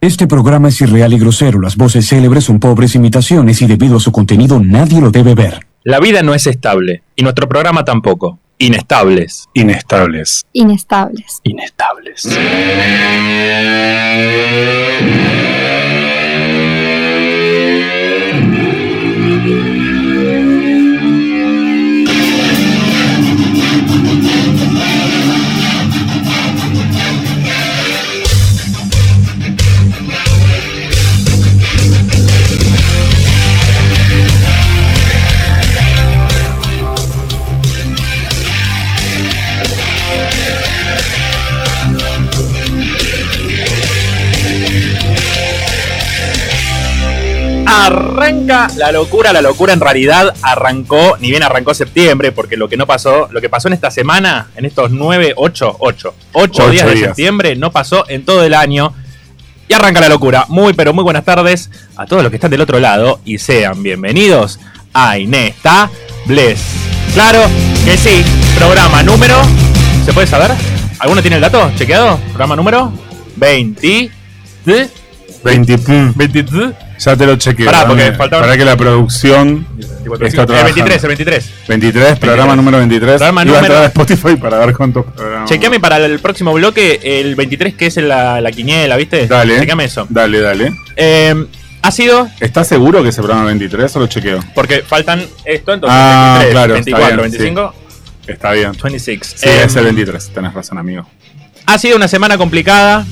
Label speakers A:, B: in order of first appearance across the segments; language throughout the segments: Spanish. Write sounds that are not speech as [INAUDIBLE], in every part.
A: Este programa es irreal y grosero. Las voces célebres son pobres imitaciones y debido a su contenido nadie lo debe ver.
B: La vida no es estable, y nuestro programa tampoco. Inestables.
C: Inestables.
D: Inestables.
B: Inestables. Arranca la locura, la locura en realidad arrancó, ni bien arrancó septiembre, porque lo que no pasó, lo que pasó en esta semana, en estos 9, 8, 8, 8
C: Ocho
B: días de
C: días.
B: septiembre, no pasó en todo el año. Y arranca la locura. Muy, pero muy buenas tardes a todos los que están del otro lado y sean bienvenidos a Inestables. Claro que sí, programa número. ¿Se puede saber? ¿Alguno tiene el dato chequeado? Programa número 20.
C: 20. pum.
B: 20.
C: Ya te lo chequeo.
B: Pará,
C: dame.
B: porque faltaban-
C: Pará que la producción.
B: Eh,
C: Está
B: el 23,
C: trabajando.
B: el 23.
C: 23, programa número 23.
B: Programa
C: Iba a
B: número-
C: entrar a Spotify para ver cuántos programas.
B: Chequeame para el próximo bloque el 23, que es la, la quiniela, ¿viste?
C: Dale.
B: Chequeame eso.
C: Dale, dale.
B: Eh, ha sido
C: ¿Estás seguro que es el programa 23 o lo chequeo?
B: porque faltan esto, entonces
C: Ah,
B: 23,
C: claro, está
B: 24,
C: bien, sí.
B: 25,
C: Está bien.
B: 26.
C: Sí,
B: Eh,
C: es el 23. Tenés razón, amigo.
B: Ha sido una semana complicada.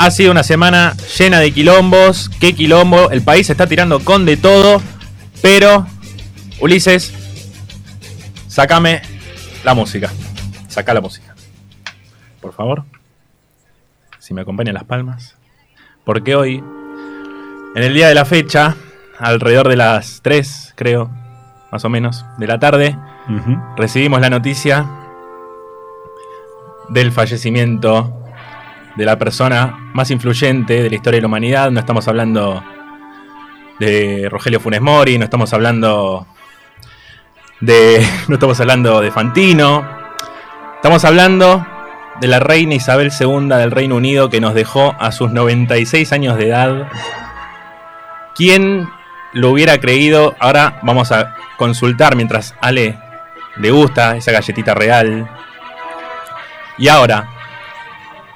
B: Ha sido una semana llena de quilombos. Qué quilombo. El país se está tirando con de todo. Pero, Ulises, sacame la música. Saca la música. Por favor. Si me acompañan las palmas. Porque hoy, en el día de la fecha, alrededor de las 3, creo, más o menos, de la tarde, recibimos la noticia del fallecimiento de la persona más influyente de la historia de la humanidad. No estamos hablando de Rogelio Funes Mori, no estamos hablando de [LAUGHS] no estamos hablando de Fantino. Estamos hablando de la reina Isabel II del Reino Unido que nos dejó a sus 96 años de edad. ¿Quién lo hubiera creído? Ahora vamos a consultar mientras Ale le gusta esa galletita real. Y ahora,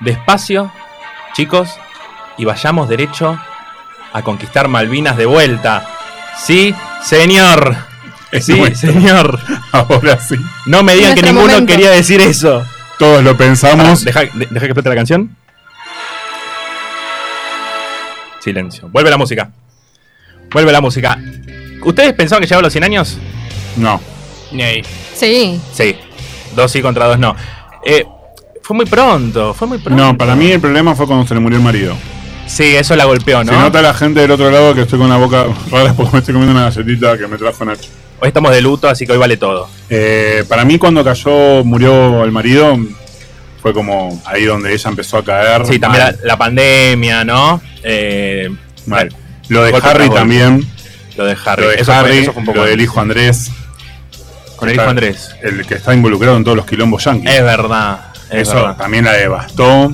B: despacio, chicos, y vayamos derecho a conquistar Malvinas de vuelta. Sí, señor.
C: Es
B: Sí,
C: nuestro.
B: señor.
C: [LAUGHS] Ahora sí.
B: No me digan que
D: Nuestro
B: ninguno
D: momento.
B: quería decir eso.
C: Todos lo pensamos.
B: Deja, de- deja que explote la canción. Silencio. Vuelve la música. Vuelve la música. ¿Ustedes pensaban que llegaba a los 100 años?
C: No.
D: Sí.
B: Sí. Dos sí contra dos no. Eh, fue muy pronto, fue muy pronto.
C: No, para mí el problema fue cuando se le murió el marido.
B: Sí, eso la golpeó, Ah, ¿no?
C: Se nota la gente del otro lado que estoy con la boca [LAUGHS] rara porque me estoy comiendo una galletita que me trajo Nacho.
B: Hoy estamos de luto, así que hoy vale todo.
C: Eh, para mí cuando cayó, murió el marido, fue como ahí donde ella empezó a caer.
B: Sí, también la,
C: Mal,
B: la pandemia, ¿no? Eh,
C: mal. Lo de
B: Golpe
C: Harry
B: tras golpe.
C: también,
B: Lo de Harry.
C: lo de
B: eso, fue-
C: Harry,
B: eso fue un poco
C: lo del
B: antes.
C: hijo Andrés,
B: Con el hijo Andrés.
C: el que está involucrado en todos los quilombos yanquis.
B: Es verdad. es
C: Eso
B: verdad.
C: también la devastó.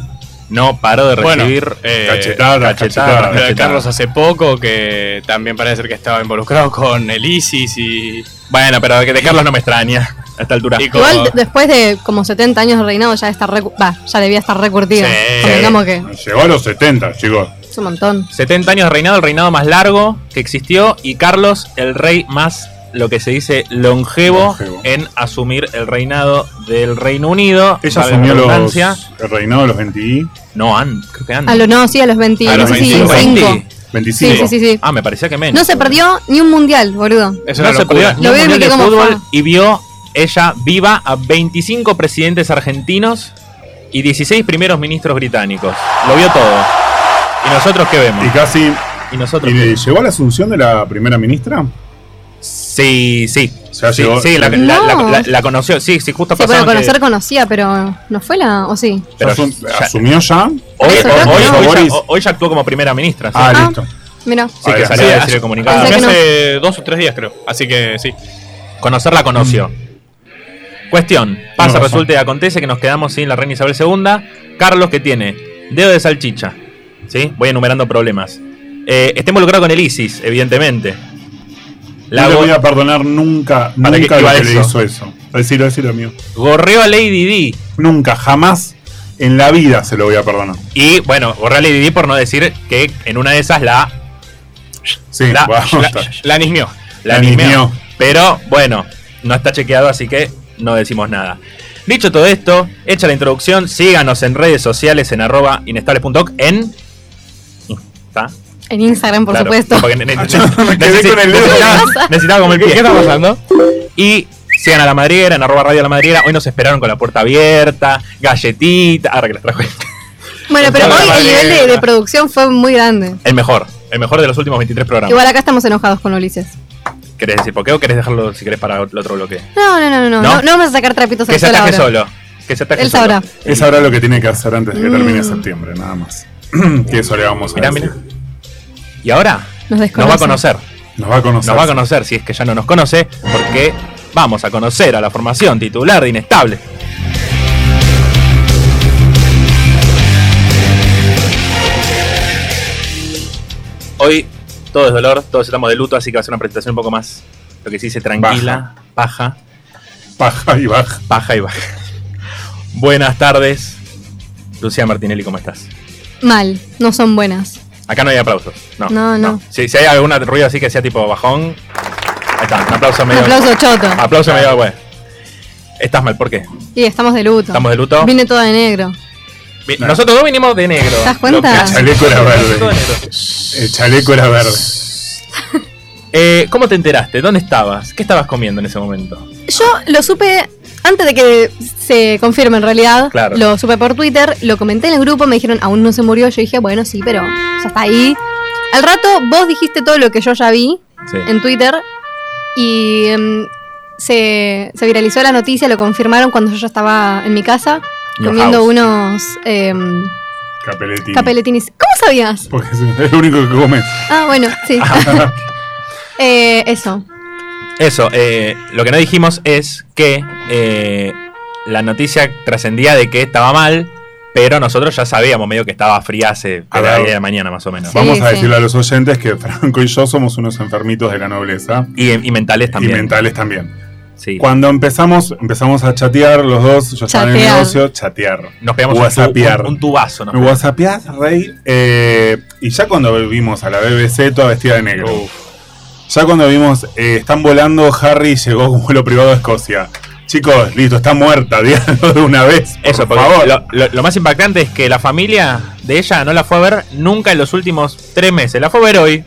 B: No paró de
E: Bueno,
B: recibir
E: eh,
C: Cachetadas,
B: cachetadas,
C: cachetadas.
E: Lo de
B: Cachetada.
E: Carlos hace poco, que también parece ser que estaba involucrado con el ISIS y,
B: Bueno, pero que de Carlos no me extraña a esta altura.
E: y con-
D: Igual de- después de como 70 años de reinado ya está recu- va, ya debía estar recurtido.
E: Sí.
D: Convengamos que
C: Llegó a los 70, chicos.
D: es un montón.
B: 70 años de reinado, el reinado más largo que existió y Carlos el rey más lo que se dice longevo,
C: Longevo.
B: en asumir el reinado del Reino Unido. Valga
C: Ella
B: la
C: asumió los,
B: redundancia.
C: el reinado de los 20,
B: No, an- creo que antes.
D: A los no, sí, a los 20,
C: A
D: no
C: los
D: sé si
C: 25.
D: 5.
C: 25.
D: Sí, sí, sí, sí.
B: Ah, me parecía que menos.
D: No se perdió ni un mundial, boludo.
E: es una
B: No se
E: locura.
B: perdió ni
D: Lo
B: un
D: vi y me
B: mundial de
D: quedé como
B: fútbol
D: fan.
B: y vio ella viva a 25 presidentes argentinos y 16 primeros ministros británicos. Lo vio todo. ¿Y nosotros qué vemos?
C: Y casi.
B: ¿Y nosotros
C: ¿Y
B: qué
C: le llegó a la asunción de la primera ministra?
B: Sí, sí.
C: Ya
B: sí,
C: llegó-
B: sí, la, la-
D: No.
B: la- la- la conoció. Sí, sí, justo
D: Sí, bueno,
B: pasaron que-
D: conocer conocía, pero no fue la o sí.
B: Pero
C: Asum-
B: ya-
C: ¿Asumió ya?
B: Hoy,
D: Eso, creo que
B: hoy-
D: no.
B: hoy
C: Boris.
B: ya, hoy ya actuó como primera ministra. sí.
C: Ah,
D: Ah.
C: listo.
D: Mira.
B: Sí, que
C: Ahora,
B: salió
E: sí,
B: a decir el
E: hace-
B: comunicado.
D: hace-
E: Asumió
D: que no.
E: hace dos o tres días, creo. Así que sí.
B: Conocerla conoció. Cuestión. Pasa,
C: Mm. razón.
B: resulta y acontece que nos quedamos sin la reina Isabel II. Carlos que tiene dedo de salchicha, ¿sí? Voy enumerando problemas. Eh, está involucrado con el ISIS, evidentemente. La
C: no le
B: go-
C: voy a perdonar nunca,
B: ¿Para qué
C: nunca lo
B: iba
C: que le
B: eso?
C: hizo eso. Decilo, decilo, amigo.
B: gorreó a Lady Di.
C: Nunca, jamás en la vida se lo voy a perdonar.
B: Y bueno, gorreó a Lady Di por no decir que en una de esas la,
C: Sí,
B: La-
C: vamos,
B: la-
C: está.
E: La nismió.
B: la,
C: La
B: nimeó.
C: nimeó.
B: Pero bueno, no está chequeado, así que no decimos nada. Dicho todo esto, hecha la introducción, síganos en redes sociales en arroba inestables.org en... Insta-
D: En Instagram, por
B: Claro,
D: supuesto.
B: porque ne-
C: [LAUGHS]
B: ne-
C: Ah, Me quedé
B: necesi-
C: con el dedo.
B: necesitaba- Necesitaba como el
E: ¿Qué,
B: pie.
E: qué está pasando?
B: Y sigan a la madriguera, en arroba radio la madriguera. Hoy nos esperaron con la puerta abierta, galletita. Ah, Ahora que las trajo.
D: [LAUGHS] Bueno, pero
E: Toda
D: hoy
E: la
D: el nivel de,
E: madera.
D: de producción fue muy grande.
B: El mejor, el mejor de los últimos 23 programas.
D: Igual acá estamos enojados con Ulises.
B: ¿Querés decir por qué o querés dejarlo si querés para el otro bloque?
D: No, no, no, no, no.
B: ¿No?
D: No, no vamos a sacar trapitos
B: Que
D: al
B: se
D: sol
B: ataje
D: ahora.
B: solo. Que se ataje
D: Él
B: solo.
D: sabrá.
C: Es ahora lo que tiene que hacer antes de que termine
D: Mm.
C: septiembre, nada más. [CLEARS THROAT] que eso le vamos a
B: Mirá,
C: decir.
B: mirá. Y ahora nos
D: Nos
B: va a
D: desconoce.
B: conocer.
C: Nos va a conocer.
B: Nos va a conocer si es que ya no nos conoce, porque vamos a conocer a la formación titular de Inestable. Hoy todo es dolor, todos estamos de luto, así que va a ser una presentación un poco más, lo que se dice, tranquila, paja,
C: Baja y baja.
B: paja y baja. [LAUGHS] Buenas tardes, Lucía Martinelli, ¿cómo estás?
D: Mal, no son buenas.
B: Acá no hay aplausos. No,
D: No, no.
B: Si, si hay algún ruido así que sea tipo bajón, ahí está, un aplauso
D: Un
B: medio. Ah.
D: aplauso choto.
B: Aplauso medio, güey. Estás mal, ¿por qué?
D: Y estamos de luto.
B: Estamos de luto.
D: Vine toda de negro.
B: Vi- Nosotros dos vinimos de negro.
D: ¿Te das
B: Lo que-
D: cuenta?
C: El chaleco era
B: Todo de
C: verde.
B: negro.
C: El chaleco era verde.
B: Eh, ¿Cómo te enteraste? ¿Dónde estabas? ¿Qué estabas comiendo en ese momento?
D: Yo lo supe antes de que se confirme en realidad.
B: Claro.
D: Lo supe por Twitter, lo comenté en el grupo, me dijeron, aún no se murió. Yo dije, bueno, sí, pero ya está ahí. Al rato vos dijiste todo lo que yo ya vi
B: Sí.
D: en Twitter y em, se, se viralizó la noticia, lo confirmaron cuando yo ya estaba en mi casa
B: Your
D: comiendo
B: house.
D: unos em,
C: Capeletín.
D: capeletinis. ¿Cómo sabías?
C: Porque es es lo único
D: [LAUGHS]
C: que comes.
D: Ah, bueno, sí. Eh, eso.
B: Eso, eh, lo que no dijimos es que eh, la noticia trascendía de que estaba mal, pero nosotros ya sabíamos medio que estaba fría hace
C: A
B: a la
C: ver.
B: 10 de la mañana más o menos.
D: Sí.
C: [LAUGHS] Vamos a decirle a los oyentes que Franco y yo somos unos enfermitos de la nobleza.
B: Y, y mentales también.
C: Y mentales también.
B: Sí.
C: Cuando empezamos, empezamos a chatear los dos, yo estaba en el
D: Chatear.
C: negocio, chatear.
B: Nos pegamos un,
C: Whatsappear.
B: tu- un, un tubazo, ¿no?
C: Me whatsappeás, rey. Eh, y ya cuando vimos a la BBC toda vestida de negro. Ya cuando vimos, eh, están volando, Harry llegó como lo privado de Escocia. Chicos, listo, está muerta, [LAUGHS] díganlo de una vez. Por
B: Eso, porque
C: favor.
B: Lo, lo- lo más impactante es que la familia de ella no la fue a ver nunca en los últimos tres meses. La fue a ver hoy.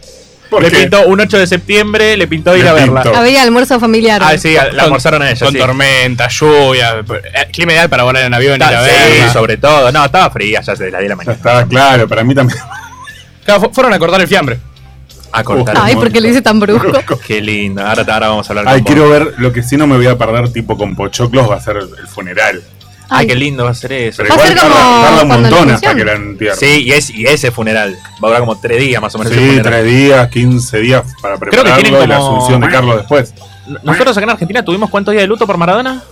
C: ¿Por
B: le
C: qué?
B: pintó un 8 de septiembre, le pintó ir
C: Le
B: a verla.
C: pintó.
D: Había almuerzo familiar.
B: Ah, sí, la
E: Con-
B: almorzaron a ella.
E: Con
B: sí.
E: tormenta, lluvia, eh, clima ideal para volar en avión y ir a
B: Ta- sí,
E: verla.
B: sobre todo. No, estaba fría ya desde la 10 de la
C: Ya [LAUGHS]
B: mañana.
C: estaba claro, para mí también.
E: Claro, fu- fueron a cortar el fiambre.
B: A cortar.
D: Ay, ¿por qué lo hice tan brusco?
B: Qué lindo. Ahora, ahora vamos a hablar
C: Ay,
B: con vos.
C: quiero ver, lo que sí no me voy a perder, tipo con pochoclos, va a ser el funeral.
B: Ay,
D: Ay.
B: qué lindo va a ser eso.
C: Pero
D: Va a
C: igual
D: ser como
C: tarda, tarda un
D: cuando la
C: montón hasta
D: función.
C: que la entierren.
B: Sí, y, es, y ese funeral. Va a durar como tres días más o menos. ese
C: Sí,
B: funeral.
C: tres días, 15 días para
B: Creo que
C: prepararlo
B: tienen
C: y la
B: como-
C: asunción de Carlos después.
B: Nosotros acá en Argentina tuvimos cuántos días de luto por Maradona.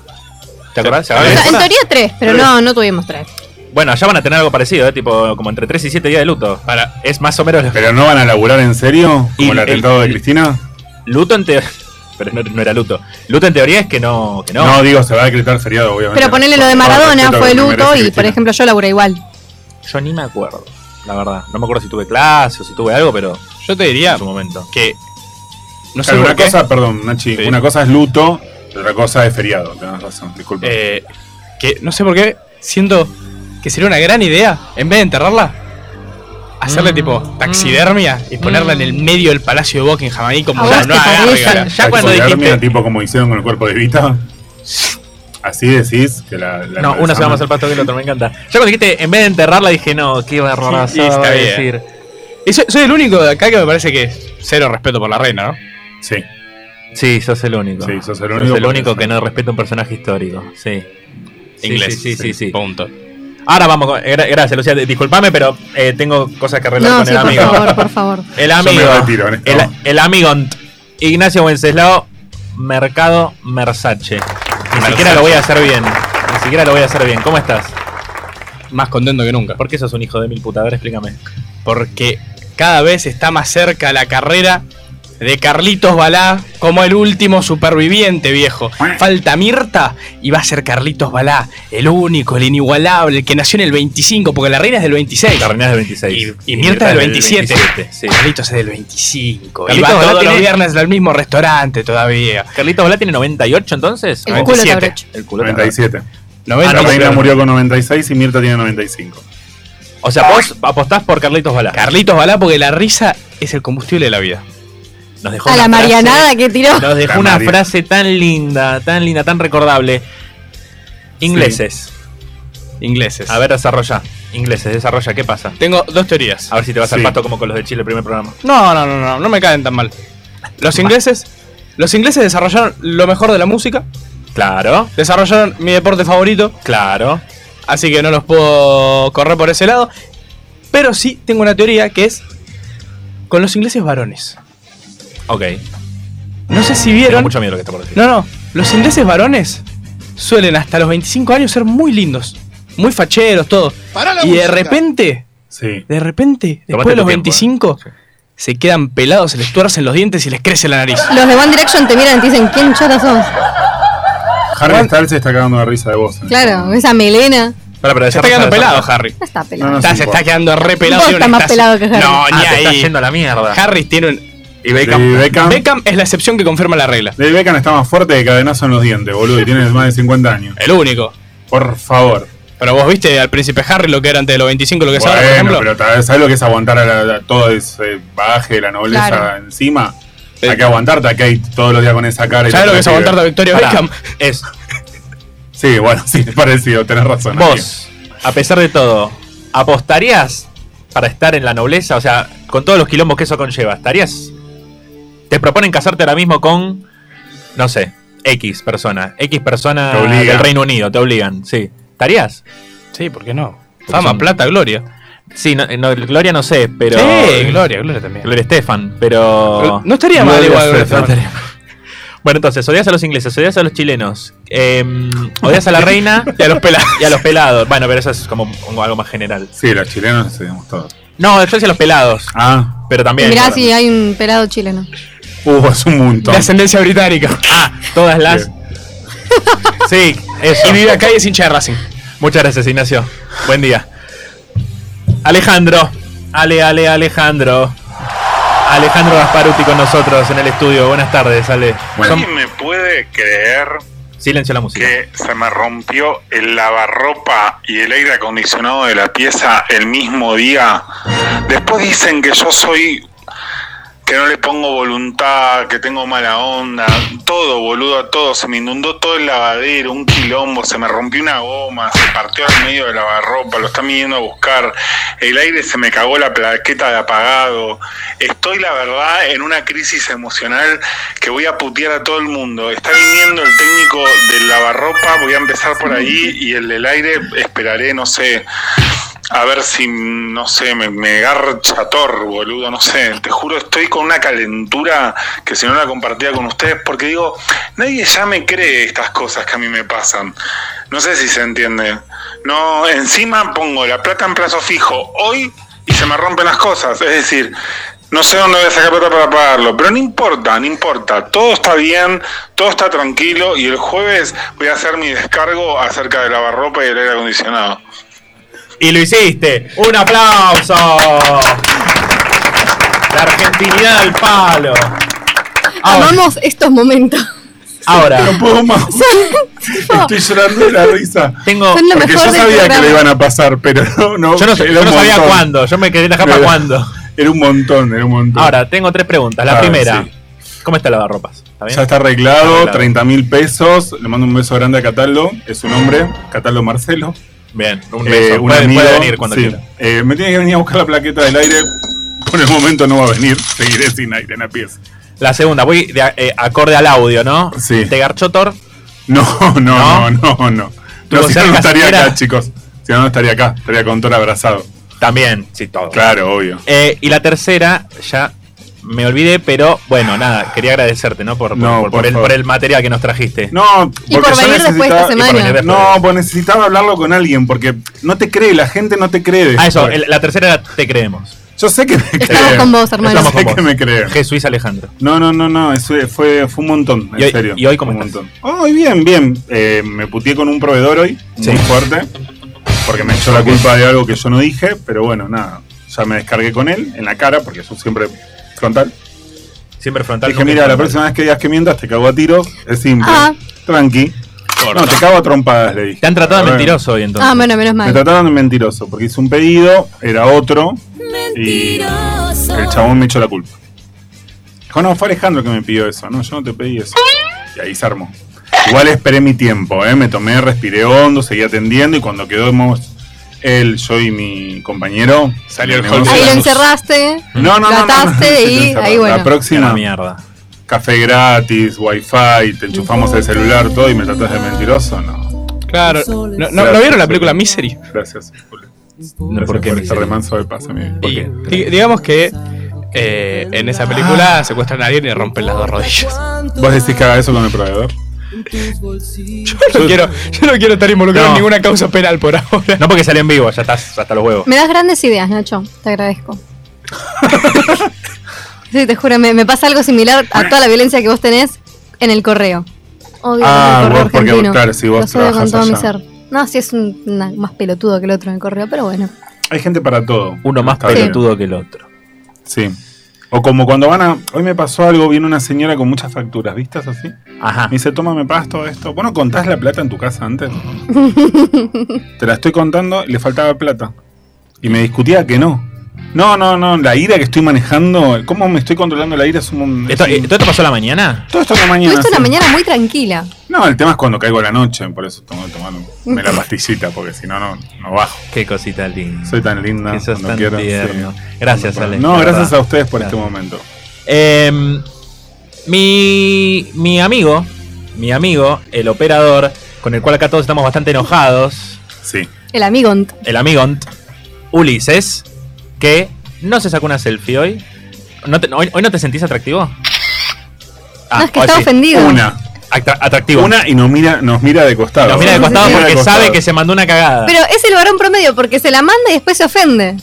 B: ¿Te acordás? ¿Se
E: O sea,
D: O sea, en
B: acuerdan?
D: teoría tres, pero no, no tuvimos tres.
B: Bueno, allá van a tener algo parecido, ¿eh? tipo como entre 3 y 7 días de luto.
E: Para,
B: Es más o menos lo que-
C: Pero no van a laburar en serio,
B: Y
C: como el
B: el-
C: atentado de Cristina.
B: luto en teoría. [LAUGHS] Pero no, no era luto. Luto en teoría es que no. Que no.
C: No. digo, se va a decretar feriado, obviamente.
D: Pero ponele lo de
C: Con todo
D: Maradona,
C: respeto a
D: fue
C: Ah, lo que
D: luto
C: merece
D: y, por
C: Cristina.
D: ejemplo, yo laburé igual.
B: Yo ni me acuerdo, la verdad. No me acuerdo si tuve clase o si tuve algo, pero
E: yo te diría
B: en su momento.
E: que. No sé
C: Claro,
E: por
C: una
E: qué.
C: cosa, perdón, Nachi,
E: Sí.
C: una cosa es luto, otra cosa es feriado, tenés razón, disculpa.
E: eh, que no sé por qué siento que sería una gran idea, en vez de enterrarla, hacerle
B: Mm.
E: tipo taxidermia y ponerla en el medio del palacio de Buckingham ahí como
D: Mm. ¿A
E: la
D: vos te
E: nueva
D: parece?
E: gárgola.
B: ya cuando
C: Taxidermia,
B: dijiste-
C: tipo como hicieron con el cuerpo de Vita. Así decís que la. la
B: No, uno se va más al pasto que el otro, me encanta. Ya cuando dijiste, en vez de enterrarla, dije, no, qué barbarazada
E: Sí, está
B: va a
E: bien.
B: decir.
E: Y soy, soy el único de acá que me parece que es cero respeto por la reina, ¿no?
C: Sí,
B: Sí, sos el único.
C: sí, sos el
B: Sos
C: único.
B: el único
C: porque-
B: que no respeta un personaje histórico. Sí. Sí,
E: Inglés.
B: Sí, sí, sí. sí.
E: Punto.
B: Ahora vamos con. gra- Gracias, Lucía. Disculpame, pero eh, tengo cosas que arreglar
D: No,
B: con
D: sí,
B: el
D: por
B: amigo.
D: favor, por
C: [LAUGHS]
D: favor.
B: El
C: Yo
B: amigo.
C: me retiro en esto.
B: El, el amigo nt- Ignacio Wenceslao Mercado Mersache. Ni siquiera lo voy a hacer bien. Ni siquiera lo voy a hacer bien. ¿Cómo estás?
E: Más contento que nunca.
B: ¿Por qué sos un hijo de mil puta? A ver, explícame.
E: porque cada vez está más cerca la carrera de Carlitos Balá como el último superviviente, viejo. Falta Mirta y va a ser Carlitos Balá, el único, el inigualable, el que nació en el 25, porque la reina es del 26.
B: Carnera es del 26.
E: Y- y Mirta del 27.
B: sí.
E: Carlitos es del 25. y
B: Carlitos
E: va
B: Balá
E: todos los
B: tiene-
E: viernes al mismo restaurante todavía.
B: Carlitos Balá tiene 98 entonces.
D: El culo te habrá
E: 97.
D: hecho.
B: El culo te habrá hecho.
C: 97.
B: Ah,
C: La
B: no,
C: reina
B: claro.
C: murió con 96 y Mirta tiene 95.
B: O sea, vos apostás por Carlitos Balá.
E: Carlitos Balá, porque la risa es el combustible de la vida.
B: Nos dejó
D: A
B: una
D: la
B: frase-
D: Marianada que tiró.
B: Nos dejó
C: La
B: una
C: Mari-
B: frase tan linda, tan linda, tan recordable. Ingleses.
E: Ingleses.
B: A ver, desarrolla. Ingleses, desarrolla. ¿Qué pasa?
E: Tengo dos teorías.
B: A ver si te vas al
C: Sí.
B: pato como con los de Chile el primer programa.
E: No, no, no, no, no me caen tan mal. Los ingleses, los ingleses desarrollaron lo mejor de la música,
B: Claro,
E: desarrollaron mi deporte favorito,
B: claro.
E: así que no los puedo correr por ese lado. Pero sí tengo una teoría que es con los ingleses varones.
B: Ok.
E: No sé si
B: Tengo
E: vieron.
B: mucho miedo lo que está por decir.
E: No, no, los ingleses varones suelen hasta los 25 años ser muy lindos, muy facheros, todo. Y de repente,
C: Sí.
E: de repente, después
B: Tomate
E: de
B: tu
E: los
B: tiempo,
E: 25,
B: eh.
E: se quedan pelados, se les tuercen los dientes y les crece
B: [LAUGHS]
E: la nariz.
D: Los de One Direction te miran y te dicen, ¿quién chota sos?
C: Harry Styles se está cagando de risa de vos. ¿eh?
D: Claro, esa melena.
B: Pará, pero
E: Se está quedando
B: desarrolla,
E: pelado,
B: desarrolla.
E: Harry.
D: No está pelada.
C: No, no.
E: Está- se está quedando re pelado.
D: Vos
E: tiene
D: estás
E: una
D: más pelado que Harry.
E: No,
B: Ah,
E: ni
B: te está
E: ahí.
B: yendo a la mierda.
E: Harry tiene un...
B: y
C: David
B: Beckham.
C: Beckham.
E: Beckham es la excepción que confirma la regla.
C: David Beckham está más fuerte de cadenazo en los dientes, boludo. Y tiene más de 50 años.
E: El único.
C: Por favor.
E: Pero vos viste al príncipe Harry lo que era antes de los 25, lo que es ahora, por
C: Bueno,
E: ejemplo.
C: pero tal vez, ¿sabes lo que es aguantar a la- a todo ese bagaje de la nobleza
D: Claro.
C: encima?
E: Sí.
C: Hay que aguantarte a Kate todos los días con esa cara. y
E: ¿Sabes
C: todo
E: lo que es
C: ese
E: aguantar a
C: pibe.
E: Victoria
B: Pará,
E: Beckham? [LAUGHS]
B: Es
C: Sí, bueno, sí, [LAUGHS] es parecido, tenés razón. amigo.
B: vos, a pesar de todo, ¿apostarías para estar en la nobleza? O sea, con todos los quilombos que eso conlleva, ¿estarías? Te proponen casarte ahora mismo con, no sé, X persona. X persona
C: Te obligan.
B: del Reino Unido, te obligan, sí. ¿Estarías?
E: Sí, ¿por qué no? Fama,
B: son-
E: plata, gloria.
B: Sí, no- no, Gloria no sé, pero... eh,
E: Sí, gloria, gloria también.
B: Gloria Estefan, pero...
E: No estaría mal
C: Gloria
E: igual.
C: Estefan.
E: Gloria Estefan.
B: Bueno, entonces, odias a los ingleses, odias a los chilenos, eh, odias a la reina
E: Y a los pelados.
B: y a los pelados. Bueno, pero eso es como, como algo más general.
C: Sí, los chilenos seguimos todos.
B: No, yo decía los pelados,
C: Ah,
B: pero
D: Y
B: también...
D: Mirá si hay un pelado chileno.
C: uh, es un
E: De
C: montón.
E: ascendencia británica.
B: Ah, todas las... Sí, eso.
E: Y vive acá y es hincha de Racing.
B: Muchas gracias, Ignacio. Buen día. Alejandro. Ale, ale, Alejandro. Alejandro Gasparuti con nosotros en el estudio. Buenas tardes, Ale.
C: Bueno.
B: Son-
F: ¿Alguien me puede creer
B: Silencio la música.
F: que se me rompió el lavarropa y el aire acondicionado de la pieza el mismo día? Después dicen que yo soy que no le pongo voluntad, que tengo mala onda, todo boludo, todo, se me inundó todo el lavadero, un quilombo, se me rompió una goma, se partió al medio del lavarropa, lo están viniendo a buscar, el aire se me cagó la plaqueta de apagado, estoy la verdad en una crisis emocional que voy a putear a todo el mundo, está viniendo el técnico del lavarropa, voy a empezar por ahí y el del aire esperaré, no sé, a ver si, no sé, me, me garcha Thor, boludo, no sé. Te juro, estoy con una calentura que si no la compartía con ustedes, porque digo, nadie ya me cree estas cosas que a mí me pasan. No sé si se entiende. No, encima pongo la plata en plazo fijo hoy y se me rompen las cosas. Es decir, no sé dónde voy a sacar plata para pagarlo, pero no importa, no importa. Todo está bien, todo está tranquilo y el jueves voy a hacer mi descargo acerca de lavarropa y el aire acondicionado.
B: Y lo hiciste. Un aplauso. La argentinidad al palo.
C: Ah,
B: Ahora,
D: Amamos estos momentos.
B: ahora,
C: No puedo más. [LAUGHS] Estoy llorando de la risa.
B: tengo...
D: Son lo
C: Porque
D: mejor
C: yo
D: del
C: sabía que
D: programa.
C: le iban a pasar, pero no. no
B: Yo no, sé-
C: era
B: yo
C: un
B: no sabía
C: montón.
B: cuándo. Yo me quedé en la japa
C: Era-
B: cuándo.
C: Era un montón, era un montón.
B: Ahora, tengo tres preguntas. La
C: A ver,
B: primera.
C: sí.
B: ¿Cómo está el lavarropas? ¿Está bien?
C: Ya está arreglado,
B: Arreglado.
C: 30 mil pesos. Le mando un beso grande a Cataldo, es su nombre, Cataldo Marcelo.
B: Bien. Un
C: Eh,
B: beso.
C: un
B: puede,
C: amigo,
B: puede venir cuando
C: sí.
B: quiera.
C: Eh, me tiene que venir a buscar la plaqueta del aire. Por el momento no va a venir, seguiré sin aire en la pieza.
B: La segunda, voy de, a- eh, acorde al audio, ¿no?
C: Sí.
B: ¿Te garchó Thor?
C: No, no,
B: ¿No?
C: no, no, no.
B: Tuvo
C: No, si no,
B: cerca
C: no estaría
B: siquiera.
C: acá, chicos. Si no, no estaría acá, estaría con todo abrazado.
B: También, sí, todo.
C: Claro, obvio.
B: Eh, y la tercera, ya me olvidé, pero bueno, nada, quería agradecerte, ¿no? Por, por- por-
C: No, por
B: por el,
C: favor.
B: por el material que nos trajiste.
C: No,
D: Y por
C: yo
D: venir después de
C: necesitaba-
D: esta semana.
B: y por venir después.
C: No, pues necesitaba hablarlo con alguien, porque no te cree, la gente no te cree.
B: Ah, eso,
C: después.
B: el- la tercera era te creemos.
C: Yo sé que me creen.
D: Estamos con vos, hermano.
C: Yo
B: Estamos
C: sé
B: con
C: que
B: vos.
C: me creen.
B: Jesús Alejandro.
C: No, no, no, no, eso fue, fue un montón, en
B: Y hoy-
C: serio.
B: y hoy cómo
C: un
B: estás?
C: montón. Hoy bien, bien. Eh, me puteé con un proveedor hoy,
B: Sí.
C: muy fuerte, porque me echó la culpa de algo que yo no dije, pero bueno, nada. Ya me descargué con él en la cara, porque yo siempre frontal.
B: Siempre frontal.
C: Dije,
B: nunca
C: mira,
B: frontal".
C: la próxima vez que digas que mientas, te cago a tiros. Es simple.
D: Ah.
C: Tranqui. No, te cago a trompadas, le dije.
B: Te han tratado de
C: Bueno,
B: mentiroso hoy entonces.
D: Ah, bueno, menos
C: Me
D: mal.
C: trataron de mentiroso, porque hice un pedido, era otro, y el chabón me echó la culpa. Dijo, no, fue Alejandro que me pidió eso, no, yo no te pedí eso. Y ahí se armó. Igual esperé mi tiempo, ¿eh? me tomé, respiré hondo, seguí atendiendo, y cuando quedamos él, yo y mi compañero,
E: Salió el
C: negocio-
E: golpe.
D: Ahí lo encerraste.
C: No, no, no, no, no, no,
D: Trataste
C: no,
D: y
C: encerrado.
D: ahí bueno.
C: La próxima,
B: Una mierda.
C: café gratis, wifi, te enchufamos el celular, todo, y me tratás de mentiroso, no.
E: Claro. ¿No, no- ¿no vieron la película Misery?
C: Gracias, Julio.
B: No, ¿por qué
C: por
B: me
C: estar
B: hicieron?
C: de manso de paz, amigo.
E: Y di- digamos que eh, en esa película secuestran a alguien y rompen las dos rodillas. [LAUGHS]
C: ¿Vos decís que haga eso con el proveedor?
E: Yo no quiero, yo no quiero estar involucrado en
B: No.
E: ninguna causa penal por ahora.
B: No porque salió en vivo, ya estás hasta los huevos.
D: Me das grandes ideas, Nacho. Te
C: [LAUGHS]
D: agradezco. sí, te juro, me, me pasa algo similar a toda la violencia que vos tenés en el correo. Odio
C: Ah,
D: el correo
C: vos, porque,
D: argentino.
C: claro, si vos
D: Los odio con
C: trabajás
D: todo mi
C: allá.
D: ser. No, sí es un, una- más pelotudo que el otro en el correo, pero bueno.
C: Hay gente para todo.
B: Uno más
C: Está bien.
B: pelotudo que el otro.
C: Sí. O como cuando van a. Hoy me pasó algo, viene una señora con muchas facturas, ¿vistas así? Me
B: Ajá.
C: dice, toma, me pagas todo esto. Bueno, contás la plata en tu casa antes. Te la estoy contando y le faltaba plata. Y me discutía que no. No, no, no, la ira que estoy manejando, ¿cómo me estoy controlando la ira? Es un. es
B: ¿Esto,
C: un-
B: eh, ¿Todo esto pasó a la mañana?
C: todo esto en la mañana.
D: Tuviste una
C: sí.
D: mañana muy tranquila.
C: No, el tema es cuando caigo a la noche, por eso tengo que tomarme la pastillita, porque si no, no, no bajo.
B: Qué cosita linda.
C: Soy tan linda.
B: Que sos
C: cuando
B: tan
C: quiero,
B: tierno.
C: sí.
B: Gracias,
C: Cuando-
B: Ale.
C: No,
B: la
C: gracias
B: verdad.
C: a ustedes por
B: Gracias.
C: este momento.
B: Em, mi, mi amigo, mi amigo, el operador, con el cual acá todos estamos bastante enojados,
C: Sí.
D: El amigo. ent-
B: el amigo Ant, Ulises, que no se sacó una selfie hoy. ¿No te- hoy, hoy no te sentís atractivo? Ah,
D: no, es que
B: hoy
D: está
B: sí.
D: ofendido.
C: Una.
B: Atra- atractivo.
C: Una y nos mira, nos mira de costado.
B: Nos mira de costado
D: Sí, sí, sí.
B: porque
C: Mira de
B: sabe
C: costado.
B: que se mandó una cagada.
D: Pero es el varón promedio porque se la manda y después se ofende.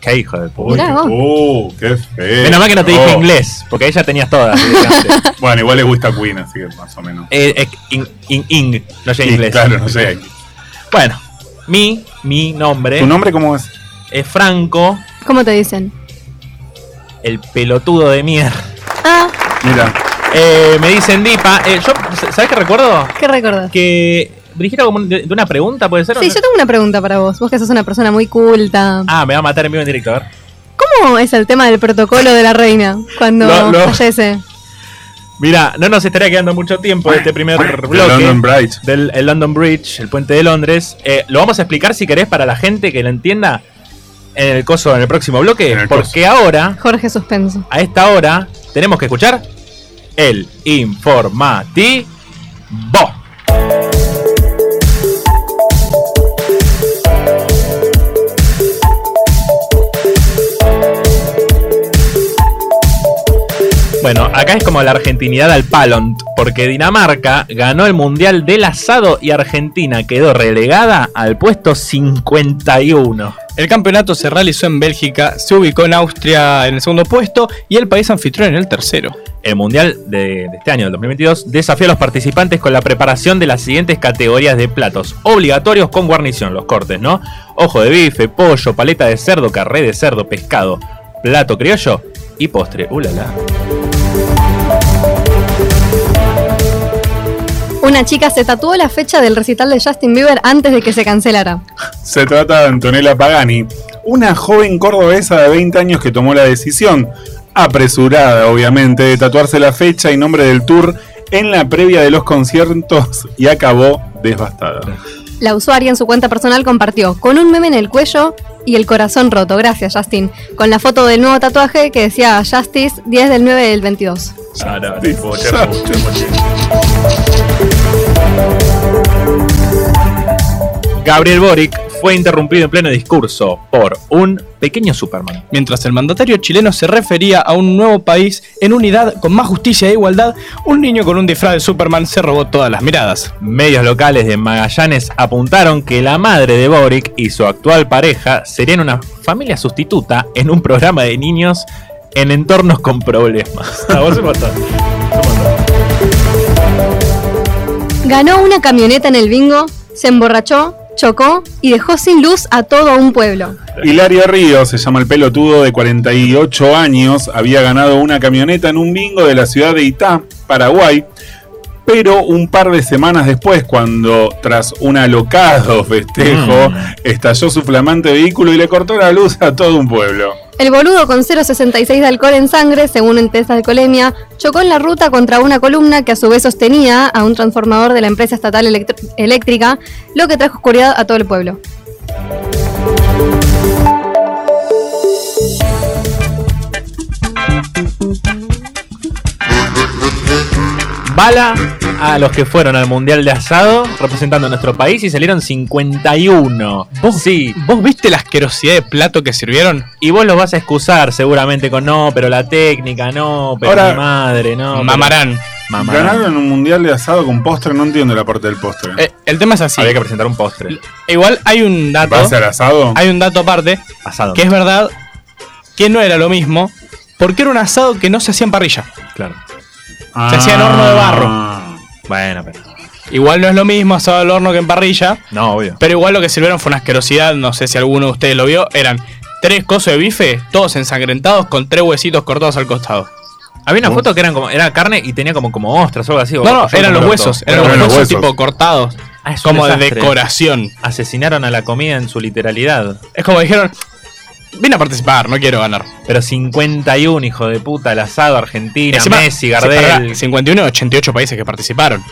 B: Qué hijo de puta.
C: Uy,
D: Mirá
C: qué-
D: vos.
C: Oh, qué feo.
B: Menos mal que no te
C: Oh.
B: dije inglés, porque ahí ya tenías todas.
E: [LAUGHS]
B: directamente.
C: Bueno, igual le gusta Queen, así que más o menos.
B: Eh, eh, in- in- ing, no sé
C: Sí,
B: inglés.
C: Claro, no sé.
B: Bueno, mi, mi nombre
C: ¿Tu nombre cómo es?
B: es Franco,
D: ¿Cómo te dicen?
B: el pelotudo de mierda.
D: Ah,
C: Mira.
B: Eh, me dicen Dipa. Eh, yo, ¿Sabes qué recuerdo?
D: ¿qué recordás?
B: Que Brigitte como de, de una pregunta, ¿puede ser? o
D: Sí,
B: no?
D: yo tengo una pregunta para vos. Vos que sos una persona muy culta.
B: Ah, me va a matar en vivo en directo, a ver.
D: ¿Cómo es el tema del protocolo de la reina cuando
B: Lo- lo-
D: fallece?
B: Mira, no nos estaría quedando mucho tiempo de este primer
C: London
B: bloque
C: Bright.
B: del el London Bridge, el puente de Londres. Eh, lo vamos a explicar si querés para la gente que lo entienda en el coso, en el próximo bloque,
C: En el
B: porque ahora,
D: Jorge Suspenso.
B: a esta hora, tenemos que escuchar el informativo. Bueno, acá es como la argentinidad al palont, porque Dinamarca ganó el Mundial del Asado y Argentina quedó relegada al puesto 51.
E: El campeonato se realizó en Bélgica, se ubicó en Austria en el segundo puesto y el país anfitrión en el tercero.
B: El Mundial de, de este año, del 2022, desafió a los participantes con la preparación de las siguientes categorías de platos obligatorios con guarnición, los cortes, ¿no? Ojo de bife, pollo, paleta de cerdo, carré de cerdo, pescado, plato criollo y postre. ¡Uh, la, la!
D: Una chica se tatuó la fecha del recital de Justin Bieber antes de que se cancelara.
C: Se trata de Antonella Pagani, una joven cordobesa de 20 años que tomó la decisión, apresurada obviamente, de tatuarse la fecha y nombre del tour en la previa de los conciertos y acabó devastada.
D: La usuaria en su cuenta personal compartió con un meme en el cuello y el corazón roto, gracias Justin, con la foto del nuevo tatuaje que decía Justice 10 del 9 del 22.
C: [LAUGHS]
B: Gabriel Boric fue interrumpido en pleno discurso por un pequeño Superman.
E: Mientras el mandatario chileno se refería a un nuevo país en unidad con más justicia e igualdad, un niño con un disfraz de Superman se robó todas las miradas.
B: Medios locales de Magallanes apuntaron que la madre de Boric y su actual pareja serían una familia sustituta en un programa de niños en entornos con problemas. Ah, vos sos bastante.
D: Ganó una camioneta en el bingo, se emborrachó, chocó y dejó sin luz a todo un pueblo.
C: Hilario Ríos, se llama el pelotudo de 48 años, había ganado una camioneta en un bingo de la ciudad de Itá, Paraguay, pero un par de semanas después, cuando tras un alocado [LAUGHS]
E: Mm.
C: festejo, estalló su flamante vehículo y le cortó la luz a todo un pueblo.
D: El boludo con 0,66 de alcohol en sangre, según el test de alcoholemia, chocó en la ruta contra una columna que a su vez sostenía a un transformador de la empresa estatal electro- eléctrica, lo que trajo oscuridad a todo el pueblo.
B: Bala a los que fueron al Mundial de Asado representando a nuestro país y salieron 51. Sí,
E: ¿Vos viste la asquerosidad de plato que sirvieron?
B: y vos los vas a excusar seguramente con no, pero la técnica, no, pero
C: Ahora-
B: mi madre, no. pero-
E: Mamarán.
B: Mamarán.
C: Ganaron un mundial de asado con postre, no entiendo la parte del postre.
E: Eh, el tema es así.
B: Había que presentar un postre.
E: Igual hay un dato.
C: ¿Va a ser asado?
E: Hay un dato aparte,
B: Asado.
E: que es verdad que no era lo mismo, porque era un asado que no se hacía en parrilla.
B: Claro.
E: se hacía en horno de barro.
C: Ah.
B: Bueno, pero.
E: Igual no es lo mismo asado al horno que en parrilla,
B: No, obvio.
E: pero igual lo que sirvieron fue una asquerosidad, no sé si alguno de ustedes lo vio, eran tres cosos de bife, todos ensangrentados con tres huesitos cortados al costado.
B: Había una foto que eran como, era carne y tenía como, como ostras o algo así. o-
E: No, no,
B: o yo
E: eran
B: no
E: los
B: me
E: huesos,
B: acuerdo.
E: eran los
C: Eran los
E: huesos,
C: huesos.
E: tipo cortados,
B: Ah, es un
E: como de
B: desastre.
E: decoración.
B: Asesinaron a la comida en su literalidad.
E: Es como dijeron, vine a participar, no quiero ganar.
B: Pero 51, hijo de puta, el asado, Argentina,
E: Encima,
B: Messi,
E: sí,
B: Gardel.
E: pará, 51 de 88 países que participaron.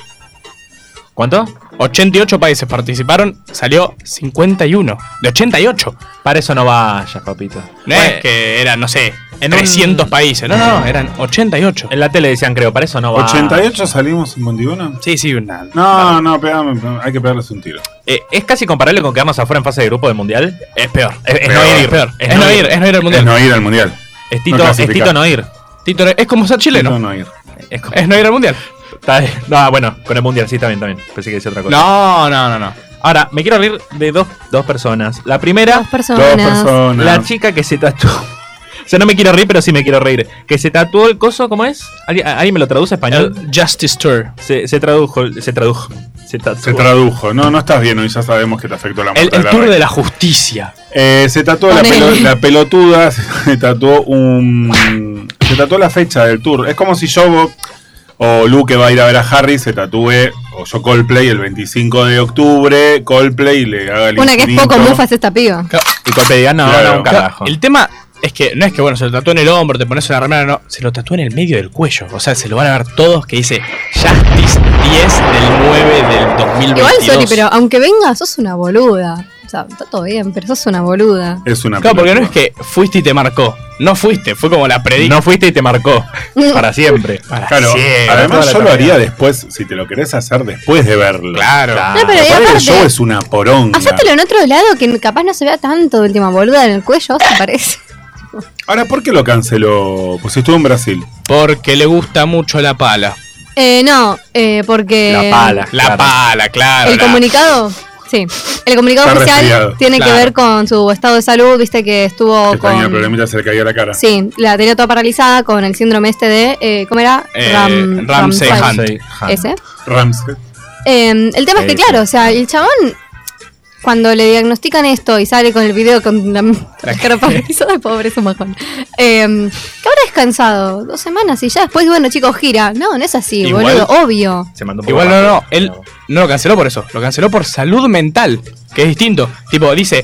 B: ¿Cuánto?
E: 88 países participaron, salió 51. De 88.
B: Para eso no vayas, papito.
E: No
B: Bueno,
E: es que eran, no sé,
B: En
E: 300
B: un-
E: países. No, no, no, eran 88.
B: En la tele decían, creo, para eso no vayas.
C: 88 salimos 51.
E: Sí, sí, una.
C: No, no, pegame, pegame, hay que pegarles un tiro.
B: Eh, ¿Es casi comparable con quedarnos afuera en fase de grupo del mundial?
E: Es peor.
B: Es, es
C: Peor.
B: no ir.
E: Es peor.
B: Es, no ir.
E: es no ir al
C: Es
E: mundial.
C: no ir al mundial.
B: Es Tito
C: No
B: es
C: clasificar.
B: Tito no ir.
E: Tito, es como ser
C: No,
E: chileno.
C: no ir.
B: Es como-
E: Es no ir al mundial.
B: Está bien. No, bueno, con el mundial, sí, también, también. Pensé que decía otra cosa.
E: No, no, no, no.
B: Ahora, me quiero reír de dos, dos personas. La primera,
D: Dos
C: Dos
D: personas.
C: personas.
B: la chica que se tatuó. [LAUGHS] O sea, no me quiero reír, pero sí me quiero reír. Que se tatuó el coso, ¿cómo es? ¿Alguien, a- alguien me lo traduce a español?
E: El Justice Tour.
B: Se, se tradujo, se tradujo. Se tatuó.
C: se tradujo. No, no estás bien hoy, ya sabemos que te afectó la
E: El,
C: muerte.
E: el tour
C: reina.
E: de la justicia.
C: Eh, se tatuó la,
D: Ponele.
C: pelo- la pelotuda, [LAUGHS] se tatuó un. Se tatuó la fecha del tour. Es como si yo o Lu que va a ir a ver a Harry se tatúe, o yo Coldplay el 25 de octubre, Coldplay y le haga el
D: Una que es poco
C: infinito.
D: mufa es esta piba.
B: Y Cope diga, no,
C: Claro.
B: no, un carajo.
E: El tema es que no es que, bueno, se lo tatúa en el hombro, te pones una remera, no. Se lo tatúa en el medio del cuello. O sea, se lo van a ver todos que dice Justice 10 del 9 del 2022.
D: Igual, Sori, pero aunque venga, sos una boluda. O sea, está todo bien, pero sos una boluda.
C: Es una
E: Claro, porque no es
C: pelotuda.
E: que fuiste y te marcó. No fuiste, fue como la predicción.
B: No fuiste y te marcó. Para
E: [LAUGHS]
B: siempre.
C: Claro,
E: Sí,
C: además
B: toda la
C: yo lo
B: eternidad.
C: haría después, si te lo querés hacer después de verlo.
E: Claro.
B: Claro.
D: No, pero
C: Aparte,
D: y
C: el show
D: aparte,
C: es una poronga.
D: hacételo en otro lado que capaz no se vea tanto de última boluda en el cuello, ¿se parece?
C: Ahora, ¿por qué lo canceló? Pues estuvo en Brasil.
E: Porque le gusta mucho la pala.
D: Eh, no, eh, porque.
B: La pala.
E: La
B: Claro.
E: pala, claro.
D: El
E: la-
D: comunicado, sí. El comunicado
C: Está
D: oficial
C: resfriado.
D: tiene
E: Claro.
D: que ver con su estado de salud, viste que estuvo
C: que
D: con.
C: tenía problemitas, se le caía la cara.
D: Sí, la tenía toda paralizada con el síndrome este de. Eh, ¿Cómo era?
E: Eh,
D: Ram-
E: Ramsey
D: Ramsay.
E: Hunt.
B: Soy Han.
D: Ese.
C: Ramsey.
D: Eh, el tema es que,
B: Ese.
D: claro, o sea, el chabón. Cuando le diagnostican esto y sale con el video con la, la cara paralizada, [LAUGHS] pobre su majón. Eh, que habrá descansado dos semanas y ya después, bueno, chicos, gira. No, no es así,
E: Igual-
D: boludo, obvio.
B: Se mandó un poco
E: Igual no,
B: rápido.
E: no. Él no lo canceló por eso. Lo canceló por salud mental. Que es distinto. Tipo, dice.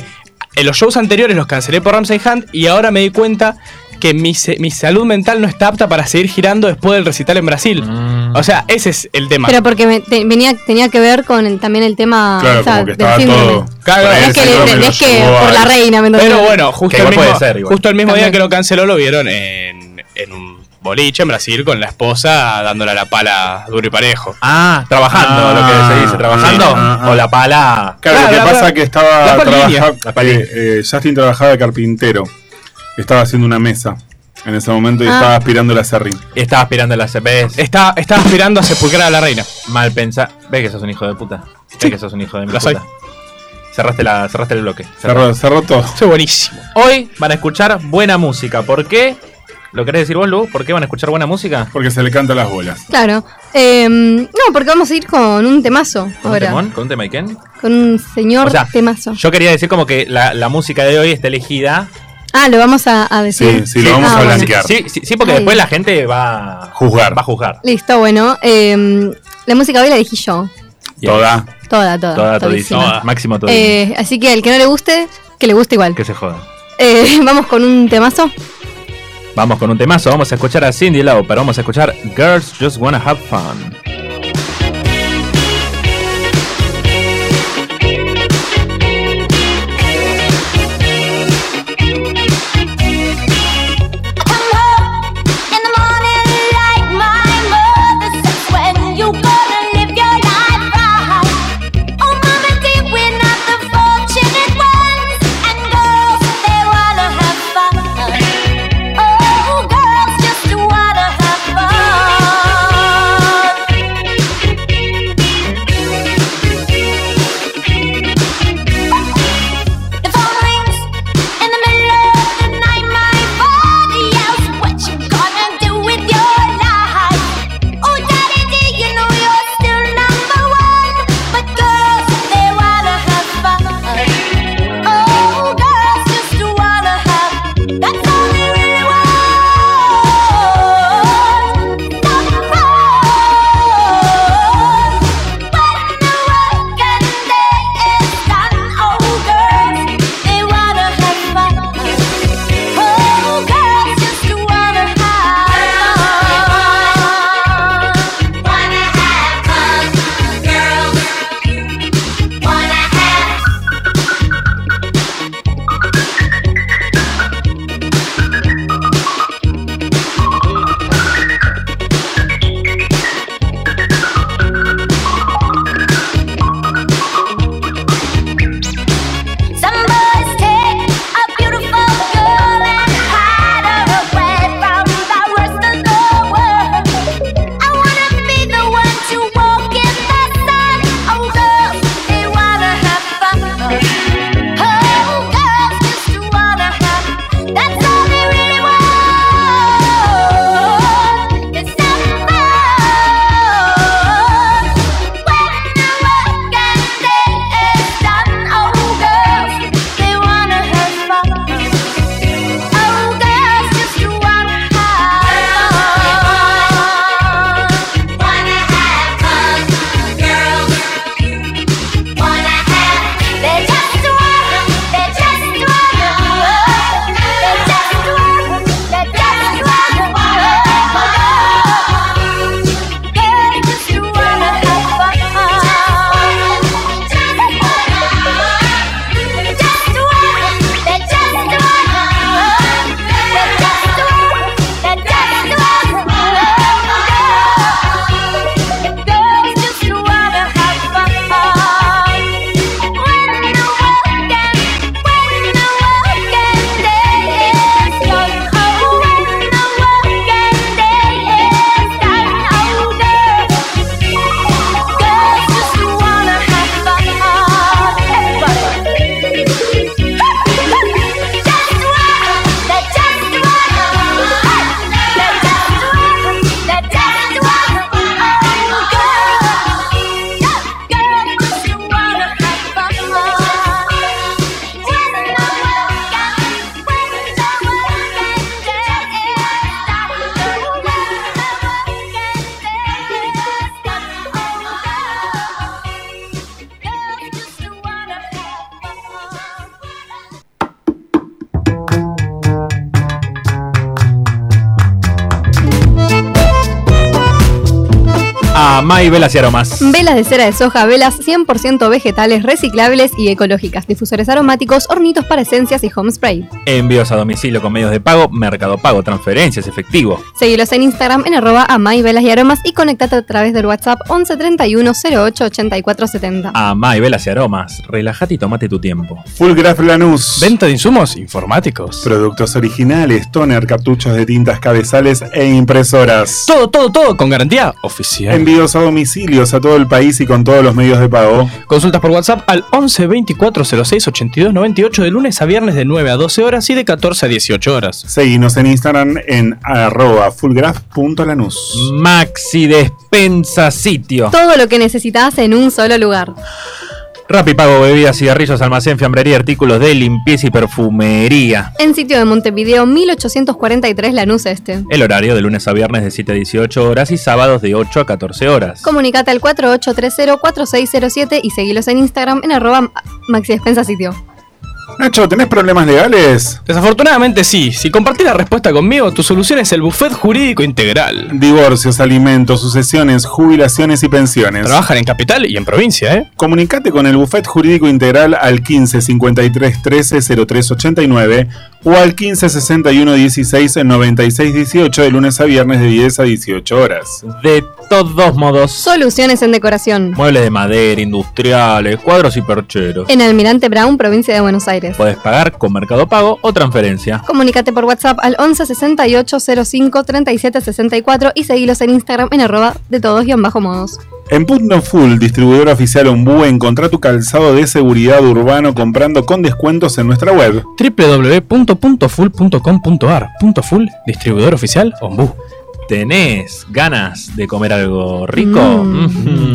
E: En los shows anteriores los cancelé por Ramsey Hunt y ahora me di cuenta que mi, se- mi salud mental no está apta para seguir girando después del recital en Brasil.
B: Mm.
E: O sea, ese es el tema.
D: Pero porque me- te- venía, tenía que ver con el- también el tema
C: Claro,
D: Ah, o sea,
C: como que
D: del
C: estaba
D: síndrome.
C: todo.
E: Claro,
C: Por ahí
E: es
C: el
D: Es que, le-
E: Ese no
C: síndrome
D: le-
C: lo
D: es que
C: llevó
D: por
C: al-
D: la reina, me entendés?
E: Pero bueno, justo
B: Que
E: el,
B: igual puede
E: mismo,
B: ser, igual.
E: justo el mismo día
D: También.
E: que lo canceló, lo vieron en, en un, boliche en Brasil con la esposa dándole la pala duro y parejo.
B: Ah, trabajando,
C: Ah,
B: lo que se dice, trabajando.
C: ah, ah.
B: o la pala.
C: Claro,
E: Claro,
C: lo que
E: la-
C: pasa
E: la-
C: es que estaba
E: la palillia.
C: trabaja-
B: La palillia.
C: eh, eh, Justin trabajaba de carpintero. Estaba haciendo una mesa en ese momento y
D: Ah.
C: estaba aspirando la serrín.
B: Estaba aspirando la CPS.
E: Está, está aspirando a sepulcrar a la reina.
B: Mal pensar. Ve que sos un hijo de puta. Ve que sos un hijo de mi
E: lo
B: puta.
E: soy.
B: Cerraste, la, cerraste el bloque.
C: Cerró, cerró todo.
E: Soy buenísimo.
B: Hoy van a escuchar buena música. ¿Por qué? ¿Lo querés decir vos, Lu? ¿Por qué van a escuchar buena música?
C: Porque se le canta las bolas.
D: Claro. Em, no, porque vamos a ir con un temazo
B: ¿Con un
D: ahora.
B: temón? ¿Con un tema Iken?
D: Con un señor
B: O sea,
D: temazo.
B: Yo quería decir como que la, la música de hoy está elegida.
D: Ah, lo vamos a, a decir.
C: Sí, sí, lo vamos
D: Ah,
C: a
D: bueno.
C: blanquear.
B: Sí, sí, sí, porque
D: Ay.
B: después la gente va a
C: Juzgar.
B: Va a juzgar.
D: Listo, bueno. em, la música hoy la elegí yo.
C: Toda.
D: Toda, toda.
B: Toda
D: todísima.
B: todísima. Máximo todo.
D: Eh, así que al que no le guste, que le guste igual.
B: Que se joda.
D: Eh, [LAUGHS] vamos con un temazo.
B: Vamos con un temazo, vamos a escuchar a Cindy Lauper, vamos a escuchar Girls Just Wanna Have Fun.
G: come home in the morning like my mother says when you gonna live your life right. Oh, mama, dear, we're not the fortunate ones, and girls they wanna have fun. Oh, girls just wanna have fun. "Oh, "Oh, Oh, Oh,
B: a May Velas y Aromas.
D: Velas de cera de soja, velas 100% vegetales, reciclables y ecológicas, difusores aromáticos, hornitos para esencias y home spray.
B: Envíos a domicilio con medios de pago, mercado pago, transferencias, efectivo.
D: Seguilos en Instagram en arroba amay velas y aromas y conectate a través del WhatsApp 11 31 08 84 70.
B: A May Velas y Aromas, relájate y tomate tu tiempo.
C: Full Graph Lanús.
E: Venta de insumos informáticos.
C: Productos originales, toner, cartuchos de tintas, cabezales e impresoras.
E: Todo, todo, todo con garantía oficial.
C: Envíos a domicilios a todo el país y con todos los medios de pago.
E: Consultas por WhatsApp al 11 24 06 82 98 de lunes a viernes de 9 a 12 horas y de 14 a 18 horas.
C: Seguinos en Instagram en arroba fullgraph.lanús.
B: Maxi Despensa Sitio.
D: Todo lo que necesitas en un solo lugar.
B: Rappi Pago, bebidas, cigarrillos, almacén, fiambrería, artículos de limpieza y perfumería.
D: En sitio de Montevideo 1843 Lanús Este.
B: El horario de lunes a viernes de 7 a 18 horas y sábados de 8 a 14 horas.
D: Comunicate al 4830-4607 y seguilos en Instagram en arroba maxidespensasitio.
C: Nacho, ¿tenés problemas legales?
E: Desafortunadamente sí, si compartís la respuesta conmigo, tu solución es el buffet jurídico integral.
C: Divorcios, alimentos, sucesiones, jubilaciones y pensiones.
E: Trabajan en capital y en provincia, ¿eh?
C: Comunicate con el Buffet Jurídico Integral al 15 53 13 03 89 o al 15 61 16 96 18 de lunes a viernes de 10 a 18 horas.
B: De todos modos,
D: Soluciones en decoración.
B: muebles de madera, industriales, cuadros y percheros.
D: En Almirante Brown, provincia de Buenos Aires.
B: Puedes pagar con Mercado Pago o transferencia.
D: Comunicate por WhatsApp al 11 68 05 37 64 y seguilos en Instagram en arroba de todos y en bajo modos.
C: En Punto Full, distribuidor oficial Ombú, encontrá tu calzado de seguridad urbano comprando con descuentos en nuestra web.
E: www.full.com.ar Punto Full, distribuidor oficial Ombú.
B: ¿Tenés ganas de comer algo rico? Mhm.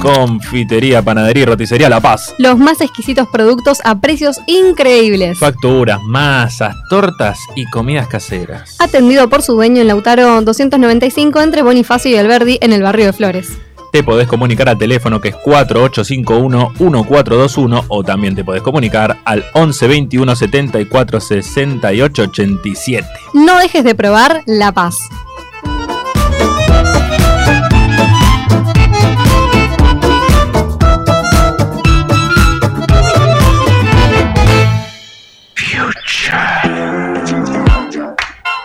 B: Confitería, panadería y roticería La Paz.
D: Los más exquisitos productos a precios increíbles.
B: Facturas, masas, tortas y comidas caseras.
D: Atendido por su dueño en Lautaro 295 entre Bonifacio y Alberdi en el barrio de Flores.
B: Te podés comunicar al teléfono que es 4851-1421 o también te podés comunicar al 1121 74 68 87.
D: No dejes de probar La Paz.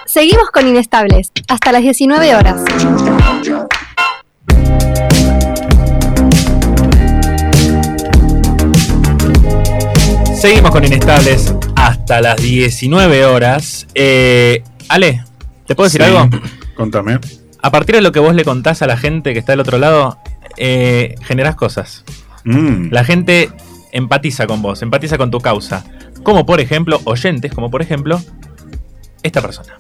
D: Seguimos con Inestables, hasta las 19 horas.
B: Seguimos con Inestables hasta las 19 horas. Eh, Ale, ¿te puedo decir
C: Sí.
B: algo?
C: Contame.
B: A partir de lo que vos le contás a la gente que está del otro lado, eh, generás cosas.
C: Mm.
B: La gente empatiza con vos, empatiza con tu causa. Como por ejemplo, oyentes, como por ejemplo, esta persona.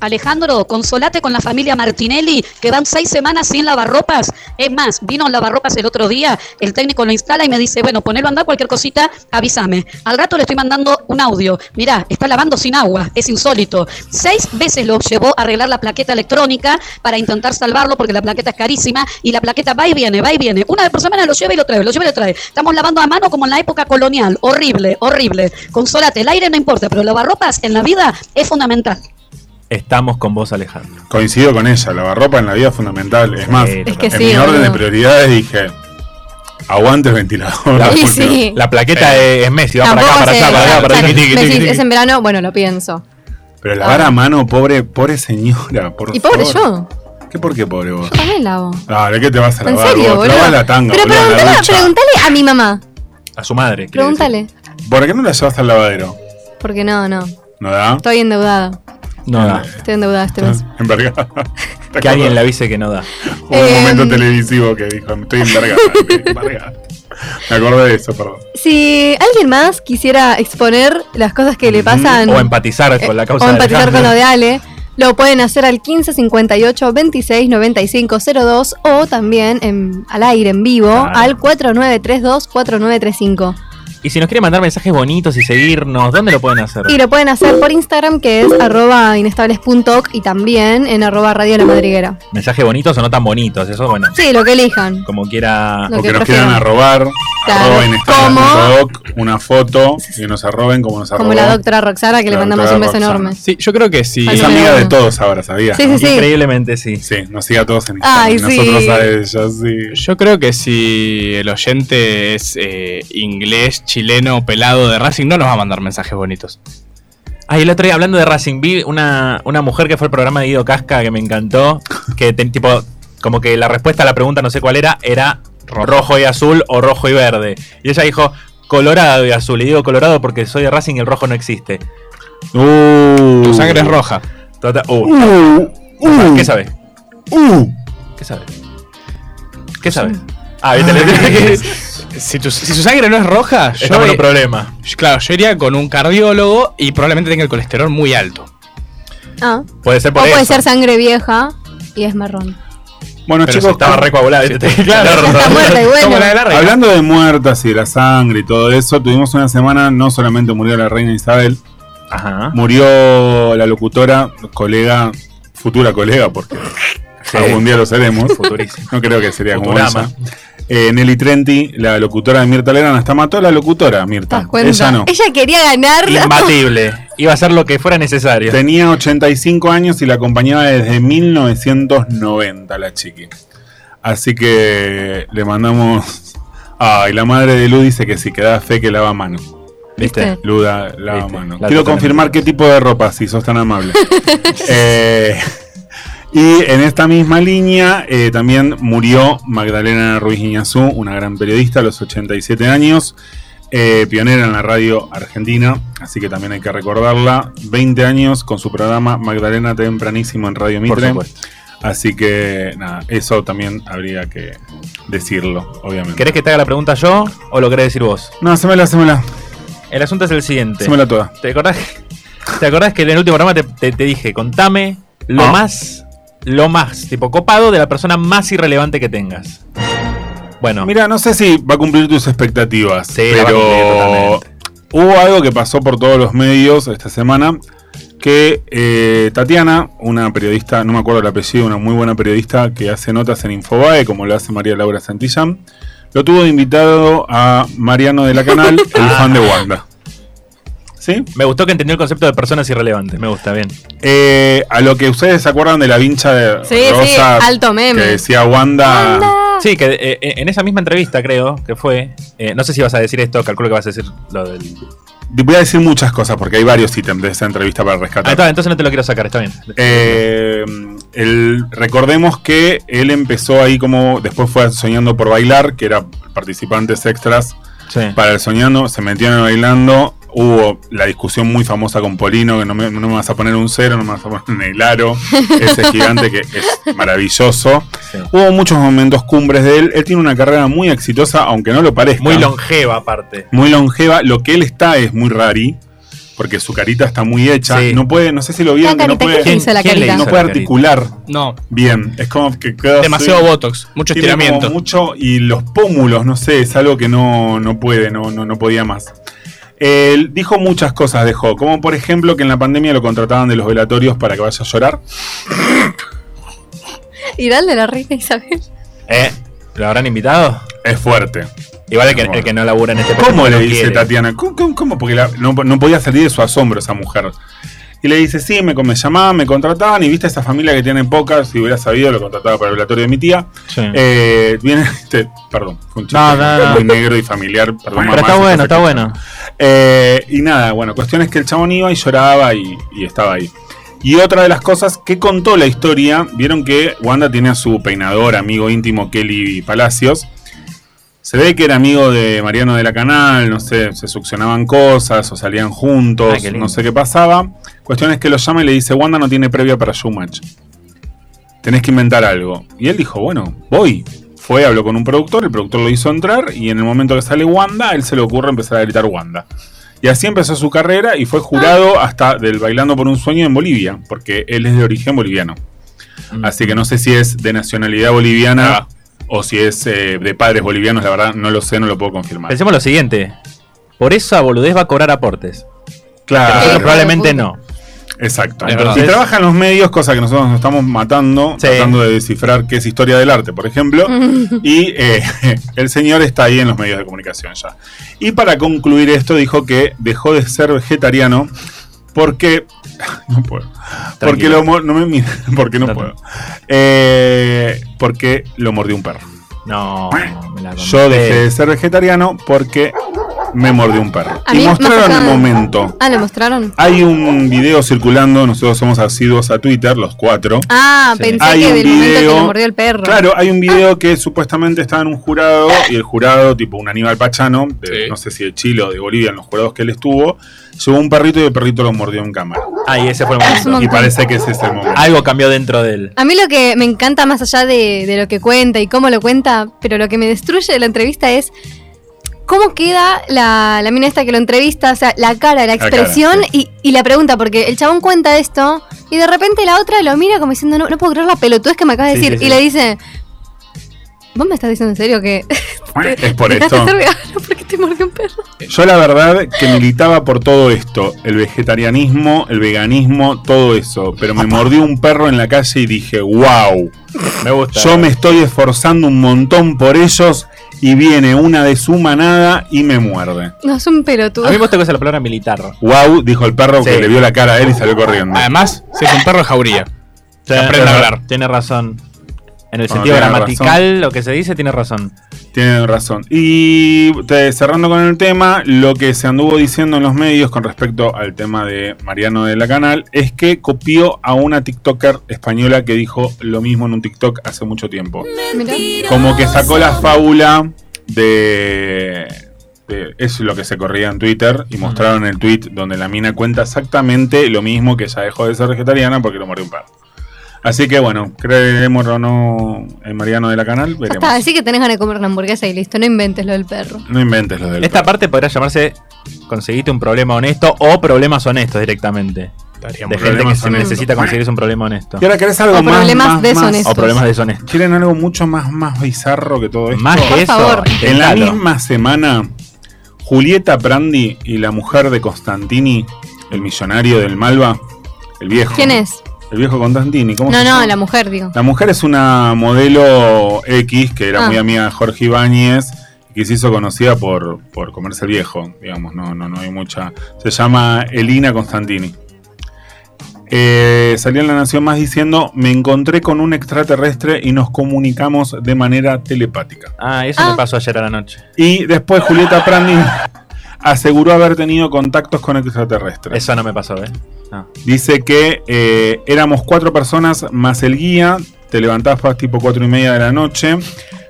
H: Alejandro, consolate con la familia Martinelli, que van seis semanas sin lavarropas. Es más, vino un lavarropas el otro día, el técnico lo instala y me dice, bueno, ponelo a andar cualquier cosita, avísame. Al rato le estoy mandando un audio. Mirá, está lavando sin agua, es insólito. Seis veces lo llevó a arreglar la plaqueta electrónica para intentar salvarlo porque la plaqueta es carísima y la plaqueta va y viene, va y viene. Una vez por semana lo lleva y lo trae, lo lleva y lo trae. Estamos lavando a mano como en la época colonial. Horrible, horrible. Consolate, el aire no importa, pero lavarropas en la vida es fundamental.
B: Estamos con vos, Alejandro.
C: Coincido con ella, lavarropa en la vida es fundamental. Es más,
B: Eh,
D: Es que
C: en
D: sí.
C: mi orden de
D: boludo.
C: prioridades dije, aguantes ventilador.
D: [LAUGHS] Y
C: porque-
D: sí.
B: La plaqueta es, es Messi, va para
D: Tampoco
B: acá, para
D: se-
B: allá, para
D: o sea,
B: acá, para allá.
D: me
B: tiqui, tiqui,
D: decís,
B: tiqui.
D: Es en verano, bueno, lo pienso.
C: Pero lavar a mano, pobre, pobre señora, por
D: Ah. Y pobre
C: favor.
D: yo,
C: ¿Qué por qué pobre vos?
D: yo también lavo.
C: Dale, ¿qué te vas a
D: En
C: lavar?
D: serio,
C: vos?
D: boludo.
C: Lavá la tanga,
D: Pero
C: boludo, en la
D: preguntale,
C: ducha.
D: preguntale a mi mamá.
B: A su madre. quiere
D: Pregúntale.
C: ¿Por qué no la llevas al lavadero?
D: Porque no, no.
C: ¿No da?
D: Estoy endeudada.
B: decir. No da.
D: Estoy endeudada este
B: Ah.
D: mes.
C: Envergada. [LAUGHS]
B: Que alguien le avise que no da.
C: Hubo un momento
D: Em.
C: televisivo que dijo,
D: [LAUGHS]
C: estoy envergada. estoy envergada. Me acordé de eso, perdón.
D: Si alguien más quisiera exponer las cosas que le pasan
B: Mm, O empatizar
D: eh,
B: con la causa
D: o
B: de
D: empatizar con
B: Alejandro.
D: lo de Ale, lo pueden hacer al 15 58 26 95 02 o también en- al aire en vivo
B: Claro.
D: al 4932 4935.
B: Y si nos quieren mandar mensajes bonitos y seguirnos, ¿dónde lo pueden hacer?
D: Y lo pueden hacer por Instagram, que es arroba inestables.oc y también en arroba radio la madriguera.
B: Mensajes bonitos o no tan bonitos, eso bueno.
D: Sí, lo que elijan.
B: Como quiera.
D: Lo
C: O que nos
D: prefieran.
C: quieran arrobar,
D: Claro.
C: arroba inestable
D: ¿Cómo?
C: punto doc, una foto y nos arroben como nos arroben.
D: Como la doctora Roxana, que le
C: La
D: mandamos
C: doctora
D: un beso
C: Roxana.
D: enorme.
E: Sí, yo creo que sí.
D: Ay,
C: Es
D: no me
C: amiga
D: da.
C: de todos ahora, ¿sabías?
D: Sí,
C: no?
D: sí, sí.
B: Increíblemente sí.
C: Sí, nos sigue a todos en Instagram.
D: Ay,
C: y
D: sí.
C: Nosotros a ella, sí.
E: Yo creo que si el oyente es eh, inglés, chileno, pelado de Racing, no nos va a mandar mensajes bonitos.
B: Ah, y el otro día hablando de Racing, vi una, una mujer que fue al programa de Guido Casca que me encantó. Que ten- tipo, como que la respuesta a la pregunta, no sé cuál era, era rojo y azul o rojo y verde. Y ella dijo colorado y azul. Y digo colorado porque soy de Racing y el rojo no existe. Uh,
E: Tu sangre es roja.
B: Tota- uh, ¿Qué sabe? ¿Qué sabe? ¿Qué sabe? Ah, viste, le
E: [LAUGHS] Si, tu- si su sangre no es roja, yo,
B: Estamos en un
E: eh,
B: problema.
E: claro, yo iría con un cardiólogo y probablemente tenga el colesterol muy alto.
D: Ah.
B: Puede ser
D: O
B: por eso.
D: puede ser sangre vieja y es marrón.
C: Bueno,
B: Pero si
C: chicos,
B: estaba recoagulada.
E: [LAUGHS]
B: ¿viste? Claro.
D: Está muerta y bueno.
E: Como la de la reina.
C: Hablando de muertas y de la sangre y todo eso, tuvimos una semana, no solamente murió la reina Isabel,
B: Ajá.
C: murió la locutora, colega, futura colega, porque
B: Sí.
C: algún día lo seremos.
B: Futurísimo.
C: No creo que sería como
B: Futurama.
C: esa. Eh, Nelly Trenti, la locutora de Mirta Legrand, hasta mató a la locutora
D: ¿Te das
C: Mirta.
D: Ah, cuenta?
C: Ella no.
D: Ella quería ganar.
B: Imbatible. Iba a ser lo que fuera necesario.
C: Tenía 85 años y la acompañaba desde 1990 la chiqui. Así que le mandamos... Ay, la madre de Lu dice que si queda fe que lava mano.
B: ¿Viste?
C: Luda, lava
B: Viste,
C: mano.
B: la
C: Quiero
B: totalmente.
C: confirmar qué tipo de ropa, si sos tan [LAUGHS] amable. Eh, y en esta misma línea eh, también murió Magdalena Ruiz Iñazú, una gran periodista a los 87 años, eh, pionera en la radio argentina, así que también hay que recordarla. 20 años con su programa Magdalena Tempranísimo en Radio
B: Por
C: Mitre.
B: supuesto.
C: Así que nada, eso también habría que decirlo, obviamente.
B: ¿Querés que te haga la pregunta yo o lo querés decir vos?
C: No, hacémela, hacémela,
B: El asunto es el siguiente.
C: hacémela toda.
B: ¿Te acordás, ¿Te acordás que en el último programa te, te- te dije, contame lo
C: Ah.
B: más, lo más, tipo copado de la persona más irrelevante que tengas? Bueno,
C: Mira, no sé si va a cumplir tus expectativas,
B: Sí, la va a cumplir
C: pero
B: totalmente.
C: hubo algo que pasó por todos los medios esta semana, que eh, Tatiana, una periodista, no me acuerdo el apellido, una muy buena periodista que hace notas en Infobae, como lo hace María Laura Santillán, lo tuvo de invitado a Mariano de la
B: [LAUGHS]
C: Canal, el fan
B: Ah.
C: de Wanda. ¿Sí?
B: me gustó que entendió el concepto de personas irrelevantes. Me gusta, bien.
C: Eh, a lo que ustedes se acuerdan de la vincha de
D: Sí, sí,
C: Rosa
D: alto meme.
C: que decía Wanda...
D: Ah.
B: Sí, que eh, en esa misma entrevista creo que fue. eh, no sé si vas a decir esto, calculo que vas a decir lo del.
C: Voy a decir muchas cosas porque hay varios ítems de esa entrevista para
B: Ah,
C: rescatar.
B: está, entonces no te lo quiero sacar, está bien.
C: Eh, el- recordemos que él empezó ahí como. Después fue a Soñando por Bailar, que era participantes extras
B: Sí.
C: para el Soñando, se metieron a bailando. Hubo la discusión muy famosa con Polino, que no me, no me vas a poner un cero, no me vas a poner en
B: [LAUGHS]
C: el aro, ese gigante que es maravilloso.
B: Sí.
C: Hubo muchos momentos cumbres de él. Él tiene una carrera muy exitosa, aunque no lo parezca
B: Muy longeva, aparte.
C: muy longeva. Lo que él está es muy rari, porque su carita está muy hecha.
B: Sí.
C: No puede, no sé si lo vieron,
D: La
C: que no
D: carita
C: puede,
D: que hizo la
B: ¿Quién le
D: carita.
C: no
B: hizo?
C: puede
B: la carita?
C: articular
E: No,
C: bien. Es como que queda
E: demasiado
C: así.
E: botox, mucho
C: Tiene como
E: estiramiento.
C: mucho y los pómulos, no sé, es algo que no, no puede, no, no, no podía más. Él dijo muchas cosas, dejó, como por ejemplo que en la pandemia lo contrataban de los velatorios para que vaya a llorar.
D: Irá el de la reina Isabel.
B: Eh, ¿Lo habrán invitado?
C: Es fuerte.
B: Igual el que, el que no labura en este
C: ¿Cómo
B: podcast
C: le
B: no
C: dice
B: quiere.
C: Tatiana? ¿Cómo? cómo, cómo? Porque la- no, no podía salir de su asombro esa mujer. Y le dice, sí, me, con- me llamaban, me contrataban y viste esa familia que tiene pocas, si hubiera sabido lo contrataba para el velatorio de mi tía.
B: Sí.
C: Eh, viene, [LAUGHS] este, perdón, fue un chiste
B: Mm. No, no, no.
C: muy negro y familiar. Perdón,
B: Pero
C: mamá,
B: está
C: si
B: bueno,
C: estás
B: está bueno.
C: eh, y nada, bueno, cuestión es que el chabón iba y lloraba y, y estaba ahí. Y otra de las cosas que contó la historia, vieron que Wanda tiene a su peinador, amigo íntimo Kelly Palacios. Se ve que era amigo de Mariano de la Canal, no sé, se succionaban cosas o salían juntos,
B: Ay, qué lindo.
C: no sé qué pasaba. Cuestión es que lo llama y le dice, Wanda no tiene previa para Shumatch. Tenés que inventar algo. Y él dijo, bueno, voy. Fue, habló con un productor, el productor lo hizo entrar y en el momento que sale Wanda, él se le ocurre empezar a gritar Wanda. Y así empezó su carrera y fue jurado hasta del Bailando por un Sueño en Bolivia, porque él es de origen boliviano. Así que no sé si es de nacionalidad boliviana
E: Ah.
C: o si es eh, de padres bolivianos, la verdad no lo sé, no lo puedo confirmar.
B: Pensemos lo siguiente. Por esa boludez va a cobrar aportes. Nosotros
D: hijo de
C: Claro,
B: probablemente
D: puta.
B: no.
C: exacto.
E: Es
C: Entonces,
E: verdad.
C: si trabajan los medios, cosa que nosotros nos estamos matando,
B: Sí.
C: tratando de descifrar qué es historia del arte, por ejemplo, y eh, [LAUGHS] el señor está ahí en los medios de comunicación ya. Y para concluir esto, dijo que dejó de ser vegetariano porque. [LAUGHS] No puedo. Porque
B: Tranquilo.
C: lo mor- no me mira, [LAUGHS] porque no
B: No,
C: puedo. Eh, porque lo mordió un perro.
B: No, me la
C: Yo
B: conté.
C: dejé de ser vegetariano porque me mordió un perro.
D: A
C: Y
D: mí me
C: mostraron el
D: saca-
C: momento.
D: Ah, ¿lo mostraron?
C: Hay un video circulando, nosotros somos asiduos a Twitter, los cuatro.
D: Ah,
B: Sí.
D: pensé
C: Hay
D: que
C: un
D: del momento que
C: video-
D: lo mordió el perro.
C: Claro, hay un video que supuestamente estaba en un jurado y el jurado, tipo un Aníbal Pachano, de-
E: Sí.
C: no sé si de Chile o de Bolivia, en los jurados que él estuvo, llevó un perrito y el perrito lo mordió en cámara.
B: Ah, y ese fue el
D: Es un
B: momento.
C: Y
D: montón.
C: parece que ese es el momento.
B: Algo cambió dentro del.
D: A mí lo que me encanta más allá de, de lo que cuenta y cómo lo cuenta, pero lo que me destruye de la entrevista es cómo queda la, la mina esta que lo entrevista, o sea, la cara, la
C: cara,
D: expresión y, y la pregunta, porque el chabón cuenta esto y de repente la otra lo mira como diciendo, no, no puedo creer la pelotudez que me acabas de
B: Sí,
D: decir.
B: sí,
D: y
B: sí.
D: le dice, ¿vos me estás diciendo en serio que [LAUGHS]
C: Es
D: dejaste
C: por
D: de
C: esto.
D: ser vegano porque te mordió un perro? [LAUGHS]
C: Yo la verdad que militaba por todo esto, el vegetarianismo, el veganismo, todo eso, pero me mordió un perro en la calle y dije, wow,
B: Me gusta.
C: yo me estoy esforzando un montón por ellos y viene una de su manada y me muerde.
D: No, es un pelotudo.
B: A mí me gusta que usa la palabra militar.
C: Wow, dijo el perro que
B: Sí.
C: le vio la cara a él y salió corriendo.
E: Además, si es un perro de jauría.
B: Se
E: aprende a hablar.
B: Tiene razón. En el
C: No,
B: sentido
C: tiene
B: gramatical, lo que se dice tiene razón.
C: Tienen razón. Y te- cerrando con el tema, lo que se anduvo diciendo en los medios con respecto al tema de Mariano de la Canal es que copió a una TikToker española que dijo lo mismo en un TikTok hace mucho tiempo.
D: Mirá.
C: Como que sacó la fábula de. de- es lo que se corría en Twitter y mostraron el tweet donde la mina cuenta exactamente lo mismo que ya dejó de ser vegetariana porque lo mordió un perro. Así que bueno, creemos o no en Mariano de la Canal,
D: Ya está,
C: veremos.
D: así que tenés ganas de comer una hamburguesa y listo, no inventes lo del perro.
C: No inventes lo del
B: Esta
C: perro.
B: parte podría llamarse Conseguiste un problema honesto o problemas honestos direcdirectamente.
E: Estaría
B: De
E: muy
B: gente
E: bien.
B: que
C: problemas
B: se
C: honestos.
B: necesita conseguirse un problema honesto.
C: Y ahora querés algo
D: O
C: más.
D: problemas
C: más- más-
D: deshonestos.
B: O problemas deshonestos.
C: ¿Quieren algo mucho más, más bizarro que todo esto?
B: Más
D: Por
B: que eso,
D: favor.
C: en la
B: intentalo.
C: misma semana, Julieta Prandi y la mujer de Constantini, el millonario del Malva, el viejo.
D: ¿Quién es?
C: El viejo Constantini, ¿cómo
D: No,
C: se llama?
D: no, la mujer, digo.
C: La mujer es una modelo X que era
D: Ah.
C: muy amiga de Jorge Ibáñez y que se hizo conocida por, por comerse el viejo, digamos, no, no, no hay mucha. Se llama Elina Constantini. Eh, salió en La Nación Más diciendo: Me encontré con un extraterrestre y nos comunicamos de manera telepática.
B: Ah, eso
D: Ah.
B: me pasó ayer a la noche.
C: Y después Julieta Prandi [LAUGHS] aseguró haber tenido contactos con extraterrestres.
B: Eso no me pasó, ¿eh? No.
C: Dice que eh, éramos cuatro personas más el guía. Te levantabas tipo cuatro y media de la noche,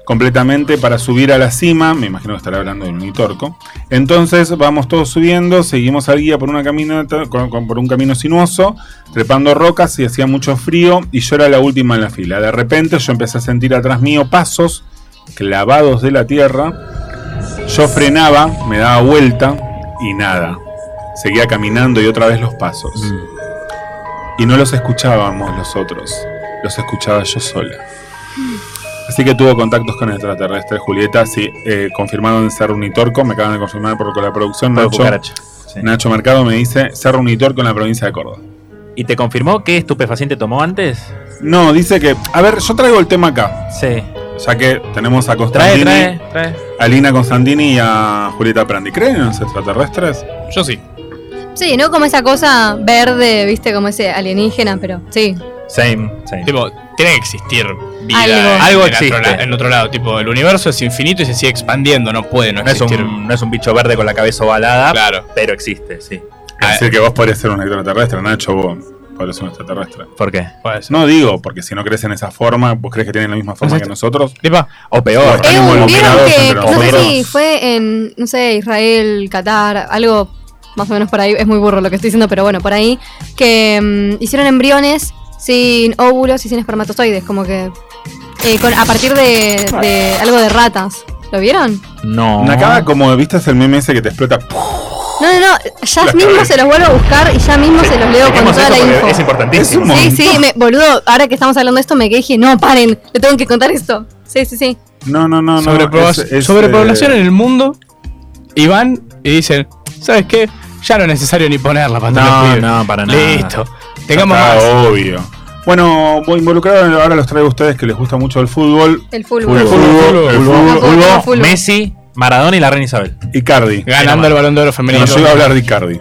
C: completamente para subir a la cima. Me imagino que estará hablando del unitorco. Entonces vamos todos subiendo, seguimos al guía por una caminata, con- con- por un camino sinuoso, trepando rocas y hacía mucho frío. Y yo era la última en la fila. De repente yo empecé a sentir atrás mío pasos clavados de la tierra. Yo frenaba, me daba vuelta y nada. Seguía caminando y otra vez los pasos.
B: Mm.
C: Y no los escuchábamos los otros, los escuchaba yo sola. Así que tuvo contactos con extraterrestres. Julieta, sí, eh, confirmaron ser unitorco, me acaban de confirmar por la producción.
B: Fue
C: Nacho,
B: cucaracha. Sí.
C: Nacho Mercado me dice ser unitorco en la provincia de Córdoba.
B: ¿Y te confirmó qué estupefaciente tomó antes?
C: No, dice que. A ver, yo traigo el tema acá,
B: Sí.
C: ya que tenemos a
B: Trae,
C: Constantini,
B: trae, trae.
C: a Lina Constantini y a Julieta Prandi. ¿Creen en los extraterrestres?
E: Yo sí.
D: Sí, no como esa cosa verde, viste, como ese alienígena, pero sí.
B: Same, same.
E: Tipo, tiene que existir vida.
D: Algo.
E: en-
B: Algo
E: en,
B: existe.
E: otro la- en otro lado. Tipo, el universo es infinito y se sigue expandiendo. No puede no
B: No es,
E: existir.
B: un, no es un bicho verde con la cabeza ovalada,
E: Claro.
B: pero existe, sí.
E: Ah,
C: Es decir, que vos podés ser un extraterrestre, Nacho, vos podés ser un extraterrestre.
B: ¿Por qué?
E: Puede ser.
C: No digo, porque si no crees en esa forma, vos crees que tienen la misma forma que nosotros.
E: Tipo,
B: O peor.
C: Está
D: Eh,
C: como
D: vieron
C: iluminados
D: que,
C: entre
D: no sé
C: nosotros.
D: si fue en, no sé, Israel, Qatar, algo más o menos por ahí, es muy burro lo que estoy diciendo, pero bueno, por ahí, que mm, hicieron embriones sin óvulos y sin espermatozoides, como que eh, con- a partir de, de algo de ratas. ¿Lo vieron?
B: No.
C: Acaba como, ¿viste el meme ese que te explota?
D: No, no, no, ya
C: La
D: mismo
C: cabeza.
D: se los vuelvo a buscar y ya mismo se los leo con
B: Tenemos
D: toda
B: eso
D: la
B: porque
D: info.
B: Es
C: Es un
B: importantísimo.
D: Sí,
C: montón.
D: sí, me, boludo, ahora que estamos hablando de esto me quedé y dije, no, paren, le tengo que contar esto. Sí, sí, sí.
C: No, no, no, no.
E: sobrepobla-
C: es- eh, es,
E: sobrepoblación
C: eh,
E: en el mundo. Y van y dicen, ¿sabes qué? Ya no es necesario ni ponerla para
B: No,
E: los pibes".
B: no, para nada.
E: Listo. Tengamos
C: Está
E: más.
C: obvio. Bueno, voy involucrado, ahora los traigo a ustedes que les gusta mucho el fútbol.
D: El full
C: El
D: world.
C: fútbol, el fútbol.
D: Fútbol,
B: Hugo,
E: oh.
D: fútbol.
B: Messi, Maradona y la reina Isabel.
C: Icardi.
E: Ganando el balón de oro
C: No,
E: femenino.
C: yo iba a hablar de Icardi.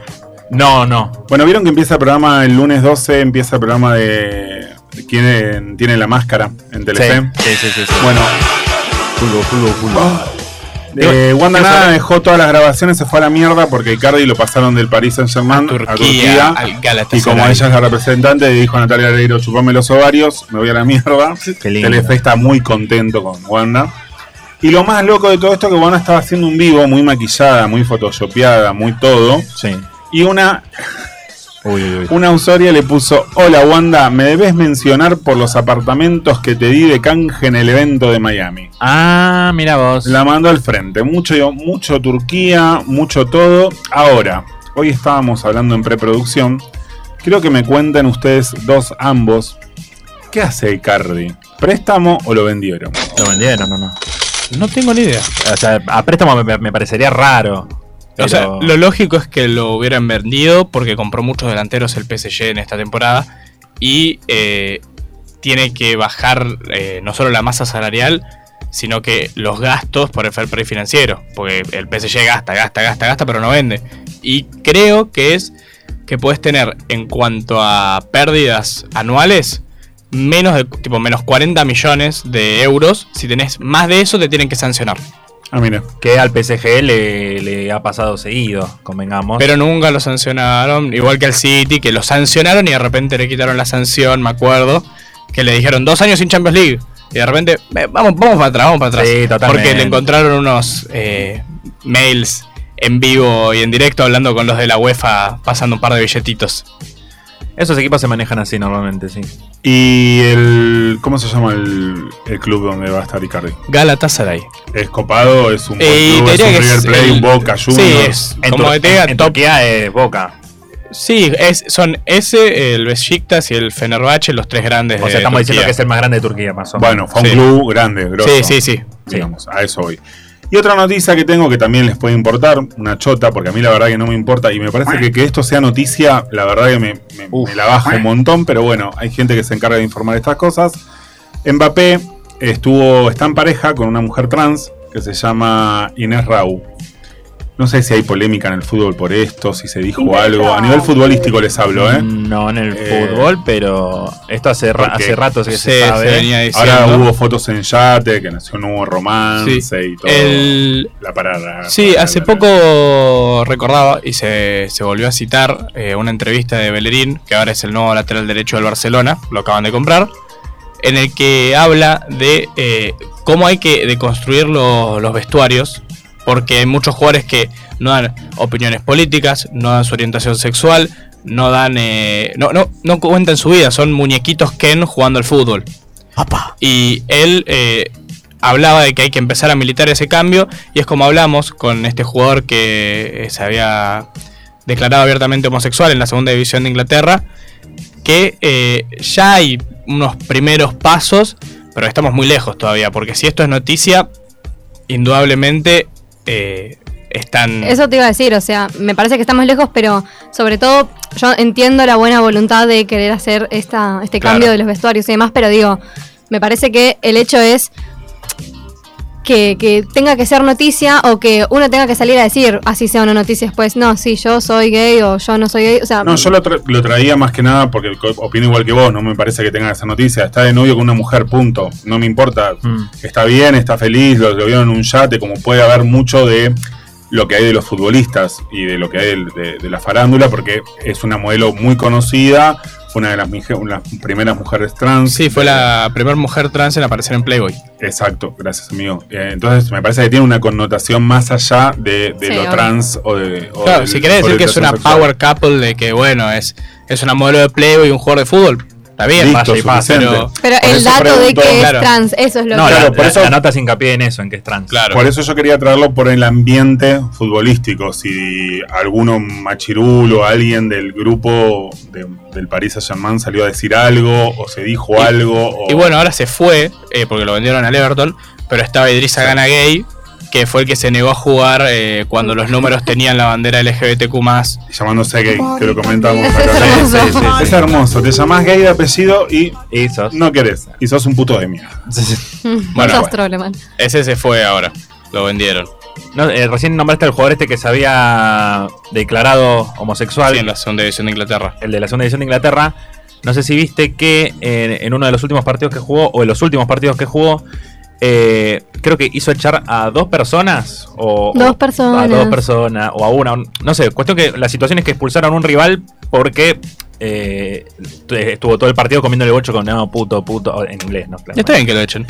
B: No, no.
C: Bueno, vieron que empieza el programa el lunes 12, empieza el programa de de quién tiene la máscara en
B: Sí,
C: Telefe.
B: sí, sí, sí, sí.
C: Bueno. Ah. Eh, Wanda Nara dejó todas las grabaciones, se fue a la mierda porque Icardi lo pasaron del Paris Saint Germain a Turquía.
E: Turquía, al
C: y
E: Galatasaray.
C: como ella es la representante, le dijo a Natalia Areiro, chupame los ovarios, me voy a la mierda.
B: Qué lindo.
C: Telefe está muy contento con Wanda. Y lo más loco de todo esto es que Wanda estaba haciendo un vivo muy maquillada, muy photoshopeada, muy todo.
B: Sí.
C: Y una
B: Uy, uy, uy.
C: una usuaria le puso, hola Wanda, me debes mencionar por los apartamentos que te di de canje en el evento de Miami.
B: Ah, mira vos.
C: La mandó al frente, mucho, mucho Turquía, mucho todo. Ahora, hoy estábamos hablando en preproducción, creo que me cuenten ustedes dos ambos, ¿qué hace Icardi? ¿Préstamo o lo vendieron?
B: Lo vendieron, no, no.
E: No tengo ni idea.
B: O sea, a préstamo me, me parecería raro.
E: O sea,
B: pero-
E: lo lógico es que lo hubieran vendido porque compró muchos delanteros el PSG en esta temporada y eh, tiene que bajar eh, no solo la masa salarial, sino que los gastos por el fair play financiero, porque el PSG gasta, gasta, gasta, gasta, pero no vende. Y creo que es que puedes tener en cuanto a pérdidas anuales menos de tipo menos 40 millones de euros, si tenés más de eso te tienen que sancionar.
C: Ah, mira.
B: que al PSG le, le ha pasado seguido, convengamos.
E: Pero nunca lo sancionaron, igual que al City, que lo sancionaron y de repente le quitaron la sanción, me acuerdo, que le dijeron dos años sin Champions League. Y de repente, "Eh, vamos, vamos para atrás, vamos para atrás.
B: Sí, totalmente.
E: Porque le encontraron unos eh, mails en vivo y en directo hablando con los de la UEFA, pasando un par de billetitos.
B: Esos equipos se manejan así normalmente, sí.
C: ¿Y el... ¿Cómo se llama el, el club donde va a estar Icardi?
E: Galatasaray.
C: ¿Es copado? ¿Es un, buen
E: Eh,
C: club? ¿Es
E: diría
C: un
E: que
C: River
E: es
C: Play?
E: el-
C: ¿Un Boca
E: sí,
C: Juniors?
E: es- Como
B: Tur-
E: que te diga,
B: en- en
E: top.
B: Turquía es Boca.
E: Sí, es, son ese, el Besiktas y el Fenerbahce, los tres grandes.
B: O sea,
E: de
B: estamos diciendo
E: Turquía.
B: que es el más grande de Eh, Turquía, más o menos.
C: Bueno, fue un
E: Sí.
C: club grande, grosso.
E: Sí, sí, sí.
C: Digamos, a eso voy. Y otra noticia que tengo que también les puede importar, una chota, porque a mí la verdad que no me importa, y me parece que que esto sea noticia, la verdad que me, me- me la bajo un montón, pero bueno, hay gente que se encarga de informar estas cosas. Mbappé estuvo, está en pareja con una mujer trans que se llama Inés Rau. No sé si hay polémica en el fútbol por esto, si se dijo algo. A nivel futbolístico les hablo,
E: Mm,
C: ¿eh?
B: No en el
C: Eh,
B: fútbol, pero esto hace, ra-
C: porque
B: hace rato que
E: Sí,
B: se sabe.
E: se venía diciendo.
C: Ahora hubo fotos en yate, que nació un nuevo romance y todo.
E: el,
C: La parada.
E: Sí,
C: la-
E: hace
C: la-
E: poco recordaba y se, se volvió a citar eh, una entrevista de Bellerín, que ahora es el nuevo lateral derecho del Barcelona, lo acaban de comprar, en el que habla de eh, cómo hay que deconstruir lo- los vestuarios, porque hay muchos jugadores que no dan opiniones políticas, no dan su orientación sexual, no dan, eh, no, no, no cuentan su vida, son muñequitos Ken jugando al fútbol. Y él eh, hablaba de que hay que empezar a militar ese cambio. Y es como hablamos con este jugador que eh, se había declarado abiertamente homosexual en la segunda división de Inglaterra. Que eh, ya hay unos primeros pasos, pero estamos muy lejos todavía. Porque si esto es noticia, indudablemente eh, están.
D: Eso te iba a decir, o sea, me parece que estamos lejos, pero sobre todo yo entiendo la buena voluntad de querer hacer esta, este
E: Claro.
D: cambio de los vestuarios y demás, pero digo, me parece que el hecho es que, que tenga que ser noticia o que uno tenga que salir a decir, así sea una noticia después, no, sí, yo soy gay o yo no soy gay, o sea,
C: No, yo lo, tra- lo traía más que nada porque co- opino igual que vos, no me parece que tenga esa noticia. Está de novio con una mujer, punto. No me importa.
B: Mm.
C: Está bien, está feliz, lo, lo vieron en un yate, como puede haber mucho de lo que hay de los futbolistas y de lo que hay del- de, de la farándula, porque es una modelo muy conocida, fue una de las, mije- una de las primeras mujeres trans.
E: Sí, fue la primera mujer trans en aparecer en Playboy.
C: Exacto, gracias amigo. Eh, entonces me parece que tiene una connotación más allá de, de
D: Sí,
C: lo
D: obvio.
C: trans o de... o
E: Claro,
C: del-
E: si querés decir que es una
C: orientación
E: power couple de que, bueno, es, es una modelo de Playboy y un jugador de fútbol. Está bien,
C: Listo,
E: vaya y pasa,
C: suficiente.
E: pero.
D: pero
C: por
D: el
C: eso
D: dato
C: pregunto,
D: de que
E: claro.
D: es trans, eso es
B: No,
D: lo que...
B: la-
C: Claro,
B: la,
C: por eso-
B: la nota se hincapié en eso, en que es trans.
E: Claro.
C: Por eso yo quería traerlo por el ambiente futbolístico. Si alguno machirulo o alguien del grupo de- del Paris Saint-Germain salió a decir algo o se dijo
E: Y-
C: algo. o-
E: Y bueno, ahora se fue, eh, porque lo vendieron al Everton, pero estaba Idrissa Gana gay que fue el que se negó a jugar eh, cuando los números tenían la bandera LGBTQ.
C: Llamándose gay, que lo
D: [LAUGHS]
C: comentamos acá.
D: hermoso.
B: Sí, sí, sí,
C: Es hermoso, te llamás gay de apellido y
B: sí. Y sos-
C: no querés. Y sos un puto de mierda.
D: [LAUGHS]
E: Bueno,
D: Sos Trolleman.
E: Ese se fue ahora, lo vendieron.
B: No, eh, recién nombraste al jugador este que se había declarado homosexual,
E: Sí, en la segunda división de Inglaterra.
B: el de la segunda división de Inglaterra. No sé si viste que en, en uno de los últimos partidos que jugó, o en los últimos partidos que jugó, eh, creo que hizo echar a dos personas. O,
D: Dos
B: o-
D: personas.
B: A dos personas, o a una. un- no sé, cuestión que la situación es que expulsaron a un rival porque eh, estuvo todo el partido comiéndole bocho con no, puto, puto, en inglés, ¿no? Claro.
E: Está bien que lo echen.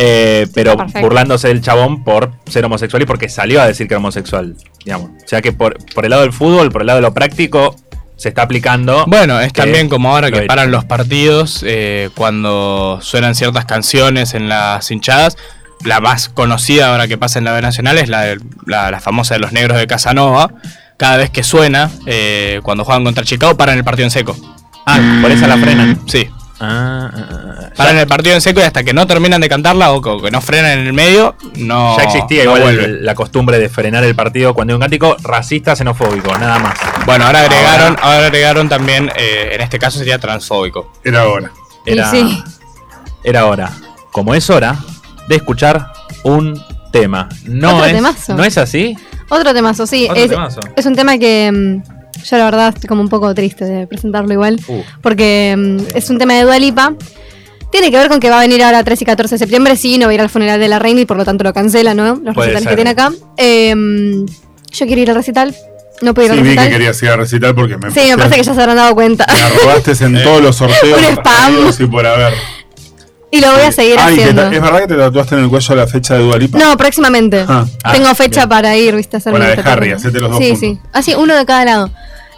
B: Eh, pero
D: está perfecto.
B: burlándose del chabón por ser homosexual y porque salió a decir que era homosexual, digamos. O sea que por, por el lado del fútbol, por el lado de lo práctico, se está aplicando. [LAUGHS]
E: Bueno, es también como ahora
B: lo
E: que
B: he
E: paran los partidos, eh, cuando suenan ciertas canciones en las hinchadas. La más conocida ahora que pasa en la B Nacional es la, de- la, la famosa de los negros de Casanova. Cada vez que suena, eh, cuando juegan contra Chicago, paran el partido en seco. Mm,
B: Ah, por esa la frenan.
E: Sí,
B: Ah, ah, ah, ah.
E: paran el partido en seco y hasta que no terminan de cantarla o que- o que no frenan en el medio, no.
B: ya existía
E: no
B: igual
E: vuelve.
B: el- la costumbre de frenar el partido cuando hay un cántico racista, xenofóbico, nada más.
E: Bueno, ahora agregaron, ahora, agregaron también, eh, en este caso sería transfóbico.
C: Era ahora.
B: Era,
D: Y sí.
B: era hora, como es hora, de escuchar un tema. No
D: Otro
B: es,
D: temazo.
B: ¿No es así?
D: Otro temazo, sí.
B: Otro
D: Es,
B: temazo.
D: es un tema que mm, yo la verdad estoy como un poco triste de presentarlo igual.
B: Uh.
D: Porque mm, es un tema de Dualipa. Tiene que ver con que va a venir ahora 13 y 14 de septiembre. Sí, no va a ir al funeral de la reina y por lo tanto lo cancela, ¿no? Los
B: Puede
D: recitales
B: ser.
D: que tiene acá. Em, yo quiero ir al recital. No puedo ir
C: Sí,
D: al
C: vi que
D: recital.
C: querías ir a recitar porque me.
D: Sí, me parece que ya se habrán dado cuenta. [LAUGHS]
C: Me arrobaste
E: Eh.
C: en todos los sorteos.
D: Un spam.
C: habidos y por haber.
D: y lo voy a seguir
C: Ay, te
D: haciendo.
C: ta- ¿Es verdad que te tatuaste en el cuello la fecha de Dualipa?
D: No, próximamente.
C: Ah.
D: Tengo
B: Ah,
D: fecha
B: bien.
D: para ir, viste, a hacerme
C: O la
D: los
C: de
D: tatuajes.
C: Harry, hacete los dos
D: Sí,
C: juntos.
D: sí. Así, uno de cada lado.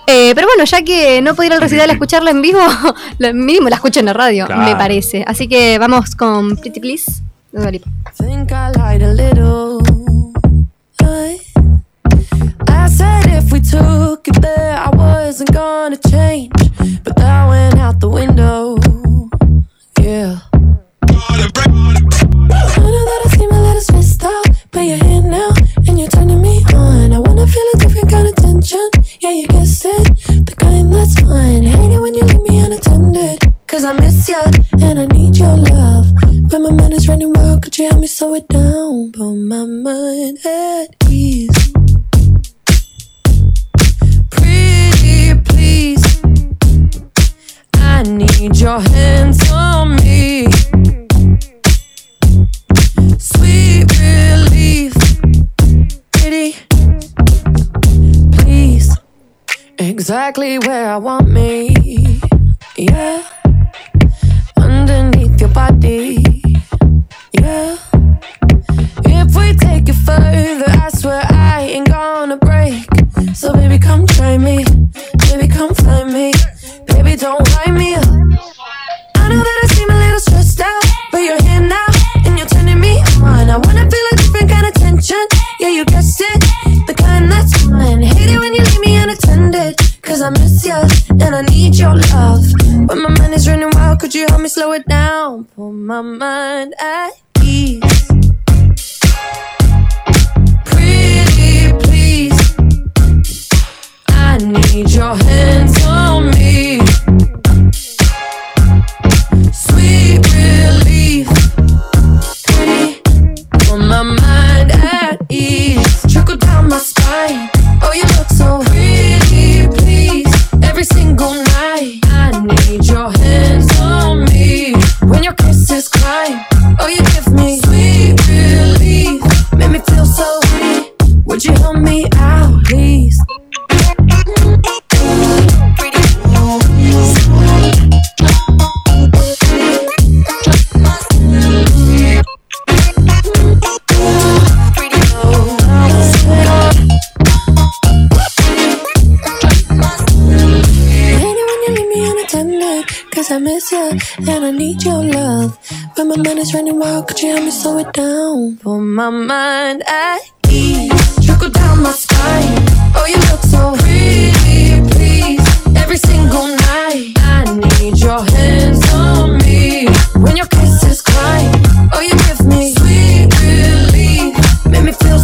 D: Eh, pero bueno, ya que no puedo ir al recital a escucharla en vivo, [LAUGHS] lo mínimo la escucho en la radio,
B: Claro.
D: me parece. Así que vamos con Pretty Please de Dua Lipa.
I: think I lied a little. I, I said if we took it there, I wasn't gonna change, but that went out the window. Yeah. I know that I seem a little stressed out, but you're here now and you're turning me on. I wanna feel a different kind of tension. Yeah, you guessed it, the kind that's fun. Hate it when you leave me unattended, cause I miss you and I need your love. When my mind is running wild, could you help me slow it down? Put my mind at ease. Pretty, please. I need your hands on me. Sweet relief. Pretty, please. Exactly where I want me. Yeah. Underneath your body. Yeah. If we take it further, I swear I ain't gonna break. So baby, come try me. Baby, come find me. Baby, don't hide me up. I know that I seem a little stressed out, but you're here now and you're turning me on. I wanna feel a different kind of tension. Yeah, you guessed it, the kind that's mine. Hate it when you leave me unattended, cause I miss you and I need your love. When my mind is running wild, could you help me slow it down? Put my mind at ease. Pretty, please. I need your hands on me. Sweet relief. Pretty. On my mind at ease. Trickle down my spine. Oh, you look so pretty, please. Every single night. I need your hands on me. When your kisses climb. Oh, you give me sweet relief. Make me feel so weak. Would you help me out, please? Oh, Hate it when you leave me unattended, cause I miss you and I need your love. When my mind is running wild, could you help me slow it down? Put my mind at ease, trickle down my spine. Oh, you look so pretty, please. Every single night, I need your hands on me. When your kisses climb, oh, you give me sweet relief. Make me feel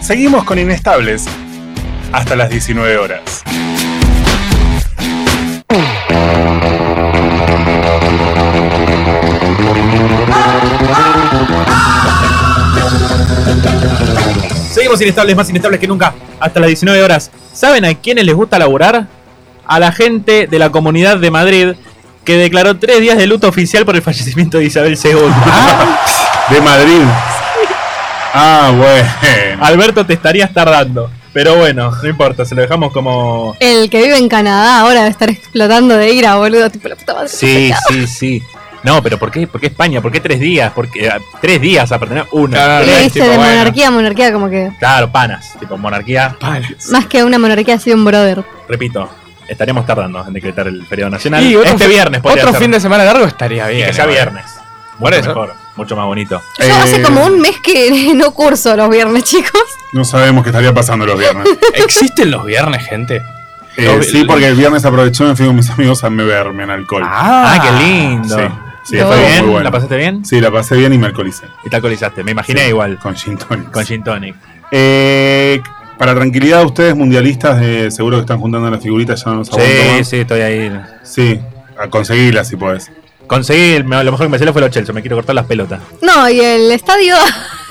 C: Seguimos con Inestables hasta las 19 horas.
B: Seguimos inestables, más inestables que nunca, hasta las 19 horas. ¿Saben a quiénes les gusta laburar? A la gente de la comunidad de Madrid que declaró tres días de luto oficial por el fallecimiento de Isabel II.
E: Ah.
C: De Madrid. Ah, bueno.
B: [LAUGHS] Alberto, te estarías tardando. Pero bueno, no importa, se lo dejamos como.
D: El que vive en Canadá ahora debe estar explotando de ira, boludo. Tipo, la puta madre.
B: Sí, sí, sí. No, pero ¿por qué, ¿Por qué España? ¿Por qué tres días? Porque tres días a pertenecer una.
E: Claro,
D: Y
E: es
D: viste,
E: tipo,
D: de
E: bueno.
D: monarquía a monarquía, como que.
B: Claro, panas. Tipo, monarquía.
D: Más que una monarquía ha sido un brother.
B: Repito, estaríamos tardando en decretar el periodo nacional.
E: Y otro
B: este
E: fin-
B: viernes, podría
E: Otro
B: ser.
E: fin de semana largo estaría
B: Y
E: bien.
B: que sea
E: igual.
B: viernes.
E: Por
B: Mucho
E: eso.
B: mejor, mucho más bonito.
D: Yo hace
C: Eh,
D: como un mes que [LAUGHS] no curso los viernes, chicos.
C: No sabemos qué estaría pasando los viernes.
E: ¿Existen los viernes, gente?
C: Eh,
E: No,
C: sí,
E: el-
C: porque el viernes aprovechó y me fui con mis amigos a beberme en alcohol.
B: Ah, qué lindo.
C: Sí, sí,
D: No.
C: estuvo
B: ¿Fue bien?
C: muy bueno.
B: ¿La pasaste bien?
C: Sí, la pasé bien y me alcoholicé.
B: Y te alcoholizaste, me imaginé
C: Sí,
B: igual.
C: Con gin tonics.
B: Con Gin Tonic.
C: Eh, para tranquilidad, ustedes mundialistas, eh, seguro que están juntando las figuritas, ya no los aguanto
B: Sí,
C: más.
B: sí, estoy ahí.
C: Sí, a conseguirlas si podés.
B: Conseguí, el- lo mejor que me salió fue los Chelsea, me quiero cortar las pelotas.
D: No, y el estadio.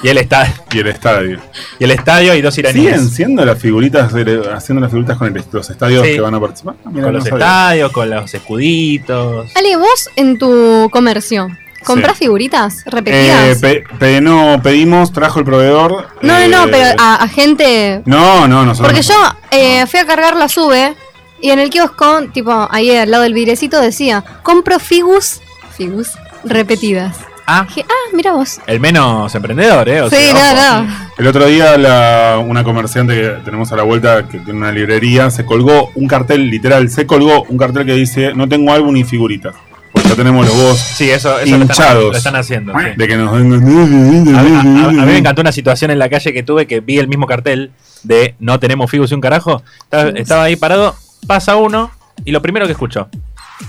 B: Y el, esta-
C: Y el estadio.
B: y el estadio y dos
C: ¿Siguen
B: iraníes.
C: siendo las figuritas, de- haciendo las figuritas con el- los estadios
B: Sí.
C: que van a participar? Ah, mirá,
B: Con
C: no
B: los
C: sabía.
B: estadios, con los escuditos.
D: Ale, vos en tu comercio, ¿comprás
C: Sí.
D: figuritas
C: Eh,
D: repetidas?
C: pe- pe- no, pedimos, trajo el proveedor.
D: no, no, no,
C: eh,
D: pero a, a gente.
C: No, no, nosotros.
D: Porque
C: no.
D: yo eh, fui a cargar la sube y en el kiosco, tipo ahí al lado del vidrecito, decía: compro figus, figus repetidas.
B: Ah,
D: Dije, ah, mira vos.
B: el menos emprendedor, ¿eh? O
D: sí,
B: sea,
D: no,
B: ojo.
D: no.
C: El otro día la- una comerciante que tenemos a la vuelta, que tiene una librería, se colgó un cartel, literal, se colgó un cartel que dice, no tengo álbum ni figuritas. Porque ya tenemos los vos
B: Sí, eso, eso lo, están,
C: Hinchados.
B: lo están haciendo. sí.
C: de que nos den...
B: A, a- a- a
C: [LAUGHS]
B: mí me encantó una situación en la calle que tuve que vi el mismo cartel de no tenemos figus y un carajo. Estaba, estaba ahí parado, pasa uno y lo primero que escucho.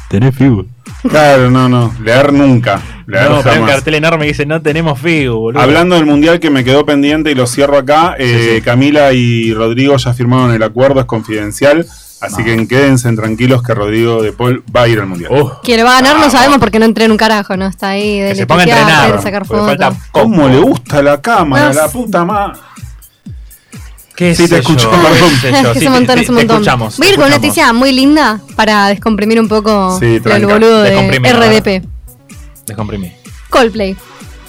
A: Tenés figu.
C: Claro, no, no. Leer nunca. Leer
B: No, pero hay un
C: jamás.
B: cartel enorme que dice no tenemos figu, boludo.
C: Hablando del mundial que me quedó pendiente y lo cierro acá, eh, Camila y Rodrigo ya firmaron el acuerdo, es confidencial, así que quédense tranquilos que Rodrigo de Paul va a ir al mundial.
B: Uh,
D: Quien va a ganar no sabemos porque no entré en un carajo, ¿no? Está ahí de
B: que se ponga a entrenar.
D: de sacar
B: porque
D: fotos.
B: falta
D: [LAUGHS]
C: ¿Cómo le gusta la cámara,
D: Bueno,
C: la puta madre?
B: ¿Qué
C: Sí, te
B: sé yo?
C: escucho, perdón.
B: ¿Qué sé
D: Es
B: yo?
D: que
B: Sí,
D: es un montón,
B: te-
D: es un
B: te
D: montón.
B: escuchamos,
D: Voy a
B: te
D: ir con una
B: escuchamos.
D: noticia muy linda para descomprimir un poco
C: Sí,
D: el
C: tranca,
D: boludo de
B: descomprimir,
D: RDP.
B: Descomprimí.
D: Coldplay.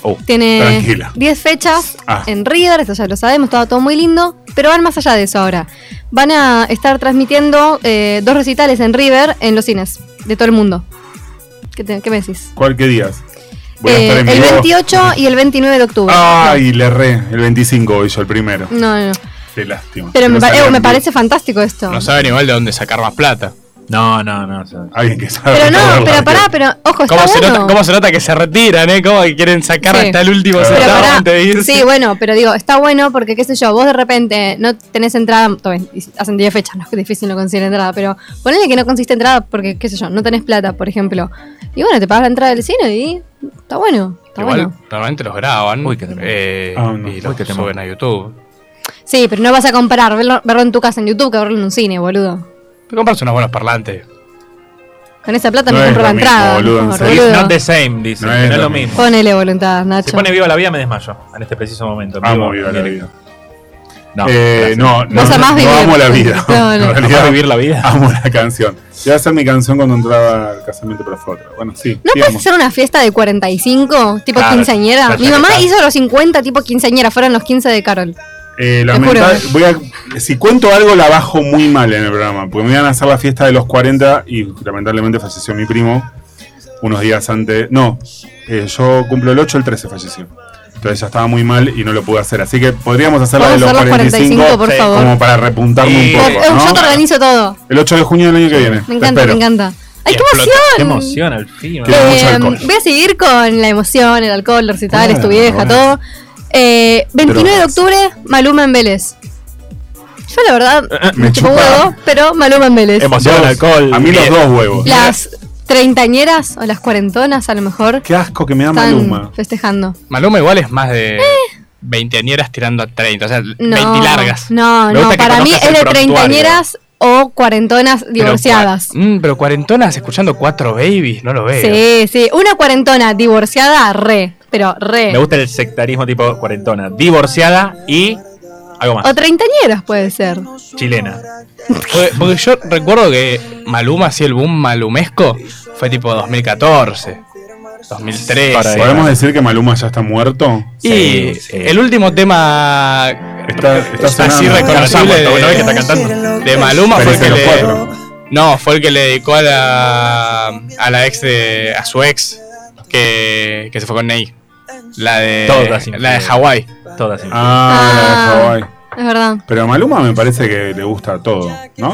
B: Oh,
D: Tiene
C: tranquila.
D: 10 fechas
C: Ah.
D: en River, esto ya lo sabemos, estaba todo muy lindo, pero van más allá de eso ahora. Van a estar transmitiendo eh, dos recitales en River en los cines de todo el mundo. ¿Qué, te- qué me decís?
C: ¿Cuál que días? Voy a
D: Eh,
C: estar en
D: el
C: vivo. Ah.
D: 28 y el 29 de octubre.
C: Ay, le erré. El 25 hoy yo, el primero.
D: No, no, no.
C: Qué lástima.
D: Mm. Pero
C: Que
D: me,
C: no
D: pa- eh,
C: salga
D: me
C: en vivo.
D: parece fantástico esto.
E: No saben igual de dónde sacar más plata.
B: No, no, no. o sea,
C: Alguien que sabe.
D: Pero no,
C: tocarla,
D: pero
C: que-
D: pará, pero ojo, Pues está
E: ¿Cómo se,
D: bueno.
E: nota, cómo se nota que se retiran, eh? ¿Cómo que quieren sacar
D: Sí.
E: hasta el último
C: Pero
D: Pero
E: centavo
D: pará,
E: antes de irse?
D: sí, bueno, pero digo, está bueno porque, qué sé yo, vos de repente no tenés entrada, todo bien, y hacen 10 fechas, no es que difícil no conseguir entrada, pero ponele que no consiste entrada porque, qué sé yo, no tenés plata, por ejemplo. Y bueno, te pagas la entrada del cine y está bueno, está
E: Igual,
D: bueno.
E: normalmente los graban
B: Uy, qué temor.
E: eh,
C: Ah, no.
E: y
C: Uy,
E: los
B: qué temor.
E: suben a YouTube.
D: Sí, pero no vas a comparar verlo, verlo en tu casa en YouTube que verlo en un cine, boludo.
E: Te compras unos buenos parlantes.
D: Con esa plata
C: No
D: me
C: es
D: compro
C: lo
D: la
C: mismo,
D: entrada.
C: boludo, en
D: por
C: serio.
D: favor,
B: Not the same, dice.
C: No
B: No
C: es
B: es,
C: lo
B: lo
C: mismo.
B: mismo.
D: Ponele voluntad,
B: Se
D: Nacho.
B: pone viva la vida, me desmayo en este preciso momento.
C: Amo viva la vida.
B: No,
C: Eh,
B: gracias.
C: no, no,
D: Vos
C: no,
D: amás
C: no
D: vivir.
C: amo la vida.
D: [LAUGHS] No, no.
C: En realidad,
B: ¿Amás vivir la vida?
C: Amo la canción. Iba a ser mi canción cuando entraba al casamiento, pero fue otra. Bueno, sí.
D: ¿No
C: sigamos.
D: puedes hacer una fiesta de 45, tipo
B: Claro,
D: quinceañera?
B: ya
D: Mi
B: que
D: mamá
B: estás.
D: hizo los 50, tipo quinceañera, fueron los 15 de Carol.
C: Eh,
D: Te juro,
C: lamenta-
D: eh.
C: voy a, si cuento algo, la bajo muy mal en el programa. Porque me iban a hacer la fiesta de los 40 y lamentablemente falleció mi primo unos días antes. No, eh, yo cumplo el 8, el 13 falleció. Entonces ya estaba muy mal y no lo pude hacer. Así que podríamos hacer la de
D: Vamos a
C: los
D: hacer los
C: 45,
D: 45, por
B: sí,
D: favor.
C: como para repuntarme
B: Sí.
C: un
D: Por-
C: poco.
D: eh, Yo te
C: ¿no?
D: organizo todo.
C: El 8 de junio del año que viene.
D: Me
C: Te
D: encanta, me
C: espero.
D: encanta. ¡Ay,
E: Y
D: qué
E: explota.
D: emoción!
B: Qué emoción al fin.
C: Qué- Tiene mucho
D: Eh,
C: alcohol.
D: voy a seguir con la emoción, el alcohol, los recitales,
C: Bueno,
D: tu vieja,
C: bueno.
D: todo. Eh, 29 de
C: Drogas.
D: octubre, Maluma en Vélez. Yo la verdad
C: me
D: me chupo
C: chupa.
D: huevo, pero Maluma en Vélez.
B: Emoción,
C: Dos.
B: alcohol.
C: A mí
E: Eh,
C: los dos huevos.
D: Las treintañeras o las cuarentonas a lo mejor
C: Qué asco que me da
D: están
C: Ah, Maluma.
D: festejando.
E: Maluma igual es más de. veinteañeras tirando a 30, o sea,
D: Eh. No,
E: 20 largas.
D: No,
E: Me
D: no,
E: gusta que
D: para mí
E: conozcas
D: es
E: el
D: de
E: prontuario.
D: treintañeras o cuarentonas
E: Pero
D: divorciadas.
E: cua- mm, pero cuarentonas escuchando cuatro babies, no lo veo.
D: Sí, sí, una cuarentona divorciada, re, pero
B: Me
D: re.
B: gusta el sectarismo tipo cuarentona. Divorciada y. Algo más.
D: O treintañeras puede ser.
B: Chilena.
E: Porque, porque yo recuerdo que Maluma, así el boom malumesco, fue tipo 2014, 2013.
B: Para-
C: ¿Podemos decir que Maluma ya está muerto?
E: Y
B: Sí, sí.
E: el último tema
C: Está, está
E: Está así
C: sonando.
E: reconocido.
B: Reconocible.
E: de-
B: ¿No ves que está cantando?
E: de Maluma fue el
C: Parece
E: que
C: los
E: le,
C: cuatro.
E: No, fue el que le dedicó a la, a la ex de. a su ex que, que se fue con Ney. La de.
B: Todas
E: la de
B: infieles.
E: Hawái.
B: Todas. sin-
C: Ah, la de Hawái.
D: Es verdad.
C: Pero a Maluma me parece que le gusta todo, ¿no?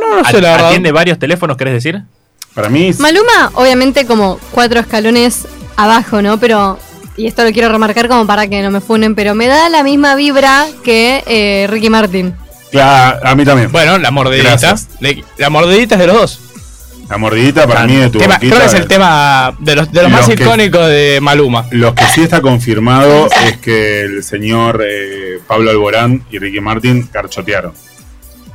E: No, no sé, la
B: At-
E: verdad.
B: ¿Atiende varios teléfonos, querés decir?
C: Para mí,
D: Maluma, obviamente, como cuatro escalones abajo, ¿no? Pero, y esto lo quiero remarcar como para que no me funen, pero me da la misma vibra que eh, Ricky Martin.
C: claro, a mí también.
E: Bueno, la mordidita.
C: Gracias.
E: Le- la mordidita es de los dos.
C: La mordidita para mí de tu
E: Tema- creo
C: boquita,
E: que es el tema de los, de los más
C: Los que-
E: icónicos de Maluma.
C: Lo que sí está confirmado es que el señor eh, Pablo Alborán y Ricky Martín carchotearon.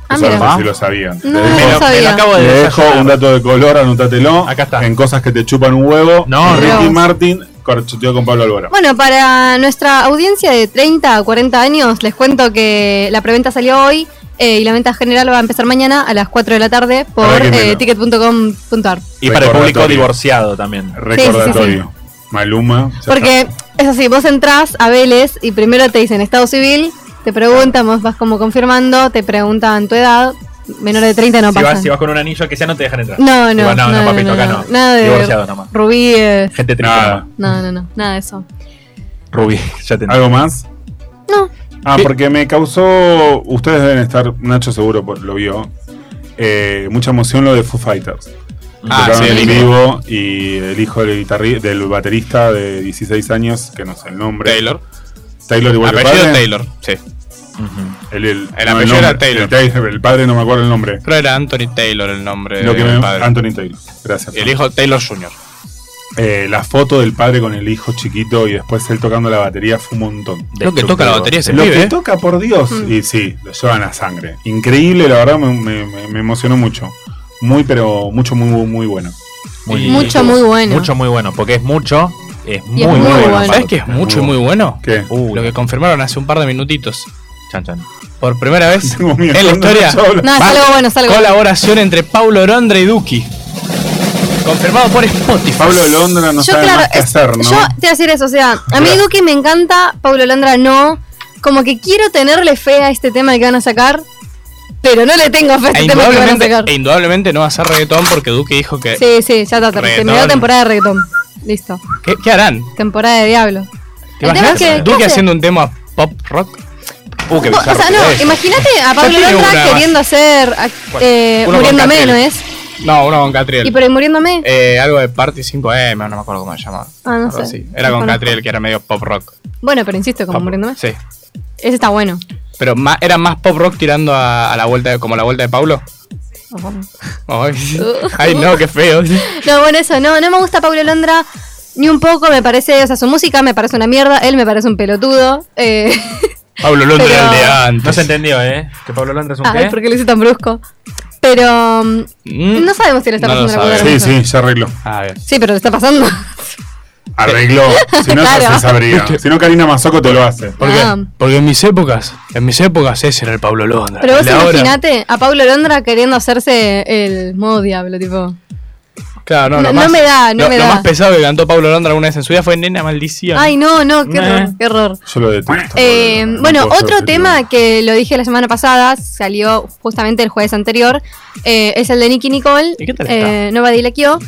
D: Ah,
C: Eso no
D: mira.
C: sé si lo sabían.
D: No,
C: Le
D: no
C: dejo-
D: lo sabía.
B: acabo de
C: Le dejo
B: desayunar.
C: un dato de color, anótatelo.
B: Acá está.
C: En cosas que te chupan un huevo.
B: No,
C: Ricky
D: no.
C: Martin corcheteó con Pablo Alborán.
D: Bueno, para nuestra audiencia de 30 a 40 años, les cuento que la preventa salió hoy eh, y la venta general va a empezar mañana a las 4 de la tarde por
C: Ahora que
D: eh,
C: mira.
D: ticket.com.ar.
B: Y para el público
C: Recordatorio.
B: divorciado también.
C: Recordatorio. Maluma. ya
D: Porque
C: está.
D: es así, vos entrás a Vélez y primero te dicen estado civil, te preguntan, vos vas como confirmando, te preguntan tu edad, menor de 30 no
B: si,
D: pasa.
B: vas, si vas con un anillo, que sea no te dejan entrar.
D: No,
B: Digo,
D: no,
B: no, no, papito, acá no.
D: Nada de
B: Divorciado nomás.
D: rubíes.
B: Gente triste.
C: Nada.
D: eh, No, no, no, nada de eso.
B: Rubí, ya te
C: ¿Algo más?
D: No.
C: Ah,
E: Sí.
C: porque me causó. Ustedes deben estar. Nacho seguro por- lo vio. eh, mucha emoción lo de Foo Fighters.
E: Ah,
C: Tocaron
E: sí,
C: en
E: el
C: vivo y el hijo del, guitarri- del baterista de 16 años, que no sé el nombre.
E: Taylor.
C: Taylor igual que el
E: Apellido
C: padre.
E: Taylor, sí.
C: El, el-
E: El
C: no,
E: apellido era
C: nombre,
E: Taylor.
C: El, Taylor, el padre no me acuerdo el nombre.
E: Creo era Anthony Taylor el nombre
C: Lo que
E: Eh, del
C: me,
E: padre.
C: Anthony Taylor. Gracias.
E: Y el hijo Taylor Jr.
C: Eh, la foto del padre con el hijo chiquito y después él tocando la batería fue un montón.
E: Creo que toca la batería ese
C: Lo
E: pibe.
C: que
E: eh.
C: toca, por Dios.
D: Mm.
C: Y sí, lo llevan a sangre. Increíble, la verdad, me, me- me- me emocionó mucho. Muy, pero mucho, muy, muy, muy bueno.
B: Muy
E: Y-
D: Mucho, muy bueno.
B: Mucho, muy bueno. Porque es mucho, es muy,
D: es
B: muy,
D: muy
B: bueno.
D: bueno.
E: ¿Sabes qué es mucho y muy bueno?
C: ¿Qué?
B: Uh,
E: Lo que confirmaron hace un par de minutitos.
B: chan, chan.
E: Por primera
C: [LAUGHS] [LAUGHS]
E: vez
C: Tengo miedo,
E: en la
C: no,
E: historia.
C: yo hablo.
D: No, es
E: Va-
D: algo Ah, bueno, es algo bueno.
E: Colaboración entre Pablo Londra y Duki. Confirmado por Spotify.
C: Pablo Londra no sabe más qué
D: es-
C: hacer, ¿no?
D: Yo te voy a decir eso, o sea, a mí
C: Claro.
D: Duki me encanta, Pablo Londra no. Como que quiero tenerle fe a este tema que van a sacar, pero no le tengo fe a
E: E
D: [LAUGHS] este tema que van a sacar.
E: indudablemente, e indudablemente no va a ser reggaetón porque Duki dijo que.
D: Sí, sí, ya está. Se me dio
E: Reggaetón.
D: temporada de reggaetón. Listo.
E: ¿Qué, qué harán?
D: Temporada de diablo.
E: ¿Te
D: El tema
E: imaginas?
D: es que-
E: Duki
D: ¿qué hace?
E: haciendo un tema pop rock. Uh, qué
D: No, o sea, no, imagínate a Pablo
E: tiene
D: Londra
E: una
D: queriendo hacer a- eh,
E: uno con
D: Muriéndome,
E: Catriel.
D: ¿no es?
E: No, uno con Catriel.
D: Y pero ¿y Muriéndome.
E: Eh, algo de Party 5M, no me acuerdo cómo se llamaba.
D: Ah, no
E: Algo
D: sé.
E: así. Era
D: No
E: con
D: conozco.
E: Catriel, que era medio pop rock.
D: Bueno, pero insisto, como
E: Pop-
D: Muriéndome.
E: Sí.
D: Ese está bueno.
E: Pero ma- era más pop rock tirando a, a la vuelta, de- como la vuelta de Pablo.
D: Ojo. [LAUGHS]
E: Ay,
D: Uh.
E: ay, no, qué feo.
D: No, bueno, eso, no, no me gusta Pablo Londra ni un poco, me parece, o sea, su música me parece una mierda, él me parece un pelotudo. Eh,
E: Pablo Londra
D: Pero-
E: era el de antes.
B: No se entendió, ¿eh? Que Pablo Londra es
D: [LAUGHS]
B: un
D: ay,
B: qué.
D: ¿por qué lo hice tan brusco? Pero mm,
E: Mm.
D: no sabemos si le está
E: No lo
D: pasando la
E: sabe.
D: buena
C: Sí,
D: música.
C: sí, ya arregló.
E: A ver.
D: Sí, pero le está pasando. [LAUGHS]
C: Arregló. Si no, ya
D: Claro.
C: se sabría. Si no, Karina Mazoco te lo hace.
E: ¿Por qué?
D: Ah.
E: Porque en mis épocas, en mis épocas ese era el Pablo Londra.
D: Pero vos
E: El de ahora-
D: imaginate a Pablo Londra queriendo hacerse el modo diablo, tipo.
E: Claro, no, lo
D: No-
E: más-
D: no me da, no
E: lo-
D: me
E: Lo
D: da.
E: más pesado que cantó Pablo Londra alguna vez en su vida fue Nena Maldición.
D: Ay, no, no, qué error, qué error.
C: Yo lo detesto.
D: Eh,
C: No
D: bueno,
C: puedo ser
D: otro
C: objetivo.
D: tema que lo dije la semana pasada, salió justamente el jueves anterior, eh, es el de Nicky Nicole,
E: ¿Y qué tal
D: eh, Nobody Like You.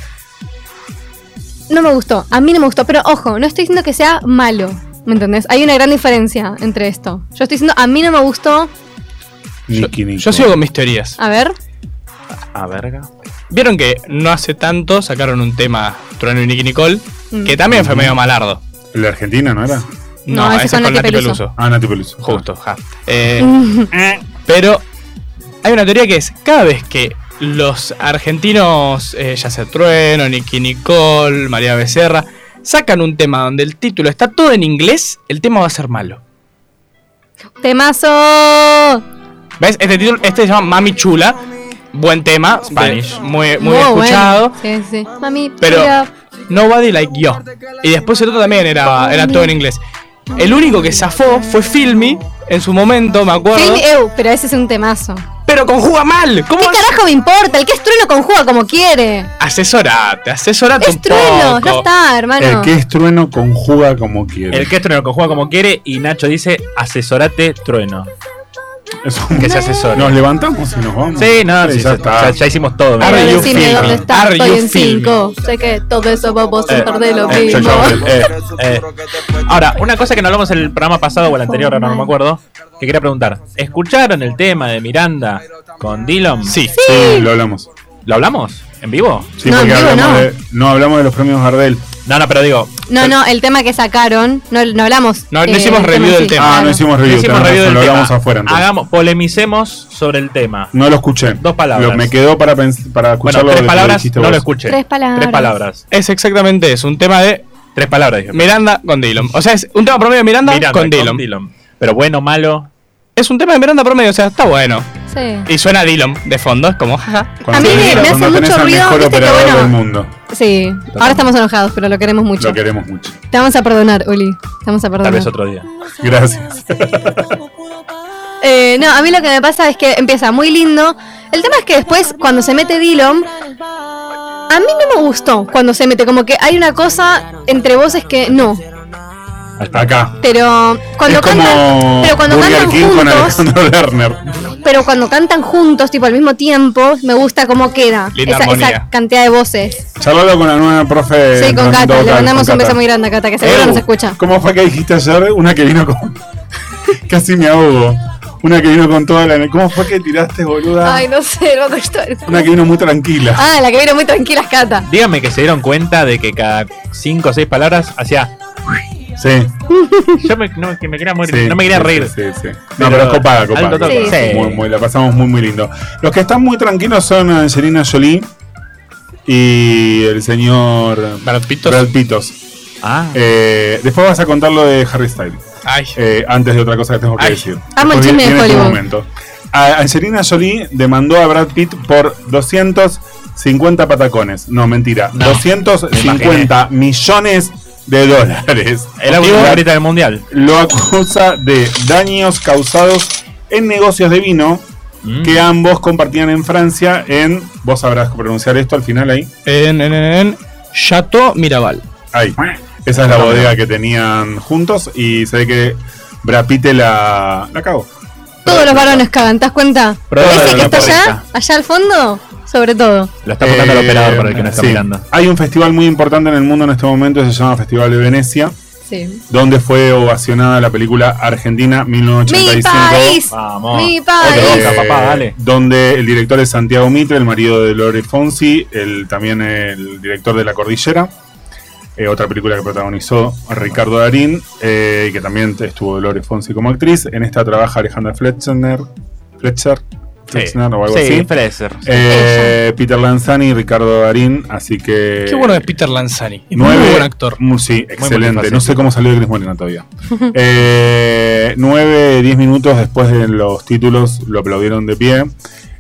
D: No me gustó, a mí no me gustó, pero ojo, no estoy diciendo que sea malo, ¿me entendés? Hay una gran diferencia entre esto. Yo estoy diciendo, a mí no me gustó,
C: Nicki, Nicki.
E: Yo sigo con mis teorías.
D: a ver,
B: Ah, verga.
E: Vieron que no hace tanto sacaron un tema Trueno y Nicky Nicole,
D: Mm.
E: que también fue medio malardo.
C: ¿El de Argentina, no era?
D: No, ese
E: es
D: con Nati Peluso.
C: Ah, Nati Peluso.
E: Justo, ja.
D: Ah.
E: Eh, eh, pero hay una teoría que es, cada vez que los argentinos, eh, ya sea Trueno, Nicky Nicole, María Becerra, sacan un tema donde el título está todo en inglés, el tema va a ser malo.
D: [LAUGHS] Temazo.
E: ¿Ves? Este título, este se llama Mami Chula. Buen tema. de-
B: Spanish.
E: Muy, muy bien escuchado.
D: bueno. Sí, sí. Mami,
E: Pero-
D: mira,
E: Nobody Like You. Y después el otro también era, era todo en inglés. El único que zafó fue Filmy en su momento, me acuerdo.
D: Film Eu, pero ese es un temazo.
E: Pero conjuga mal. ¿Cómo
D: eh, ¿Qué carajo me importa? El que es trueno conjuga como quiere.
E: Asesorate, asesorate un
D: Es trueno,
E: poco. Eh,
D: ya está,
C: El
D: hermano.
C: que es trueno conjuga como quiere.
B: El que es trueno que juega como quiere y Nacho dice asesorate trueno.
C: Es un-
B: Que se asesore.
C: Nos levantamos y nos vamos.
B: Sí, no, sí,
C: Sí, ya
B: ya,
C: está.
B: ya- ya hicimos todo. ¿no?
E: Are
D: Ahora
E: you
D: decime
E: filming?
D: dónde está,
E: Are
D: estoy
E: you
D: en
E: filming?
D: 5. Sé que todo eso va a
B: Eh,
D: vosotros de lo
B: eh,
D: mismo.
B: ya, ya, eh, eh. Ahora, una cosa que no hablamos en el programa pasado o el anterior, ahora no me acuerdo, que quería preguntar. ¿Escucharon el tema de Miranda con Dylan?
E: Sí.
C: Sí, lo hablamos.
B: ¿Lo hablamos? ¿En vivo?
C: Sí,
D: No,
C: porque
D: en vivo
C: hablamos
D: no.
C: de- no hablamos de los premios Gardel.
B: No, no, pero digo,
D: No, no, el tema que sacaron, no, no hablamos. eh,
E: No, no hicimos
D: del
E: review del tema.
C: Ah,
D: Claro.
C: no hicimos
B: no
C: review,
B: hicimos
C: tenés
B: review del
C: razón, lo
B: tema.
C: hablamos afuera. entonces.
B: Hagamos, polemicemos sobre el tema.
C: No lo escuché.
B: Dos palabras.
C: Lo- me quedó para, pens- para
B: Bueno,
C: escucharlo.
B: tres
C: de-
B: palabras,
C: dijiste
B: no lo
C: vos.
B: escuché.
D: Tres palabras.
B: Tres palabras.
E: Es exactamente eso, un tema de
B: Tres palabras, dije.
E: Miranda con Dylan. O sea, es un tema promedio de Miranda,
B: Miranda
E: con Dylan.
B: Pero bueno, malo.
E: Es un tema de Miranda promedio, o sea, está bueno.
D: Sí.
E: Y suena Dylan de fondo, es como jaja.
C: Cuando
D: A mí me-
C: tenés-
D: me hace
C: cuando tenés
D: mucho
C: al
D: ruido,
C: mejor
D: viste que
C: operador
D: bueno.
C: del mundo.
D: Sí. Ahora estamos enojados, pero lo queremos mucho.
C: Lo queremos mucho.
D: Te vamos a perdonar, Uli. Te vamos a
B: Tal
D: perdonar.
B: vez otro día.
C: Gracias.
D: Eh, no, a mí lo que me pasa es que empieza muy lindo. El tema es que después, cuando se mete Dylan, a mí no me gustó cuando se mete. Como que hay una cosa entre voces que no.
C: Acá.
D: Pero cuando
C: es como
D: cantan, pero cuando
C: Burger
D: cantan
C: King con
D: juntos,
C: Alejandro Lerner.
D: [LAUGHS] pero cuando cantan juntos, tipo al mismo tiempo, me gusta cómo queda
E: Linda
D: esa,
E: armonía.
D: esa cantidad de voces.
C: Charlalo con la nueva profe. de
D: sí, con
C: entrenamiento
D: Cata,
C: vocal,
D: le mandamos
C: con
D: un beso
C: Cata.
D: muy grande a Cata, que seguro
C: Eh,
D: nos escucha.
C: ¿Cómo fue que dijiste ayer? Una que vino con. [LAUGHS] Casi me ahogo. Una que vino con toda la. ¿Cómo fue que tiraste, boluda?
D: Ay, no sé, no estoy.
C: Una que vino muy tranquila.
D: Ah, la que vino muy tranquila es Cata.
B: Díganme que se dieron cuenta de que cada cinco o seis palabras hacía.
C: Sí.
B: Yo me, no, que me quería morir,
C: sí,
B: no me quería
C: sí,
B: reír.
C: sí, sí, sí. No, pero es copada, copada.
B: Alto toque.
C: copada.
B: Sí.
C: Muy, muy, la pasamos muy, muy lindo. Los que están muy tranquilos son Angelina Jolie y el señor
E: Brad Pitt.
C: Brad Pitos.
B: Ah,
C: Eh, después vas a contar lo de Harry Styles.
E: Ay.
C: eh, antes de otra cosa que tengo que
E: Ay.
C: decir.
D: Amo el
C: Después
D: chisme de
C: viene tu
D: Hollywood.
C: este momento. A- Angelina Jolie demandó a Brad Pitt por 250 patacones. No, mentira. 250 millones de dólares.
B: era la
C: Brad
B: favorita del mundial.
C: lo acusa de daños causados en negocios de vino que ambos compartían en Francia en, vos sabrás pronunciar esto al final ahí,
E: En, en, en, en Chateau Mirabal.
C: ahí. Esa es la bodega que tenían juntos y se ve que Brapite la, la cagó.
D: Todos los varones cagan, ¿te das cuenta?
B: Pero
D: Ese
B: no, no,
D: que está
B: no,
D: allá,
B: pobrecita.
D: allá al fondo, sobre todo.
B: Lo está apuntando el
C: Eh,
B: operador para el que no está
C: sí.
B: mirando.
C: Hay un festival muy importante en el mundo en este momento, se llama Festival de Venecia,
D: Sí.
C: donde fue ovacionada la película Argentina
D: Mi
C: 1985.
D: país.
C: Ah,
B: Vamos.
D: Mi
B: Otra
D: país.
B: boca, papá, dale.
C: eh, Donde el director es Santiago Mitre, el marido de Lore Fonsi, el, también el director de La Cordillera. eh, otra película que protagonizó Ricardo Darín, eh, que también estuvo Lore Fonsi como actriz. En esta trabaja Alejandra Fletcher, Fletcher, Fletcher o algo
B: Sí,
C: así.
B: Fraser.
C: Eh, Peter Lanzani y Ricardo Darín, así que.
E: Qué bueno es Peter Lanzani. Es
C: Nueve-
E: muy buen actor.
C: Mm, Sí, excelente.
B: multifacético.
C: No sé cómo salió de Cris
D: [LAUGHS]
C: Morena todavía. eh, nueve, diez minutos después de los títulos lo aplaudieron de pie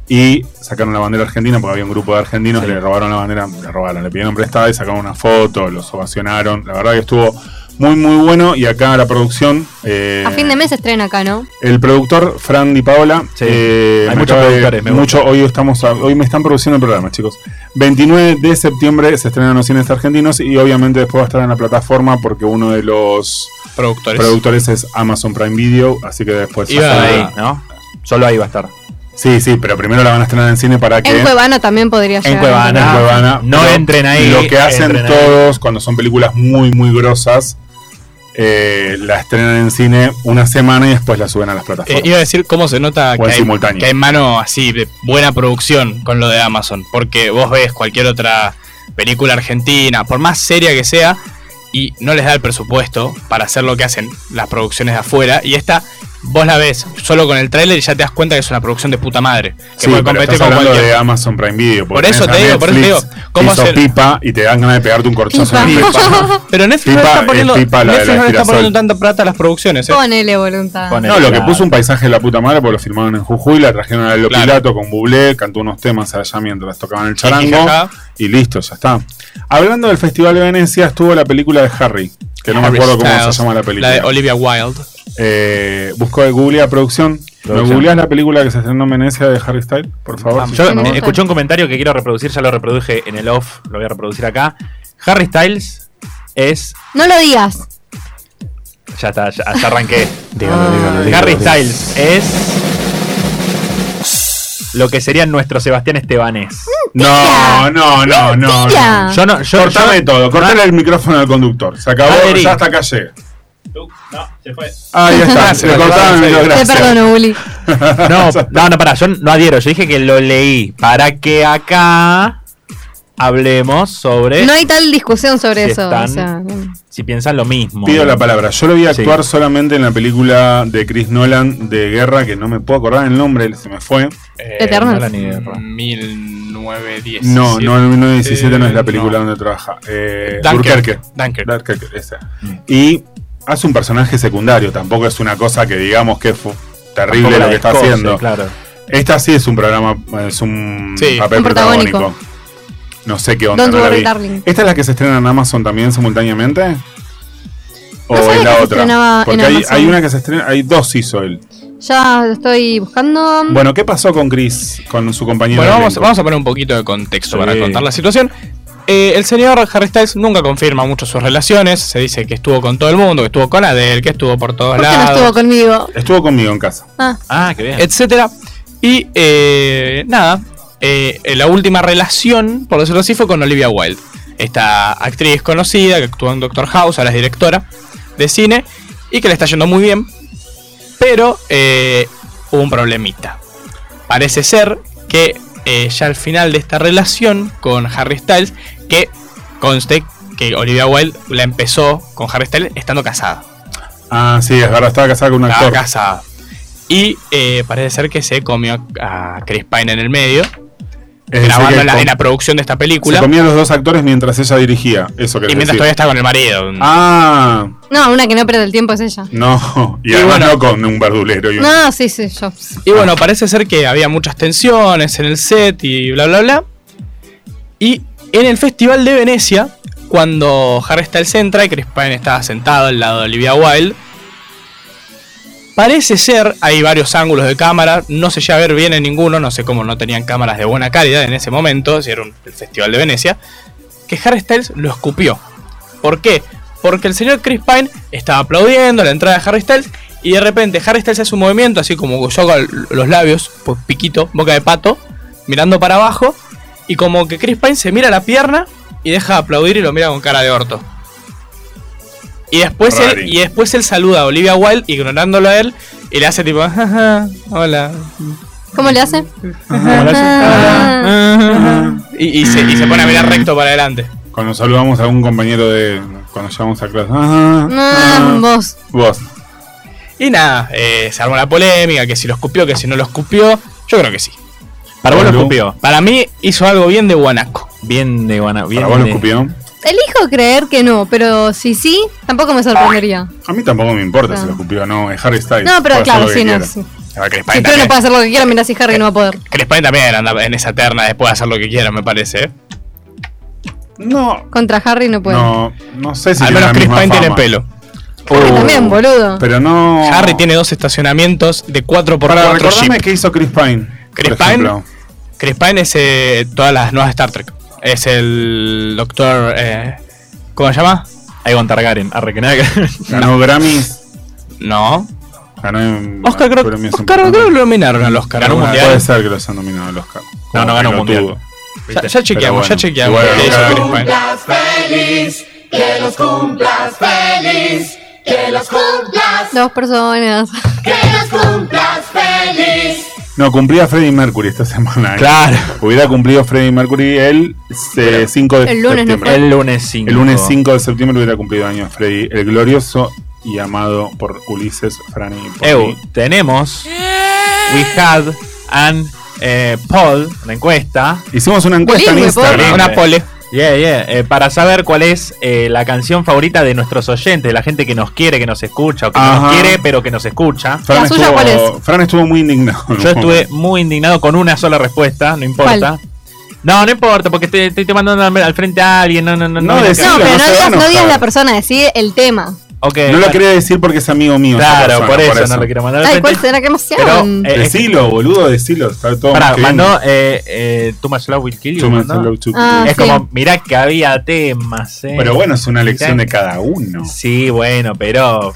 C: y sacaron la bandera argentina porque había un grupo de argentinos que le robaron la bandera, le robaron, le pidieron prestada y sacaron una foto, los ovacionaron. La verdad que estuvo muy, muy bueno y acá la producción... eh,
D: A fin de mes se estrena acá, ¿no?
C: el productor Fran Di Paola.
B: Sí,
C: eh,
B: hay
C: me
B: muchos
C: acaba de-
B: productores, me gusta.
C: mucho, hoy, estamos, a- hoy me están produciendo el programa, chicos. 29 de septiembre se estrenan los cines argentinos y obviamente después va a estar en la plataforma porque uno de los
E: Productores.
C: productores es Amazon Prime Video, así que después...
E: Iba
B: Solo
E: Ah.
B: ahí, ¿no? Solo ahí va a estar.
C: Sí, sí, pero primero la van a estrenar en cine para que...
D: En Cuevana también podría llegar.
B: Cuevana.
C: en Cuevana.
B: No
C: Pero
B: entren ahí,
C: Lo que hacen
B: entren ahí.
C: todos cuando son películas muy, muy grosas, eh, la estrenan en cine una semana y después la suben a las
E: Eh,
C: plataformas.
E: iba a decir cómo se nota
C: O
E: que
C: en
E: hay,
C: simultáneo.
E: que hay mano así de buena producción con lo de Amazon. Porque vos ves cualquier otra película argentina, por más seria que sea, y no les da el presupuesto para hacer lo que hacen las producciones de afuera. Y esta vos la ves solo con el tráiler y ya te das cuenta que es una producción de puta madre. Que
C: Sí,
E: puede
C: pero
E: competir
C: estás
E: con
C: hablando
E: cualquier.
C: de Amazon Prime Video.
E: Por eso te digo, por eso te digo, ¿cómo
C: ¿Cómo
E: hacer?
C: pipa y te dan ganas de pegarte un corchazo en la
D: Pipa.
C: pipa.
E: Pero Netflix
C: Pipa
E: no le
C: es
E: está poniendo,
C: pipa la de
E: Netflix
C: la
E: no le está
C: girasol.
E: poniendo tanta plata a las producciones. eh.
D: Ponele voluntad.
B: Ponele.
C: No, lo que
B: Claro.
C: puso un paisaje de la puta madre porque lo filmaron en Jujuy, la trajeron a Lo
E: Claro.
C: Pilato con Bublé, cantó unos temas allá mientras tocaban el charango
E: Jijijaja.
C: y listo, ya está. Hablando del Festival de Venecia, estuvo la película de Harry, que no me
E: Harry
C: acuerdo cómo
E: Styles,
C: se llama la película.
E: La de Olivia Wilde.
C: Eh, busco de Googlea producción. ¿Me
B: Producción.
C: googleás la película que se estrenó en Venecia de Harry Styles? Por favor.
B: Yo
D: Sí, me gusta.
B: escuché un comentario que quiero reproducir, ya lo reproduje en el off, lo voy a reproducir acá. Harry Styles es.
D: No lo digas.
B: Ya está, ya, ya [LAUGHS] arranqué.
A: Dígalo, dígalo, dígalo,
B: Harry
A: dígalo.
B: Styles es. Lo que sería nuestro Sebastián Estebanés.
C: No, no, no, no.
D: Mentira.
C: no.
B: Yo no, yo,
C: Cortame
B: yo-
C: todo, cortale el micrófono al conductor. Se acabó,
B: Valerie.
C: ya hasta acá llegué.
B: No, se fue.
C: Ah, ya está, se le cortaron el micrófono.
D: Te perdono, Uli.
C: [LAUGHS]
B: No, no, no, pará, yo no adhiero, yo dije que lo leí para que acá hablemos
C: Eh.
B: sobre
D: No hay tal discusión sobre
B: Si
D: eso.
B: están-
D: o sea, no.
B: si piensan lo mismo.
C: Pido la palabra. Yo lo vi actuar
B: Sí.
C: solamente en la película de Chris Nolan de guerra, que no me puedo acordar el nombre, se me fue.
B: Eh,
D: Eternals.
B: no la ni
C: Mm,
B: guerra.
E: Mm, 1910.
C: No, no, el 1917 no es la
E: Eh,
C: película
E: no.
C: donde trabaja. Eh,
E: Dunkerque.
C: Dunkerque. Dunkerque, esa. Y hace un personaje secundario, tampoco es una cosa que digamos que fue terrible
B: Tampoco la
C: lo que está
B: descoce,
C: haciendo.
B: Claro.
C: Esta sí es un programa, es un
E: Sí.
C: papel
D: Un protagónico.
C: protagónico. No sé qué onda.
D: Don't
C: no la
D: worry,
C: vi.
D: darling.
C: ¿Esta es la que se estrena en Amazon también simultáneamente? ¿O
D: No sabía
C: es
D: que
C: la
D: se estrenaba
C: otra?
D: en
C: Porque hay,
D: Amazon.
C: hay una que se estrena, hay dos hizo él.
D: Ya lo estoy buscando.
C: Bueno, ¿qué pasó con Chris, con su compañero?
E: Bueno, vamos,
C: de
E: vamos a poner un poquito de contexto
B: Sí.
E: para contar la situación. Eh, el señor Harry Styles nunca confirma mucho sus relaciones. Se dice que estuvo con todo el mundo, que estuvo con Adele, que estuvo por todos
D: ¿Por qué no
E: lados,
D: estuvo conmigo?
C: elenco? Estuvo conmigo en casa.
D: Ah,
B: Ah, qué bien.
E: etcétera. Y eh, nada, eh, la última relación, por decirlo así, fue con Olivia Wilde. Esta actriz conocida que actuó en Doctor House, ahora es directora de cine y que le está yendo muy bien. Pero eh, hubo un problemita. Parece ser que eh, ya al final de esta relación con Harry Styles, que conste que Olivia Wilde la empezó con Harry Styles estando casada.
C: Ah, sí, es verdad, estaba casada con un
E: Estaba
C: actor.
E: casada. Y eh, parece ser que se comió a Chris Pine en el medio,
C: Es decir,
E: grabando
C: Eh, que
E: en la,
C: com-
E: en la producción de esta
C: Se
E: película.
C: comía a los dos actores mientras ella dirigía. Eso que
E: Y mientras todavía está con el marido.
C: Ah,
D: no, una que no pierde el tiempo es ella.
C: no. [LAUGHS] Y,
E: Y
C: además
E: bueno.
C: no con un verdulero. Y un- [LAUGHS]
D: No, sí, sí, yo.
E: Y
C: ah.
E: bueno, parece ser que había muchas tensiones en el set y bla, bla, bla. Y en el Festival de Venecia, cuando Harry Styles entra y Chris Pine estaba sentado al lado de Olivia Wilde, parece ser, hay varios ángulos de cámara, no se llega a ver bien en ninguno, no sé cómo no tenían cámaras de buena calidad en ese momento, si era un- el Festival de Venecia, que Harry Styles lo escupió. ¿Por qué? Porque el señor Chris Pine estaba aplaudiendo la entrada de Harry Styles y de repente Harry Styles hace un movimiento así como yo con los labios, pues piquito, boca de pato, mirando para abajo y como que Chris Pine se mira la pierna y deja de aplaudir y lo mira con cara de orto. Y después, él,
C: Rari.
E: y después él saluda a Olivia Wilde ignorándolo a él y le hace tipo, "Ajá, hola.
D: ¿Cómo le hace? Ah.
E: Ah, ah". Y, y se, y se pone a mirar recto para adelante.
C: Cuando saludamos a algún compañero de. Cuando llegamos a clase. Ah,
D: Ah,
C: ah,
D: vos.
C: Vos.
E: Y nada, eh, se armó la polémica, que si lo escupió, que si no lo escupió. Yo creo que sí.
B: Para vos lo
C: Bolu.
B: escupió.
E: Para mí hizo algo bien de guanaco.
B: Bien de guana. Bien
C: ¿Para vos lo
B: de-
C: escupió?
D: Elijo creer que no, pero si sí, tampoco me sorprendería.
C: A mí tampoco me importa
D: No.
C: si lo escupió o no. Es Harry Styles.
D: No, pero
C: Ah, puede hacer
D: claro,
C: lo que
D: sí, no.
C: quiera.
D: sí.
E: A ver, Chris
D: Si tú
E: Pine
D: no
E: también.
D: puedes hacer lo que quieras, mirá si Harry no va a poder.
E: Chris Pine también anda en esa terna después de hacer lo que quiera, me parece. ¿eh?
C: No.
D: Contra Harry no puede.
C: No, no sé si
E: Al
C: tiene
E: menos
C: la
E: Chris
C: misma
E: Pine tiene
C: fama.
E: pelo.
D: Harry
C: Uh,
D: también, boludo.
C: Pero no.
E: Harry tiene dos estacionamientos de 4x4
C: Para recordarme
E: Jeep.
C: qué hizo Chris Pine.
E: Chris
C: por
E: Pine.
C: ejemplo.
E: Chris Pine es eh, todas las nuevas Star Trek. Es el doctor... eh, ¿Cómo se llama?
B: Aegon Targaryen. Arre que nada que-
C: Ganó Grammys.
E: No.
C: Ganó en-
E: Oscar creo,
C: premios en-
E: Oscar, creo que lo nominaron al Oscar.
B: Ganó un
E: alguna
B: mundial.
C: Puede ser que los han nominado al Oscar.
B: No, no ganó un
C: Como
B: mundial.
C: pelotudo.
E: vez. Ya, ya chequeamos,
C: Pero
E: ya
C: bueno,
E: chequeamos.
C: igual
E: qué hizo
C: ganó.
E: Chris Pine.
D: Dos
C: [LAUGHS]
D: personas.
C: No, cumplía Freddie Mercury esta semana. ¿eh?
B: Claro.
C: Hubiera cumplido Freddie Mercury el eh, 5 de
D: el lunes no
C: septiembre.
B: El lunes 5.
C: El lunes 5 de septiembre hubiera cumplido años Freddy, el glorioso y amado por Ulises, Franny y por
B: Eu,
C: mí.
B: tenemos We Had and eh, Paul, una encuesta.
C: Hicimos una encuesta en
D: Bilingüe,
C: Instagram.
B: pobre.
E: Una pole.
B: eh. Yeah, yeah, eh, para saber cuál es eh, la canción favorita de nuestros oyentes, de la gente que nos quiere, que nos escucha, o que no
C: Ajá.
B: nos quiere, pero que nos escucha.
C: Fran
D: ¿La suya
C: estuvo,
D: cuál es?
C: Fran estuvo muy indignado.
B: Yo estuve muy indignado con una sola respuesta, no importa. No, no importa, porque te- te estoy mandando al al frente a alguien. No, no, no.
C: No,
B: me la
C: decí-
B: creo.
D: No, pero
C: no
D: no,
C: se va a
D: digas, no
C: enojar.
D: digas la persona, decide el tema.
B: Ok,
C: No lo
B: bueno.
C: quería decir porque es amigo mío. esa
B: eh, Claro,
C: persona,
B: por, eso no lo quiero mandar al
D: Ay,
B: frente.
D: ¿cuál será que
B: Pero,
D: emoción?
B: eh,
C: Decilo, boludo, decilo. Está todo
B: Pará,
C: más que bien.
B: mandó eh, eh, Too Much Love Will Kill You,
C: Too much
B: mandó.
C: love to-
D: Ah,
B: Es
D: sí.
B: como, mirá que había temas. eh.
C: Pero bueno, es una elección de cada uno.
B: Sí, bueno, pero.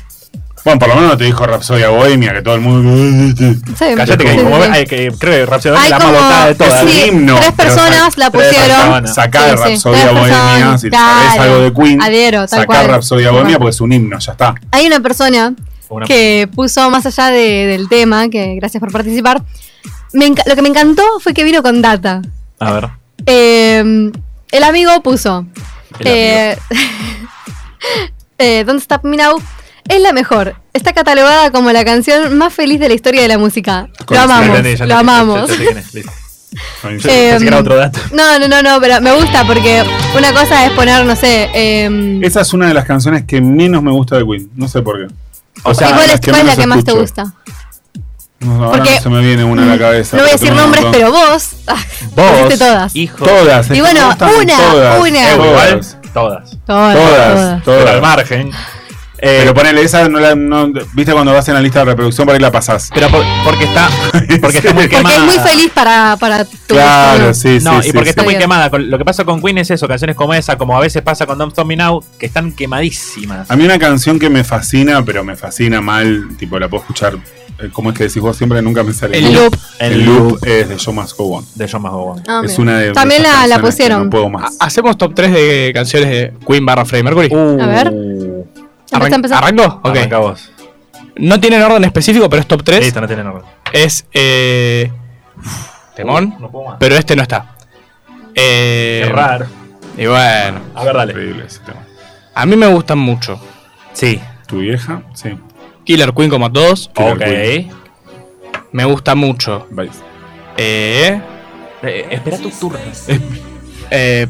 C: Bueno, por lo menos no te dijo Rapsodia Bohemia, que todo el mundo.
D: Sí.
B: Cállate que,
D: Sí,
B: como,
D: sí.
B: ay, que creo que Rhapsody es
D: Hay
B: la más
D: como-
B: votada de todas.
C: Es un
D: sí,
C: himno.
D: tres personas la pusieron.
C: Sacá
D: Sí,
C: de
D: sí,
C: Rapsodia
D: tres
C: Bohemia,
D: personas,
C: si sabés
D: claro.
C: algo de Queen.
D: Adhiero, tal
C: Sacá
D: cual.
C: Rapsodia
D: Tal
C: Bohemia
D: cual.
C: porque es un himno, ya está.
D: Hay una persona
B: Una-
D: que puso más allá de- del tema, que gracias por participar. Me enca- lo que me encantó fue que vino con data.
B: A ver.
D: Eh, el amigo puso.
B: El
D: eh, eh, [LAUGHS] Don't Stop Me Now es la mejor. Está catalogada como la canción más feliz de la historia de la música. Lo
C: Ya
D: amamos,
B: entendí, ya entendí,
D: lo
B: ya-
D: amamos.
B: ya sé quién es, listo.
D: [LAUGHS] Eh,
B: Pensé que era otro dato.
D: No, no, no, no, pero me gusta porque una cosa es poner, no sé, em,
C: Esa es una de las canciones que menos me gusta de Queen. No sé por qué.
B: O sea,
D: ¿y
C: las
D: cuál es,
C: que
D: cuál es la
C: menos
D: que más te
C: escucho.
D: gusta?
C: No, ahora
D: Porque-
C: no se me viene una a la cabeza.
D: No voy a
C: pero
D: decir
C: tengo un
D: nombres,
C: montón.
D: pero vos. [LAUGHS] ah, pusiste todas.
B: Hijo.
C: Todas. es
D: Y
C: que
D: bueno,
C: me gustan
D: una,
C: todas,
D: una.
B: Eh, igual,
C: Todas.
B: todas.
D: Todas,
C: Todas.
D: todas.
B: Pero al
C: Todas.
B: margen. Eh,
C: Pero ponele esa, no la, no- viste cuando vas en la lista de reproducción, por ahí la pasás.
B: pero por- porque
D: [LAUGHS]
B: está. Porque está muy
C: Porque
D: Porque
B: quemada.
D: es muy feliz para, para tu
C: Claro,
D: gusto,
C: sí, sí.
B: no,
C: sí,
B: y porque
C: sí.
B: está muy
D: Bien.
B: quemada. Con- Lo que pasa con Queen es eso, canciones como esa, como a veces pasa con Don't Stop Me Now, que están quemadísimas.
C: A mí una canción que me fascina, pero me fascina mal, tipo la puedo escuchar, eh, ¿cómo es que decís vos siempre? Nunca me sale.
E: El loop.
C: El, loop es de Show Must Go On.
B: de John McGowan.
D: ¿no? Ah,
C: es
D: mira.
C: una de
D: También
C: de esas
D: la, la
C: canciones que
D: pusieron.
C: No puedo más.
E: Ha- Hacemos top 3 de canciones de Queen barra Freddie Mercury.
D: A ver.
E: Arran-
D: Empezá, empezá.
E: ¿Arranco? Ok.
B: Uh. Arranca vos.
E: No tienen orden específico, pero es top 3.
B: Listo, no tiene nombre.
E: Es. Eh, temón.
B: No puedo más.
E: Pero este no está. Eh,
B: Es raro.
E: Y bueno.
B: A ver, dale.
C: Increíble ese tema.
E: A mí me gustan mucho.
B: Sí.
C: ¿Tu vieja? Sí.
E: Killer Queen como a todos.
C: Killer
B: ok.
C: Queen.
E: Me gusta mucho.
C: Bye.
E: Eh,
B: Eh, espera tu turno.
E: eh,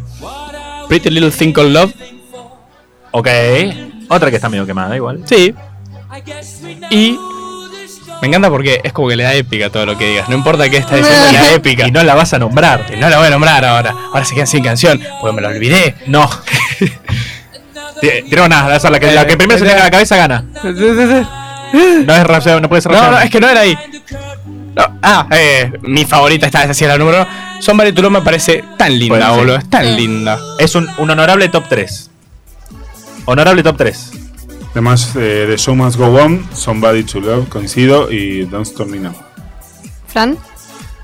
E: Pretty Little Thing Called Love.
B: Ok. Otra que está medio quemada, igual.
E: Sí. Y. Me encanta porque es como que le da épica todo lo que digas. No importa qué está diciendo, [LAUGHS] le da épica.
B: Y no la vas a nombrar.
E: No la voy a nombrar ahora. Ahora se quedan sin canción. Porque me la olvidé. [LAUGHS]
B: No. Ti- Tiró nada, esa es la que, la que
E: Eh,
B: primero se le venga a la cabeza gana. No es Rhapsody, no puede ser
E: No,
B: Rhapsody.
E: no, es que no era ahí. No, ah, eh, mi favorita esta, esa sí era la número uno. Somebody to Love me parece tan linda,
B: Bueno, sí.
E: boludo. Es tan linda.
B: Es un, un honorable top 3. Honorable top 3.
C: Además, eh, de Show Must Go On, Somebody to Love, coincido, y Don't Stop Me Now.
D: Fran.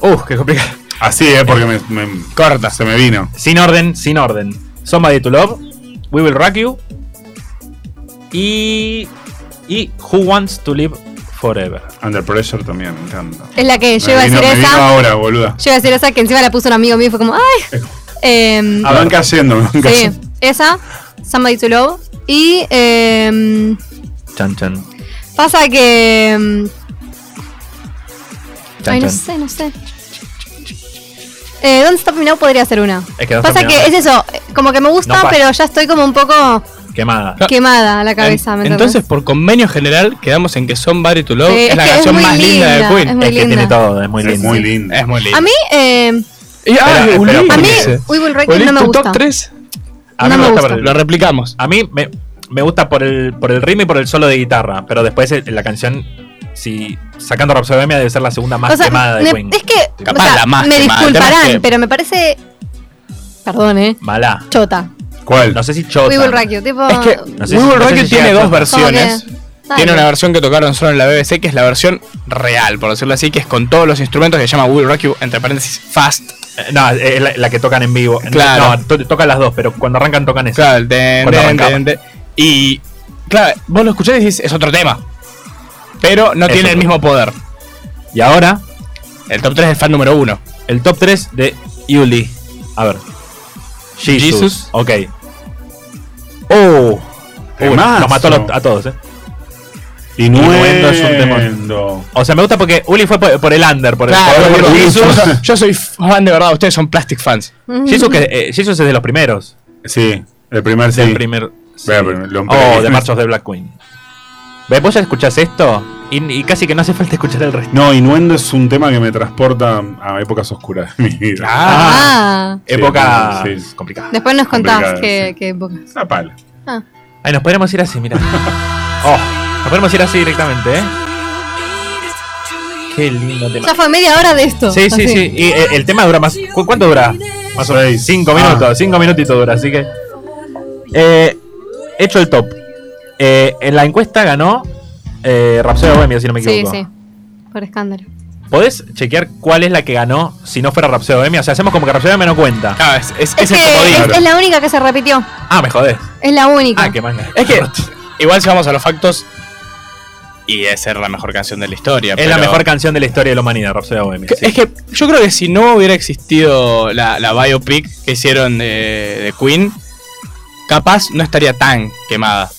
E: Uf, qué complicado.
C: Así, ¿eh? Porque me, me-
E: Corta.
C: se me vino.
B: Sin orden, sin orden. Somebody to Love, We Will Rock You y y Who Wants to Live Forever.
C: Under Pressure también, me encanta.
D: Es la que
C: Me
D: Eh, yo iba a
C: vino-
D: decir
C: me vino
D: esa.
C: ahora, boluda.
D: Yo iba a decir esa que encima la puso un amigo mío y fue como, ¡ay! Em,
C: Ah, van cayendo, van
D: sí,
C: cayendo.
D: esa. Somebody to Love. Y em,
B: Chan chan.
D: pasa que. em,
B: Chan,
D: ay, no
B: chan.
D: sé, no sé. Eh, Don't Stop Me Now podría ser una.
B: Es que Don't
D: Pasa
B: Stop Me
D: que
B: Now-
D: es eso, eh, como que me gusta,
B: No pasa.
D: pero ya estoy como un poco
B: Quemada.
E: No.
D: quemada la cabeza. ¿me
E: En-
D: entendés?
E: entonces, por convenio general, quedamos en que Somebody to Love
D: Sí,
E: es,
D: es
E: la
D: que es
E: canción
D: muy
E: más linda,
D: linda,
E: de Queen.
D: es muy
B: es que
D: linda.
B: tiene todo, es muy
C: Es
B: lindo.
C: muy lindo.
E: Es muy linda.
D: a mí, em,
E: Y- ah,
B: Espera,
E: Uli,
B: espera,
D: a mí
B: Sí.
D: We Will Rock You
E: Uli,
D: no me
E: tu
D: gusta.
E: top 3
B: A mí
D: No
B: me
D: me
B: gusta
D: gusta.
B: por el-
E: lo replicamos.
B: A mí me, me gusta por el, por el ritmo y por el solo de guitarra, pero después eh, la canción, si sacando Rhapsody Bohemia, debe ser la segunda más
D: O sea,
B: quemada de
D: me-
B: Queen.
D: Es que
E: Capaz
D: o sea,
E: la más
D: me
E: quemada, el tema
D: disculparán,
E: es que-
D: pero me parece. Perdón, eh.
B: Mala.
D: Chota.
C: ¿Cuál?
B: No sé si chota.
D: We will rock you. Tipo.
E: Es que
B: No sé
E: We
B: si- no
E: Will Rock
B: sé
E: You
B: si
E: tiene
B: llega
E: dos
B: a-
E: versiones.
D: Como que-
E: Tiene
D: Dale.
E: una versión que tocaron solo en la BBC, que es la versión real, por decirlo así, que es con todos los instrumentos que se llama We Will Rock You, entre paréntesis, Fast.
B: Eh, No, es la, la que tocan en vivo.
E: Claro.
B: No, to- tocan las dos, pero cuando arrancan tocan esa.
E: Claro, el ten,
B: Cuando
E: ten,
B: arrancaba.
E: ten, ten. Y, claro, vos lo escuchás y decís, es otro tema. Pero no
B: Es
E: tiene el
B: otro.
E: mismo poder.
B: Y ahora,
E: El top 3 es el fan número 1.
B: el top 3 de Yuli. A ver. Jesus.
E: Jesus.
B: Ok. Oh. Uy,
C: Temazo.
B: nos mató a, los- a todos, eh.
C: Innuendo es un
B: Innuendo.
C: temor.
B: O sea, me gusta porque Uli fue por, por el under, por el
E: Claro,
B: por-
E: porque
B: por-
E: Jesús- yo soy fan de verdad, ustedes son plastic fans.
B: Jesus, que, eh, Jesus es de los primeros.
C: Sí, el primer sí.
B: Del primer. sí.
C: Vea, pero lo-
B: Oh, de Marchos de Black Queen. ¿Ves? Vos ya escuchás esto y, y casi que no hace falta escuchar el resto.
C: No, Innuendo es un tema que me transporta a épocas oscuras de mi vida.
D: Ah.
B: Época
C: sí, sí.
B: complicada.
D: Después nos contás
C: Complicado,
D: que,
C: sí.
D: que vos-
C: Una pala.
D: Ah.
B: Ay, nos podemos ir así,
C: [LAUGHS]
B: mira. Oh, nos podemos ir así directamente, ¿eh? Qué lindo tema.
D: Ya fue media hora de esto.
B: Sí, sí,
D: así.
B: sí. Y eh, el tema dura más. ¿cu- ¿Cuánto dura? Más o menos. Cinco
C: Ah,
B: minutos. Cinco minutitos dura, así que. Eh, hecho el top. Eh, en la encuesta ganó eh, Rapsodia Bohemia, si no me
D: Sí,
B: equivoco.
D: sí. Por escándalo.
B: ¿Podés chequear cuál es la que ganó si no fuera Rapsodia Bohemia? O sea, hacemos como que Rapsodia Bohemia no cuenta.
E: Claro, Ah, es, es-
D: Es,
E: es el
D: que
E: comodín.
D: es, es la única que se repitió.
B: Ah, me jodés.
D: Es la única.
B: Ah, qué manga. [LAUGHS]
E: Es que igual si vamos a los factos y es ser la mejor canción de la historia.
B: Es la
E: pero-
B: mejor canción de la historia de la humanidad, Rapsodia Bohemia.
E: Que-
B: sí.
E: Es que yo creo que si no hubiera existido la, la biopic que hicieron de, de Queen, capaz no estaría tan quemada.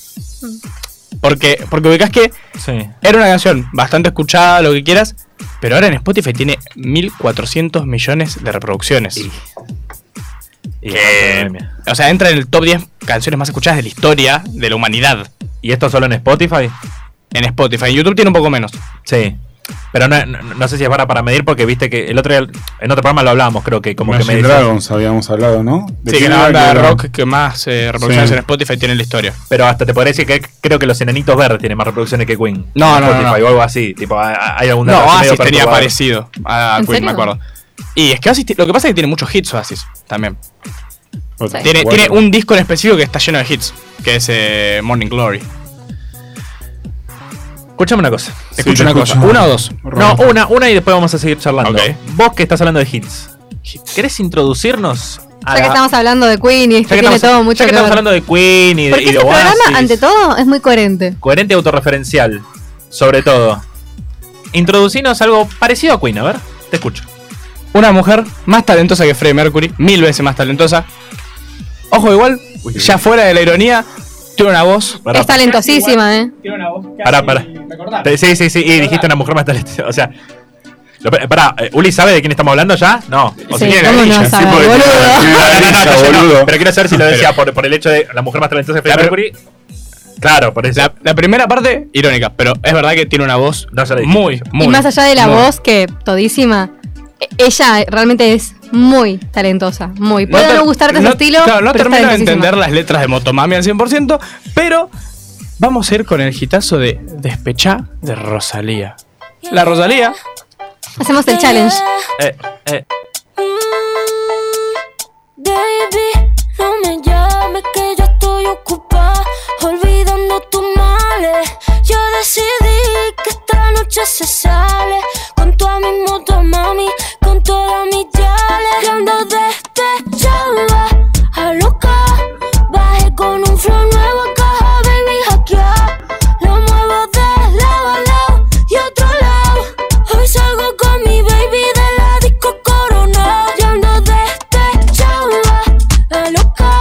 E: Porque, porque ubicás que
B: Sí.
E: era una canción bastante escuchada, lo que quieras, pero ahora en Spotify tiene 1.400 millones de reproducciones.
B: Y- Y Rhapsody
E: Que,
B: Bohemia.
E: o sea, entra en el top 10 canciones más escuchadas de la historia de la humanidad.
B: ¿Y esto solo en Spotify?
E: En Spotify, en YouTube tiene un poco menos.
B: Sí. Pero no, no- no sé si es vara para medir porque viste que el otro día- en otro programa lo hablábamos, creo que como que
C: Imagine
B: me decías-
C: Dragons habíamos hablado, ¿no? ¿De
E: Sí, que
C: quién
E: la
C: era
E: banda de
C: que era?
E: rock que más eh, reproducciones
C: Sí.
E: en Spotify tiene en la historia.
B: Pero hasta te podría decir que creo que los enanitos verdes tienen más reproducciones que Queen.
E: No,
B: En
E: no, no,
B: Spotify
E: no.
B: o algo así. Tipo, a- a- hay algún
E: No,
B: dato así medio
E: Oasis tenía
B: perturbador.
E: parecido a
D: ¿En
E: Queen,
D: serio?
E: me acuerdo. Y es que Oasis, ti- lo que pasa es que tiene muchos hits Oasis también.
C: Otro.
E: Tiene,
C: Bueno.
E: tiene un disco en específico que está lleno de hits, que es eh, Morning Glory.
B: Escuchame una cosa.
E: Te
C: Sí,
E: escucho
C: te
E: una
C: escucho.
E: cosa, una o dos.
B: No, una, una y después vamos a seguir charlando.
E: Ok.
B: Vos que estás hablando de hits. ¿Querés introducirnos a
D: Ya que
B: la-
D: estamos hablando de Queen y esto
B: ya que
D: tiene
B: estamos-
D: todo mucho
B: ya que
D: que
B: estamos
D: ver.
B: hablando de Queen y de,
D: Porque
B: y de
D: este
B: Oasis.
D: programa, ante todo, es muy coherente.
B: Coherente y autorreferencial, sobre todo. Introducinos algo parecido a Queen, a ver. Te escucho.
E: Una mujer más talentosa que Freddie Mercury, mil veces más talentosa. Ojo, igual, ya fuera de la ironía, tiene una voz.
B: Pará,
D: es talentosísima, ¿eh?
E: Tiene una voz que
B: Pará, pará. Te- Sí, sí, sí, y dijiste una mujer más talentosa. O sea, lo pe- pará, eh, ¿Uli sabe de quién estamos hablando ya? No. O
D: Sí,
B: si quiere,
D: ¿cómo
B: ella.
D: no
C: Sí,
D: sabe,
C: porque-
D: boludo?
B: No, no, no,
C: Ella,
B: no, yo no,
C: boludo.
B: Pero quiero saber si lo decía por, por el hecho de la mujer más talentosa de Freddie
E: Claro,
B: Mercury. Claro, por eso.
E: La, la primera parte, irónica, pero es verdad que tiene una voz
B: No, ya la dijiste.
E: muy, muy.
D: y más allá de la
E: muy-
D: voz, que todísima, e- ella realmente es muy talentosa. Muy. Puede no,
E: ter-
D: gustarte
E: no-
D: su estilo,
E: claro,
D: pero
E: no
D: es
E: termino de
D: talentosísima.
E: entender las letras de Motomami al 100%, pero vamos a ir con el hitazo de Despechá de Rosalía. La Rosalía,
D: Hacemos el challenge.
B: Eh, eh,
I: Mm, Baby, no me llames que yo estoy ocupada olvidando tus males. Yo decidí que esta noche se sale con toda mi moto, mami, con toda mi yale. Yo ando despechada, a loca, bajé con un flow nuevo caja, baby, hackeada. Lo muevo de lado a lado y otro lado. Hoy salgo con mi baby de la disco corona. Yo ando despechada, este la loca.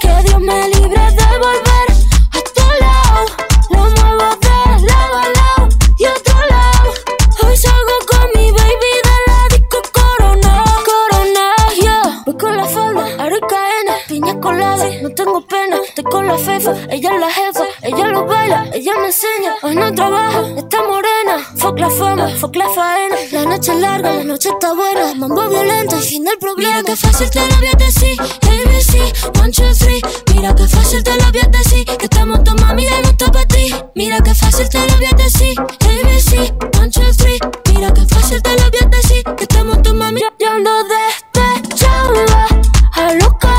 I: Que Dios me libre de volver a tu lado. Lo muevo de lado a lado y otro lado. Hoy salgo con mi baby de la disco corona. Corona, yeah. Voy con la falda, aro y caena, piña colada. No tengo pena, estoy con la fefa. Ella es la jefa, ella lo baila, ella me enseña. Hoy no trabaja, está morena. Fuck la fama, fuck la faena. Eh. La noche es larga, la noche está buena. Mambo violento y fin del problema. Mira que fácil te lo voy a decir. ABC, one, two, three. Mira que fácil te lo voy a decir. Que estamos tu mami ya no está para ti. Mira que fácil te lo voy a decir. ABC, one, two, three. Mira que fácil te lo voy a decir. Que estamos tu mami. Yo, yo ando despechada, a loca.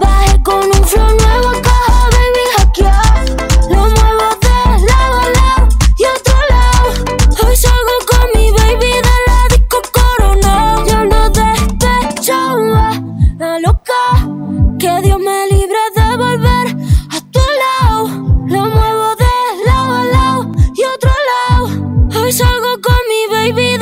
I: Bajé con un flow nuevo, caja, baby, hackeado. Lo muevo de lado a lado y otro lado. Hoy salgo con mi baby de la disco corona. Yo ando despechada, este a loca. Que Dios me libre de volver a tu lado. Lo muevo de lado a lado y otro lado. Mm, Mm,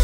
I: mm. [LAUGHS]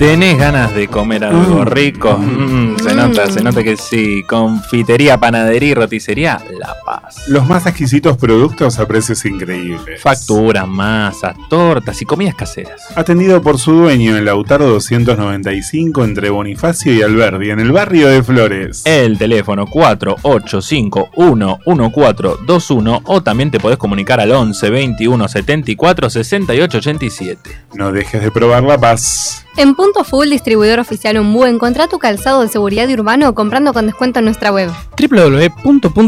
I: Mm,
B: tenés ganas de comer algo rico. Mm, se nota,
D: Mm.
B: se nota que sí. Confitería, panadería y roticería, La Paz.
C: Los más exquisitos productos a precios increíbles.
B: Facturas, masas, tortas y comidas caseras.
C: Atendido por su dueño en Lautaro 295 entre Bonifacio y Alberdi, en el barrio de Flores.
B: El teléfono 48511421 o también te podés comunicar al 11 21 74 68 87.
C: No dejes de probar la paz.
D: En Punto Full, distribuidor oficial Umbu, encontrá tu calzado de seguridad y urbano comprando con descuento en nuestra web.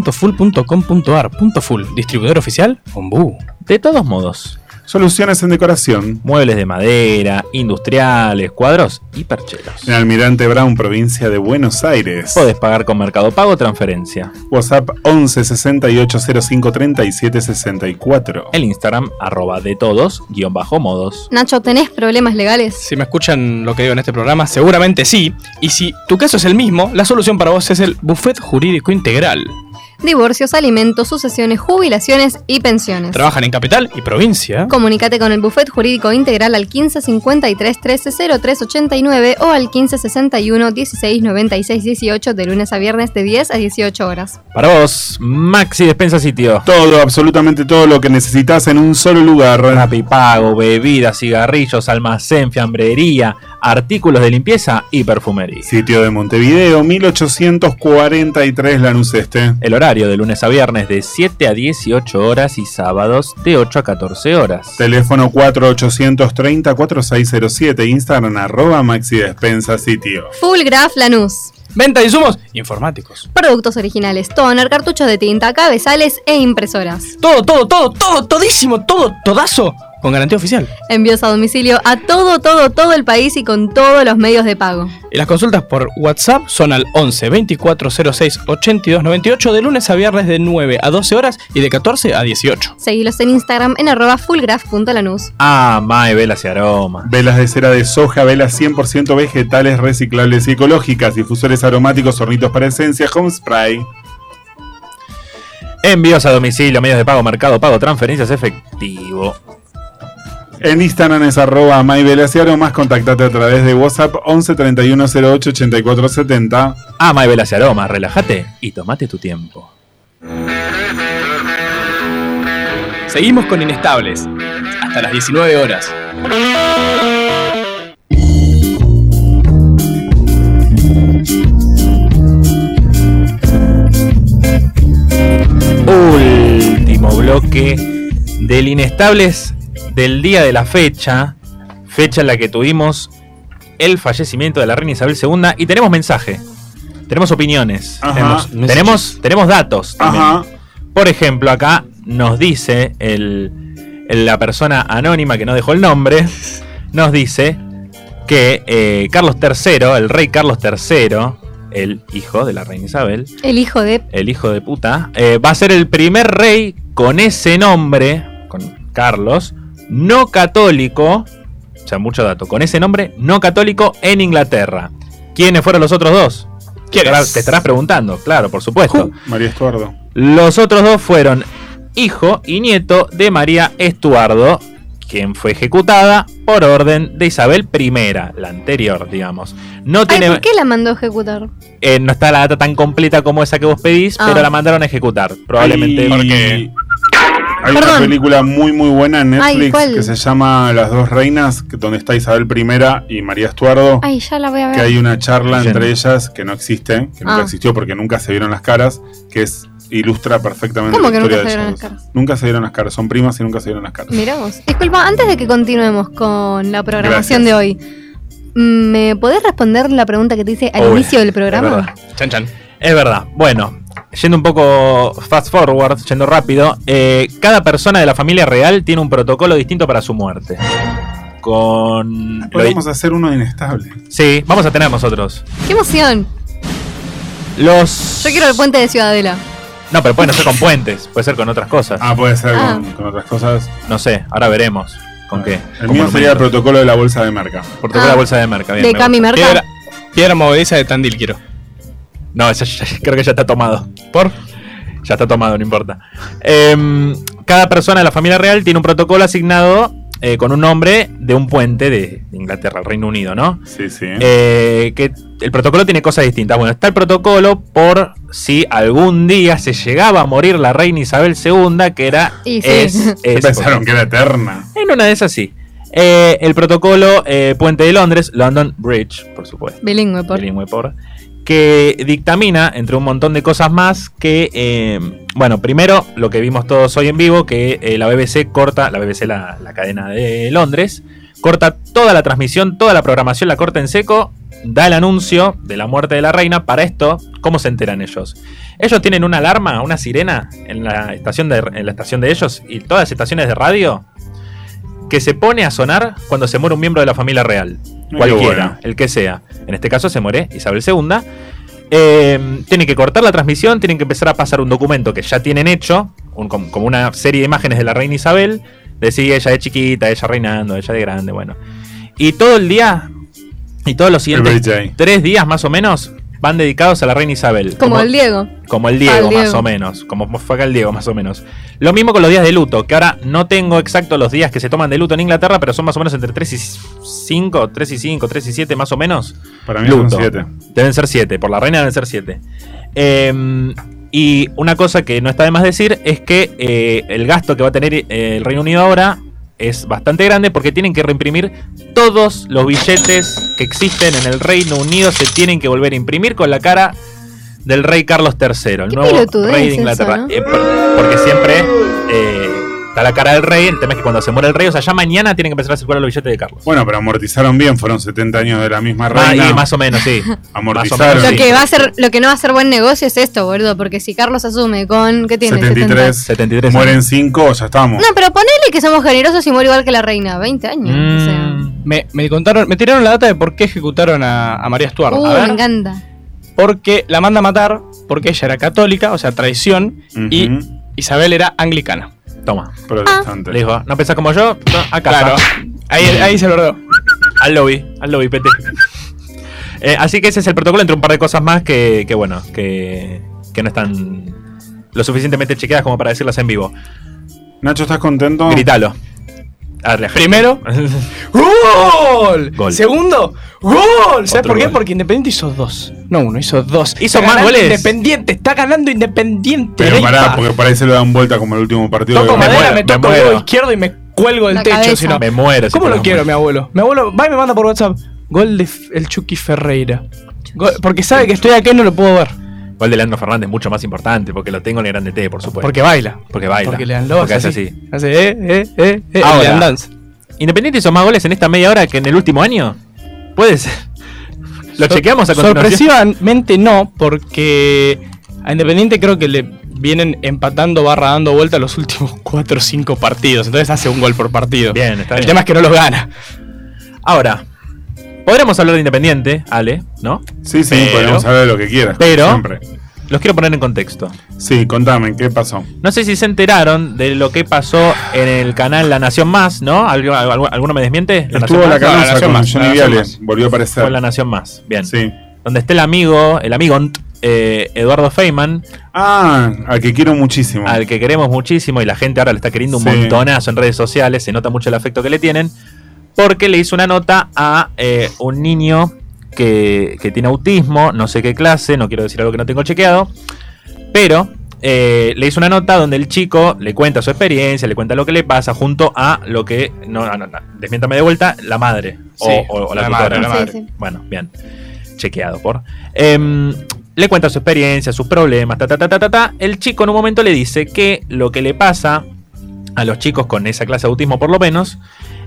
E: www.full.com.ar. Punto Full, distribuidor oficial, Ombú.
B: De todos modos,
C: Soluciones en decoración.
B: muebles de madera, industriales, cuadros y percheros.
C: En Almirante Brown, provincia de Buenos Aires.
B: Podés pagar con Mercado Pago o transferencia.
C: WhatsApp 11 68 05 37 64.
B: El Instagram arroba de todos guión bajo modos.
D: Nacho, ¿tenés problemas legales?
E: Si me escuchan lo que digo en este programa, seguramente sí. Y si tu caso es el mismo, la solución para vos es el Buffet Jurídico Integral.
D: Divorcios, alimentos, sucesiones, jubilaciones y pensiones.
E: Trabajan en capital y provincia.
D: Comunicate con el Buffet Jurídico Integral al 1553 130389 o al 1561 1696 18 de lunes a viernes de 10 a 18 horas.
B: Para vos, Maxi Despensa Sitio.
C: Todo, absolutamente todo lo que necesitas en un solo lugar.
B: Rappi Pago, bebidas, cigarrillos, almacén, fiambrería, artículos de limpieza y perfumería.
C: Sitio de Montevideo, 1843 Lanús Este.
B: El horario de lunes a viernes de 7 a 18 horas y sábados de 8 a 14 horas.
C: Teléfono 4830-4607, Instagram arroba Maxi Despensa Sitio.
D: Full Graph Lanús.
E: Venta de insumos informáticos.
D: Productos originales, toner, cartuchos de tinta, cabezales e impresoras.
E: Todo, todo, todo, todo, todísimo, todo, todazo. Con garantía oficial.
D: Envíos a domicilio a todo, todo, todo el país y con todos los medios de pago.
E: Y las consultas por WhatsApp son al 11 24 06 82 98 de lunes a viernes de 9 a 12 horas y de 14 a 18.
D: Seguilos en Instagram en arroba fullgraph.lanús.
B: Ah, Mae Velas y Aroma.
C: Velas de cera de soja, velas 100% vegetales, reciclables y ecológicas, difusores aromáticos, hornitos para esencia, home spray.
B: Envíos a domicilio, medios de pago, mercado, pago, transferencias, efectivo.
C: En Instagram es arroba myvelas y aromas, contactate a través de WhatsApp 11 31 08 84 70.
B: Ah, Mae Velas y Aroma, relájate y tomate tu tiempo.
E: Seguimos con Inestables. Hasta las 19 horas.
B: Último bloque del Inestables del día de la fecha, fecha en la que tuvimos el fallecimiento de la reina Isabel II y tenemos mensaje, tenemos opiniones,
C: Ajá.
B: tenemos, tenemos, tenemos datos. también.
C: Ah, Ajá.
B: Por ejemplo, acá nos dice el- el- la persona anónima que no dejó el nombre, nos dice que eh, Carlos III, el rey Carlos III, el hijo de la reina Isabel,
D: El hijo de...
B: el hijo de puta, eh, va a ser el primer rey con ese nombre, con Carlos, no católico, o sea, mucho dato, con ese nombre no católico en Inglaterra. ¿Quiénes fueron los otros dos?
E: ¿Quiénes?
B: Te estarás preguntando, claro, por supuesto.
C: María Estuardo.
B: Los otros dos fueron hijo y nieto de María Estuardo, quien fue ejecutada por orden de Isabel I, la anterior, digamos. No
D: Ay,
B: tiene
D: ¿por qué la mandó a ejecutar?
B: eh, no está la data tan completa como esa que vos pedís,
D: Ah.
B: pero la mandaron a ejecutar, probablemente.
C: Hay-
B: porque-
C: Hay una
D: Perdón.
C: película muy muy buena en
D: Ay,
C: Netflix
D: ¿cuál?
C: que se llama Las dos reinas, que- donde está Isabel I y María Estuardo.
D: Ay, ya la voy a ver.
C: que hay una charla
B: Bien.
C: entre ellas que no existe, que nunca
D: Ah.
C: existió porque nunca se vieron las caras, que es ilustra perfectamente
D: ¿Cómo
C: la
D: que
C: historia
D: nunca
C: de
D: se vieron
C: ellas
D: las
C: dos. Nunca se vieron las caras, son primas y nunca se vieron las caras.
D: Miramos. Disculpa, antes de que continuemos con la programación
C: Gracias.
D: de hoy, mm, ¿me podés responder la pregunta que te hice al
B: Uy,
D: inicio del
B: Es
D: programa?
B: verdad.
E: Chan chan.
B: Es verdad. Bueno, yendo un poco fast forward, yendo rápido, eh, cada persona de la familia real tiene un protocolo distinto para su muerte. Con.
E: Pues
B: lo-
C: Podemos hacer uno inestable.
B: sí, vamos a tener nosotros.
D: ¡Qué emoción!
B: Los.
D: Yo quiero el puente de Ciudadela.
B: No, pero pueden ser con puentes, puede ser con otras cosas.
C: Ah, puede ser
D: Ah.
C: Con, con otras cosas.
B: No sé, ahora veremos. ¿Con qué?
C: El
B: Con
C: mío sería el
B: monumentos.
C: protocolo de la bolsa de marca.
B: Protocolo de
D: Ah.
B: bolsa de merca. bien,
D: de
B: me gusta.
D: Cami Merca.
E: Piedra, piedra movediza de Tandil quiero.
B: No, esa ya- creo que ya está tomado.
E: ¿Por?
B: Ya está tomado, no importa. Em, cada persona de la familia real tiene un protocolo asignado eh, con un nombre de un puente de Inglaterra, el Reino Unido, ¿no?
C: Sí, sí.
B: Eh, que el protocolo tiene cosas distintas. Bueno, está el protocolo por si algún día se llegaba a morir la reina Isabel II, que era...
D: Y sí.
B: [LAUGHS]
C: ¿Qué
B: es-
C: [LAUGHS] pensaron que era eterna.
B: En una de esas sí. Eh, el protocolo eh, Puente de Londres, London Bridge, por supuesto.
D: Bilingüe, por.
B: bilingüe, por, que dictamina, entre un montón de cosas más, que, eh, bueno, primero lo que vimos todos hoy en vivo, que eh, la BBC corta, la BBC, la, la cadena de Londres, corta toda la transmisión, toda la programación, la corta en seco, da el anuncio de la muerte de la reina. Para esto, ¿cómo se enteran ellos? Ellos tienen una alarma, una sirena en la estación de, en la estación de ellos y todas las estaciones de radio que se pone a sonar cuando se muere un miembro de la familia real.
C: Qué
B: Cualquiera,
C: bueno.
B: el que sea. En este caso se muere Isabel II. Eh, tienen que cortar la transmisión, tienen que empezar a pasar un documento que ya tienen hecho, un- como como una serie de imágenes de la reina Isabel. Decía ella de chiquita, ella reinando, ella de grande, bueno. Y todo el día y todos los siguientes
C: Every day.
B: tres días más o menos van dedicados a la reina Isabel.
D: Como el Diego.
B: Como el Diego,
D: Al Diego.
B: más o menos. Como fue acá el Diego, más o menos. Lo mismo con los días de luto, que ahora no tengo exacto los días que se toman de luto en Inglaterra, pero son más o menos entre 3 y 5, 3 y 5, 3 y 7, más o menos.
C: Para mí
B: Luto.
C: son siete.
B: Deben ser 7, por la reina deben ser 7. y una cosa que no está de más decir es que eh, el gasto que va a tener eh, el Reino Unido ahora es bastante grande porque tienen que reimprimir todos los billetes que existen en el Reino Unido, se tienen que volver a imprimir con la cara del rey Carlos III, el
D: Qué
B: nuevo
D: pelotudez
B: rey de
D: eso,
B: Inglaterra.
D: ¿no?
B: Eh, por- porque siempre eh, está la cara del rey, el tema es que cuando se muere el rey, o sea, ya mañana tienen que empezar a circular los billetes de Carlos.
C: Bueno, pero amortizaron bien, fueron 70 años de la misma
B: Ah,
C: reina.
B: y más o menos,
D: [LAUGHS]
B: sí.
C: Amortizaron.
D: Lo
B: sí.
D: que va a ser, lo que no va a ser buen negocio es esto, boludo, porque si Carlos asume con ¿qué tiene?
C: 73.
B: 73
C: Mueren 5, ya estamos.
D: No, pero ponele que somos generosos y muere igual que la reina, 20 años. o sea. Uh,
B: Mm.
E: Me, me contaron, me tiraron la data de por qué ejecutaron a, a María Stuart.
D: Uh,
E: A ver.
D: me encanta.
E: porque la manda a matar porque ella era católica, o sea, traición, y
C: Ujú,
E: Isabel era anglicana.
B: Toma.
D: Ah.
C: Protestante.
B: Le dijo, no pensás como yo, No, acá.
E: Claro. Ahí, ahí se lo ordenó.
B: Al lobby, al lobby, pete. [LAUGHS] Eh, así que ese es el protocolo entre un par de cosas más que, que bueno, que, que no están lo suficientemente chequeadas como para decirlas en vivo.
C: Nacho, ¿estás contento?
B: Gritalo. A la gente.
E: Primero, ¡Gol!
B: Gol.
E: Segundo, ¡Gol! ¿Sabes
B: Otro
E: por qué?
B: gol.
E: Porque Independiente hizo dos. No uno, hizo dos.
B: ¿Hizo
E: Está
B: más
E: ganando
B: goles?
E: Independiente, está ganando Independiente.
C: Pero
E: Leipa.
C: pará, porque por ahí se lo dan vuelta como el último partido.
E: Toco
C: que-
E: madera,
B: muero,
E: me
B: me
E: toco el
B: muero.
E: dedo izquierdo y me cuelgo del
D: La
E: techo.
D: cabeza.
E: Si no.
B: [LAUGHS] me muero. si
E: ¿Cómo
B: te
E: lo quiero, mi abuelo? Mi abuelo va y me manda por WhatsApp. Gol de F- el Chucky Ferreira. Gol- porque sabe que estoy acá y no lo puedo ver.
B: Igual de Leandro Fernández es mucho más importante porque lo tengo en el grande T, por supuesto.
E: Porque baila.
B: porque baila.
E: Porque le dan los
B: Porque hace
E: así.
B: así.
E: Hace, eh, eh, eh, eh.
B: Ahora.
E: Le dan dance.
B: Independiente hizo más goles en esta media hora que en el último año. Puede
E: [LAUGHS]
B: ser. Lo
E: Sor-
B: chequeamos a continuación.
E: Sorpresivamente no, porque a Independiente creo que le vienen empatando barra dando vuelta los últimos 4 o 5 partidos. Entonces hace un gol por partido.
B: Bien, está
E: El
B: bien.
E: tema es que no los gana.
B: Ahora, podríamos hablar de Independiente, Ale, ¿no?
C: Sí, sí,
B: Pero-
C: podemos hablar de lo que quieras.
B: pero-
C: Siempre.
B: Los quiero poner en contexto.
C: Sí, contame, ¿qué pasó?
B: No sé si se enteraron de lo que pasó en el canal La Nación Más, ¿no? ¿Algu- algu- ¿Alguno me desmiente?
C: Estuvo
B: Nación
C: la
B: Más?
E: No, la
C: canosa
E: Nación
C: con
E: más, la
C: Johnny
E: Nación
C: Viale.
E: más.
C: Volvió a aparecer.
B: Fue La Nación Más, bien.
C: Sí.
B: Donde está el amigo, el amigo eh, Eduardo Feynman,
C: Ah, al que quiero muchísimo.
B: al que queremos muchísimo y la gente ahora le está queriendo un
C: Sí.
B: montonazo en redes sociales, se nota mucho el afecto que le tienen, porque le hizo una nota a eh, un niño que, que tiene autismo, no sé qué clase, no quiero decir algo que no tengo chequeado, pero eh, le hizo una nota donde el chico le cuenta su experiencia, le cuenta lo que le pasa, junto a lo que, no, no, no, no, desmiéntame de vuelta, la madre o,
E: Sí,
B: o- o la,
E: la
B: tutora.
E: madre, la
D: Sí, madre. sí.
B: Bueno, bien, chequeado por... Em, le cuenta su experiencia, sus problemas, ta, ta, ta, ta, ta, ta. El chico en un momento le dice que lo que le pasa a los chicos con esa clase de autismo, por lo menos,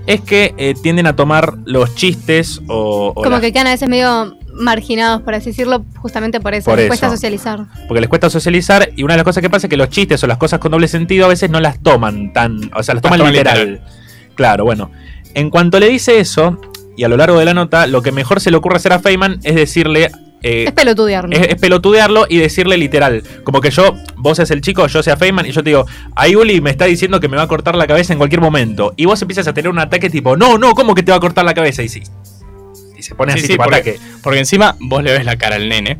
B: es que eh, tienden a tomar los chistes o. o
D: Como
B: las-
D: que quedan a veces medio marginados, por así decirlo, justamente por eso.
B: Por
D: les
B: eso.
D: cuesta socializar.
B: Porque les cuesta socializar y una de las cosas que pasa es que los chistes o las cosas con doble sentido a veces no las toman tan. O sea, las toman
E: toman
B: literal.
E: literal.
B: Claro, bueno. En cuanto le dice eso, y a lo largo de la nota, lo que mejor se le ocurre hacer a Feynman es decirle. eh,
D: Es pelotudearlo.
B: Es, es pelotudearlo y decirle literal. Como que yo, vos seas el chico, yo sea Feynman, y yo te digo, ahí Uli me está diciendo que me va a cortar la cabeza en cualquier momento. Y vos empiezas a tener un ataque tipo, no, no, ¿cómo que te va a cortar la cabeza? Y, sí, y se pone
E: Sí,
B: así
E: sí,
B: tipo
E: porque-
B: ataque.
E: Porque encima vos le ves la cara al nene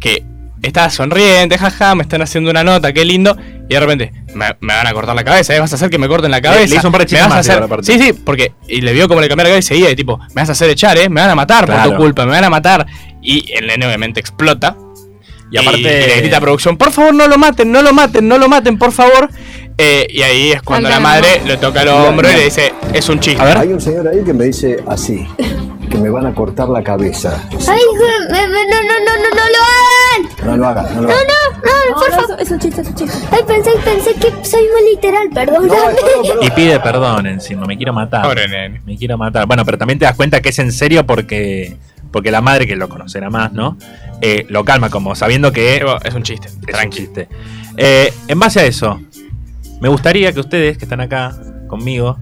E: que está sonriente, jaja, me están haciendo una nota, qué lindo. Y de repente, me, me van a cortar la cabeza, ¿eh? vas a hacer que me corten la cabeza.
B: le hizo un par de
E: me
B: chistes
E: vas a
B: más,
E: hacer.
B: igual, aparte.
E: Sí, sí, porque. Y le vio como le cambió la cabeza y seguía, y tipo, me vas a hacer echar, ¿eh? Me van a matar por tu
B: Claro.
E: culpa, me van a matar. Y el nene obviamente explota.
B: Y aparte-
E: le grita a producción, por favor, no lo maten, no lo maten, no lo maten, por favor. Eh, y ahí es cuando la
D: Falta
E: madre
D: la
E: le toca el hombro y le dice, es un chiste.
J: Hay un señor ahí que me dice así, que me van a cortar la cabeza.
G: Ay, je- no, no, no, no, no lo hagan.
J: No lo hagas, no
I: Ah.
J: lo hagas.
G: No, no, por favor. Es un chiste, es un chiste. Ay, pensé, pensé que soy muy literal, perdón. [LAUGHS]
B: Y pide perdón encima, me quiero matar.
E: Pobre nene.
B: Me quiero matar. Bueno, pero también te das cuenta que es en serio porque, porque la madre, que lo conocerá más, ¿no? Eh, lo calma como sabiendo que
E: Digo, Es un chiste.
B: es un chiste. Eh, en base a eso, me gustaría que ustedes que están acá
E: [LAUGHS]
B: conmigo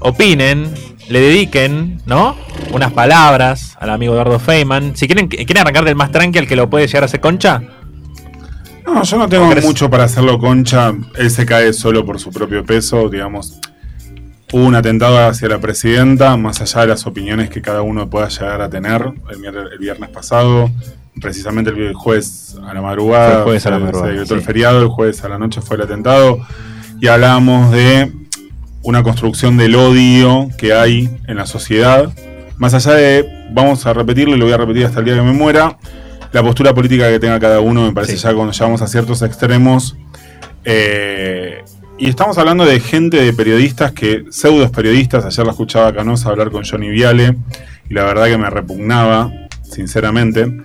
B: opinen, le dediquen, ¿no? Unas palabras al amigo Eduardo Feynman. Si quieren, quieren arrancar del más tranqui al que lo puede llegar a hacer concha.
C: No, yo no tengo
B: crees?
C: mucho para hacerlo concha. Él se cae solo por su propio peso, digamos. Hubo un atentado hacia la presidenta, más allá de las opiniones que cada uno pueda llegar a tener el, mier- el viernes pasado. Precisamente el jueves a la madrugada.
B: Fue el jueves a la
C: se-
B: madrugada,
C: Se decretó el
B: sí.
C: feriado, el jueves a la noche fue el atentado. Y hablábamos de una construcción del odio que hay en la sociedad. Más allá de, vamos a repetirlo y lo voy a repetir hasta el día que me muera, la postura política que tenga cada uno me parece
B: Sí.
C: ya cuando llegamos a ciertos extremos. eh, y estamos hablando de gente, de periodistas que, pseudos periodistas, ayer la escuchaba a Canosa hablar con Johnny Viale y la verdad que me repugnaba, sinceramente.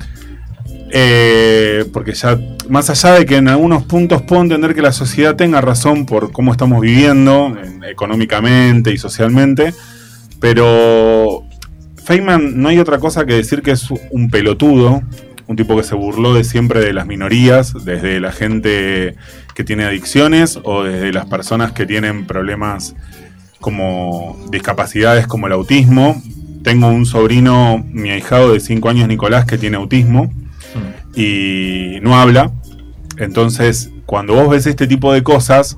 C: Eh, porque ya, más allá de que en algunos puntos puedo entender que la sociedad tenga razón por cómo estamos viviendo en- económicamente y socialmente, pero Feynman no hay otra cosa que decir que es un pelotudo, un tipo que se burló de siempre de las minorías, desde la gente que tiene adicciones o desde las personas que tienen problemas como discapacidades como el autismo. Tengo un sobrino, mi ahijado de 5 años, Nicolás, que tiene autismo y no habla. Entonces, cuando vos ves este tipo de cosas,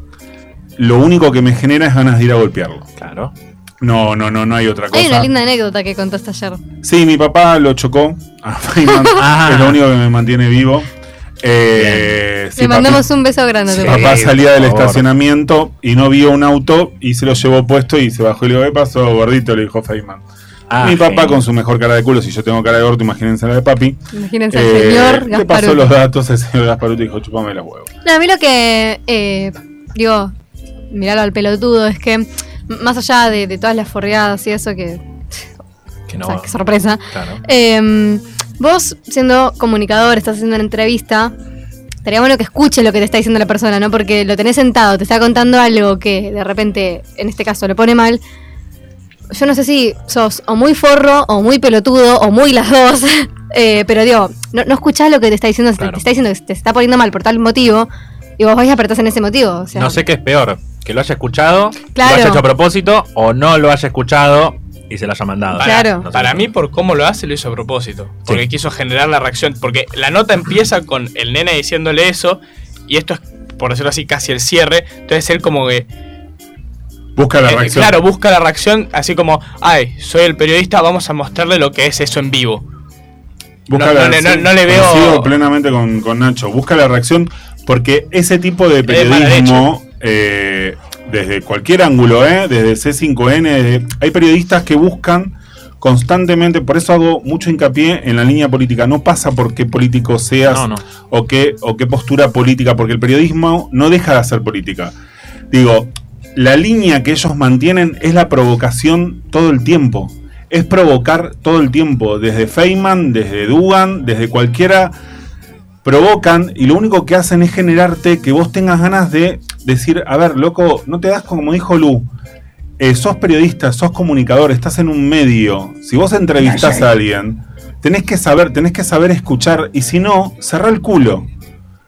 C: lo único que me genera es ganas de ir a golpearlo.
B: Claro.
C: No, no, no, no hay otra cosa.
D: Hay una linda anécdota que contaste ayer.
C: Sí, mi papá lo chocó [LAUGHS]
D: [LAUGHS]
C: a Feynman.
B: Ah.
C: Es lo único que me mantiene vivo. Eh, sí,
D: Le
C: papi-
D: mandamos un beso grande.
B: Sí.
D: te
C: Papá
B: Sí,
C: salía
B: por
C: del
B: favor.
C: estacionamiento y no vio un auto y se lo llevó puesto y se bajó y le dijo, ¿qué pasó, gordito? Le dijo Feynman.
B: Ah,
C: Mi papá
B: genio.
C: con su mejor cara de culo, si yo tengo cara de gordo, imagínense la de papi.
D: Imagínense al
C: eh,
D: señor
C: le pasó
D: Gasparuti.
C: los datos al señor Gasparuti y dijo, chupame los huevos.
D: No, a mí lo que eh, digo, miralo al pelotudo, es que m- más allá de, de todas las forreadas y eso, que,
B: Que no
D: o sea,
B: va.
D: qué sorpresa,
B: Claro.
D: eh, vos siendo comunicador, estás haciendo una entrevista, estaría bueno que escuches lo que te está diciendo la persona, ¿no? Porque lo tenés sentado, te está contando algo que de repente, en este caso, lo pone mal. Yo no sé si sos o muy forro, o muy pelotudo, o muy las dos. [LAUGHS] eh, pero digo, no, no escuchás lo que te está diciendo,
B: Claro.
D: te, está diciendo que te está poniendo mal por tal motivo, y vos vas y apretás en ese motivo. O sea,
B: no sé qué es peor, que lo haya escuchado,
D: Claro.
B: lo haya hecho a propósito, o no lo haya escuchado y se lo haya mandado.
E: Para,
D: Claro.
B: No sé.
E: para mí, por cómo lo hace, lo hizo a propósito. Porque
B: Sí.
E: quiso generar la reacción. Porque la nota empieza con el nene diciéndole eso. Y esto es, por decirlo así, casi el cierre. Entonces él como que...
C: Busca la
E: eh,
C: reacción.
E: claro, busca la reacción así como... Ay, soy el periodista, vamos a mostrarle lo que es eso en vivo.
C: Busca
E: No,
C: la
E: no le-
C: reacción.
E: no- no le veo-
C: Coincido plenamente con, con Nacho. Busca la reacción porque ese tipo de
E: mala
C: periodismo, eh, desde cualquier ángulo, eh, desde C5N, desde- hay periodistas que buscan constantemente, por eso hago mucho hincapié en la línea política. No pasa por qué político seas
B: No, no.
C: O, qué, o qué postura política, porque el periodismo no deja de hacer política. Digo, la línea que ellos mantienen es la provocación todo el tiempo. Es provocar todo el tiempo, desde Feynman, desde Dugan, desde cualquiera. Provocan y lo único que hacen es generarte que vos tengas ganas de decir, a ver, loco, no te das como dijo Lu. eh, sos periodista, sos comunicador, estás en un medio. Si vos entrevistás a alguien, tenés que saber, tenés que saber escuchar y si no, cerrá el culo.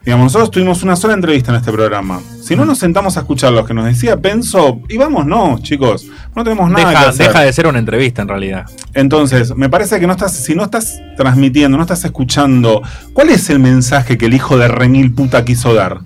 C: Digamos, nosotros tuvimos una sola entrevista en este programa. Si no nos sentamos a escuchar lo que nos decía Penso, y vamos, no, chicos, no tenemos nada que
B: Deja,
C: hacer.
B: deja de ser una entrevista en realidad.
C: Entonces, me parece que no estás, si no estás transmitiendo, no estás escuchando, ¿cuál es el mensaje que el hijo de Remil puta quiso dar?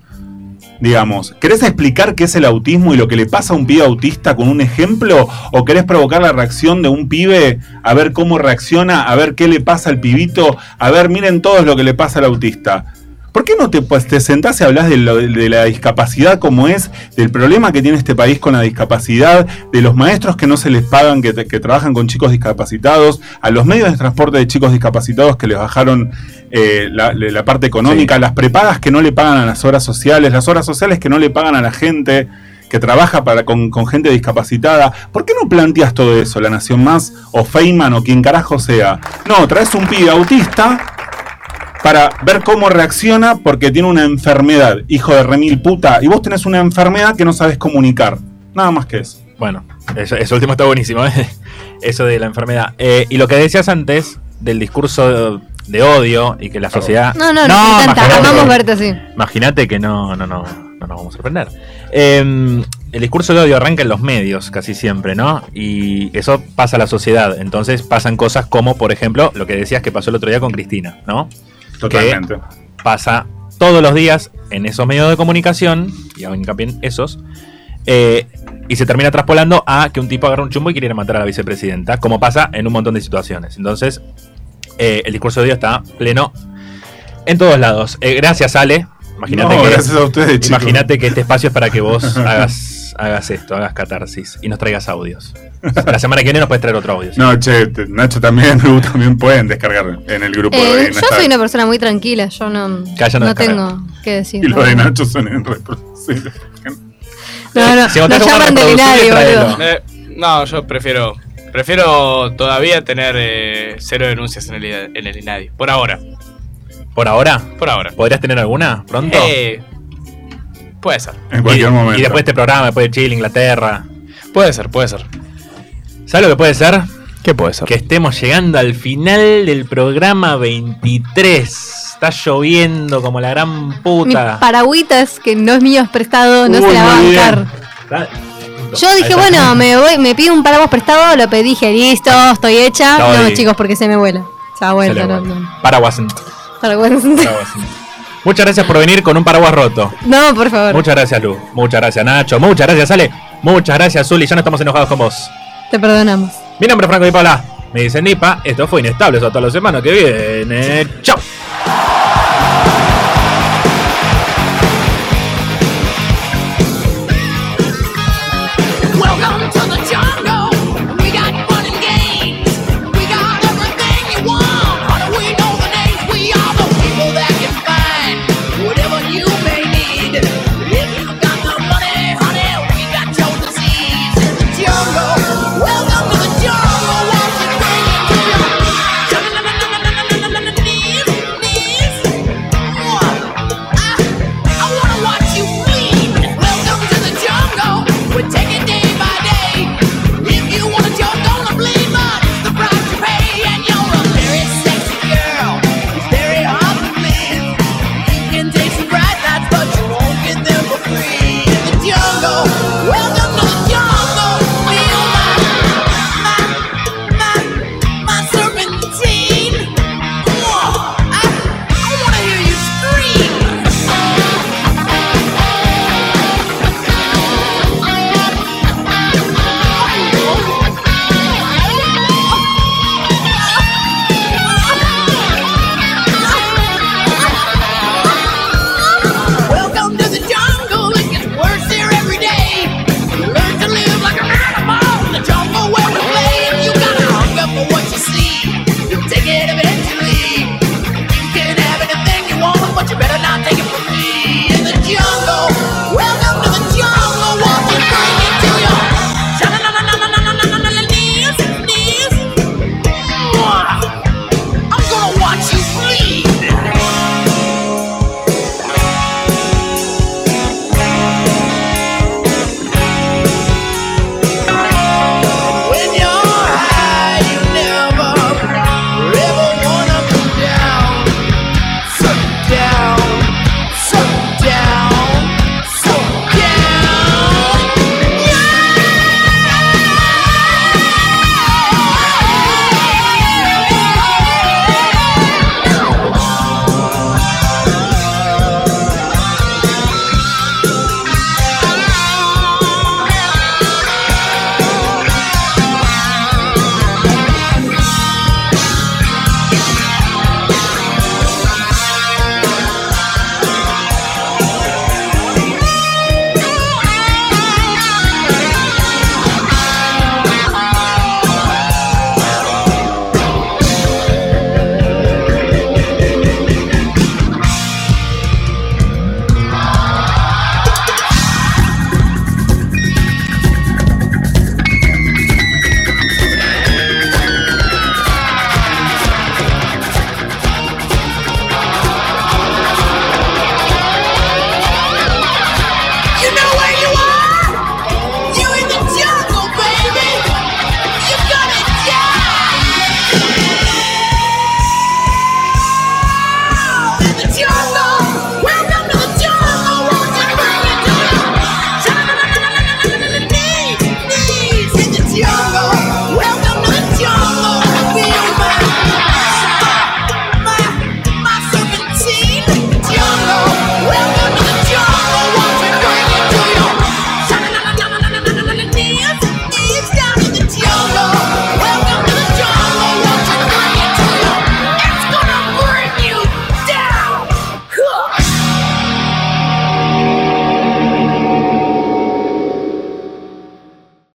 C: Digamos, ¿querés explicar qué es el autismo y lo que le pasa a un pibe autista con un ejemplo? ¿O querés provocar la reacción de un pibe a ver cómo reacciona, a ver qué le pasa al pibito, a ver, miren todos lo que le pasa al autista? ¿Por qué no te, pues, te sentás y hablas de, lo- de la discapacidad como es, del problema que tiene este país con la discapacidad, de los maestros que no se les pagan, que, te- que trabajan con chicos discapacitados, a los medios de transporte de chicos discapacitados que les bajaron eh, la, la- la parte económica, las prepagas que no le pagan a las horas sociales, las horas sociales que no le pagan a la gente que trabaja para, con, con gente discapacitada. ¿Por qué no planteas todo eso, La Nación Más o Feynman o quien carajo sea? No, traes un pibe autista para ver cómo reacciona porque tiene una enfermedad, hijo de remil puta, y vos tenés una enfermedad que no sabes comunicar. Nada más que eso.
B: Bueno, eso, eso último está buenísimo, [LAUGHS] ¿eh? eso de la enfermedad. Eh, y lo que decías antes del discurso de odio y que la sociedad.
D: No, no, no, no
B: Macarena,
D: Amamos verte así.
B: Imagínate que no, no, no, no nos vamos a sorprender. Eh, el discurso de odio arranca en los medios casi siempre, ¿no? Y eso pasa a la sociedad. Entonces pasan cosas como, por ejemplo, lo que decías que pasó el otro día con Cristina, ¿no?
C: Totalmente.
B: pasa todos los días en esos medios de comunicación, y hago hincapié en esos, eh, y se termina traspolando a que un tipo agarra un chumbo y quiere ir a matar a la vicepresidenta, como pasa en un montón de situaciones. Entonces, eh, el discurso de Dios está pleno en todos lados. Eh, gracias, Ale. Imagínate
C: No,
B: que,
C: gracias a ustedes, chicos.
B: imagínate que este espacio es para que vos [LAUGHS] hagas, hagas esto, hagas catarsis y nos traigas audios. La semana que viene nos puedes traer otro audio. ¿sí?
C: No, che, te- Nacho también, [LAUGHS] Lu también pueden descargar en el grupo
D: Eh,
C: de
D: yo
C: Nacho.
D: soy una persona muy tranquila, yo no,
B: Calla, no
D: no
B: descarga.
D: tengo que decir.
C: Y
D: [LAUGHS]
C: lo
D: nada.
C: de Nacho son en reproducible.
D: No, no,
B: Si vos
D: nos
B: tenés
D: llaman
B: un
D: del
B: reproducible,
D: hilario,
B: tráelo.
D: boludo.
E: Eh, no, yo prefiero. Prefiero todavía tener eh, cero denuncias en el, ida- en el INADI. Por ahora.
B: Por ahora,
E: Por ahora.
B: ¿podrías tener alguna pronto?
E: Eh, puede ser.
C: En cualquier
B: y,
C: momento.
B: Y después este programa, después de Chile, Inglaterra.
E: Puede ser, puede ser.
B: ¿Sabes lo que puede ser?
E: ¿Qué puede ser?
B: Que estemos llegando al final del programa 23. Está lloviendo como la gran
D: Mi
B: puta.
D: paragüita es que no es mío, es prestado, no
C: Uy,
D: se la va a
C: muy bien.
D: bancar.
B: Está-
D: Yo
B: Ahí
D: dije,
B: está.
D: bueno, me voy, me pido un paraguas prestado, lo pedí, dije, listo, estoy hecha.
B: Está
D: no,
B: ahí.
D: chicos, porque se me vuela. Se ha
B: Se
D: vuelto,
B: le
D: no,
B: va.
D: no.
B: Paraguas.
D: Paraguas.
B: paraguas. Muchas gracias por venir con un paraguas roto.
D: [LAUGHS] No, por favor.
B: Muchas gracias, Lu. Muchas gracias, Nacho. Muchas gracias, Ale. Muchas gracias, Zuli. Ya no estamos enojados con vos.
D: Te perdonamos.
B: Mi nombre es Franco Di Paula. Me dicen Nipa. Esto fue Inestable. Hasta la semana que viene. Chao.
I: Welcome to the jungle. We got fun and games. We got everything you want. We know the names. We are the people that can find whatever you may need. If you got the money, honey, we got your disease. It's the jungle. Welcome to the jungle. What you bring to your knees, knees. I, I wanna watch you bleed. Welcome to the jungle. We take it day by day. If you want it, you're gonna bleed, but it's the price you pay. And you're a very sexy girl. It's very hard to please. You can take some bright lights, but you won't get them for free. In the jungle. Welcome to the jungle. Feel my, my, my, my serpentine. I, I wanna hear you scream. Welcome to the jungle.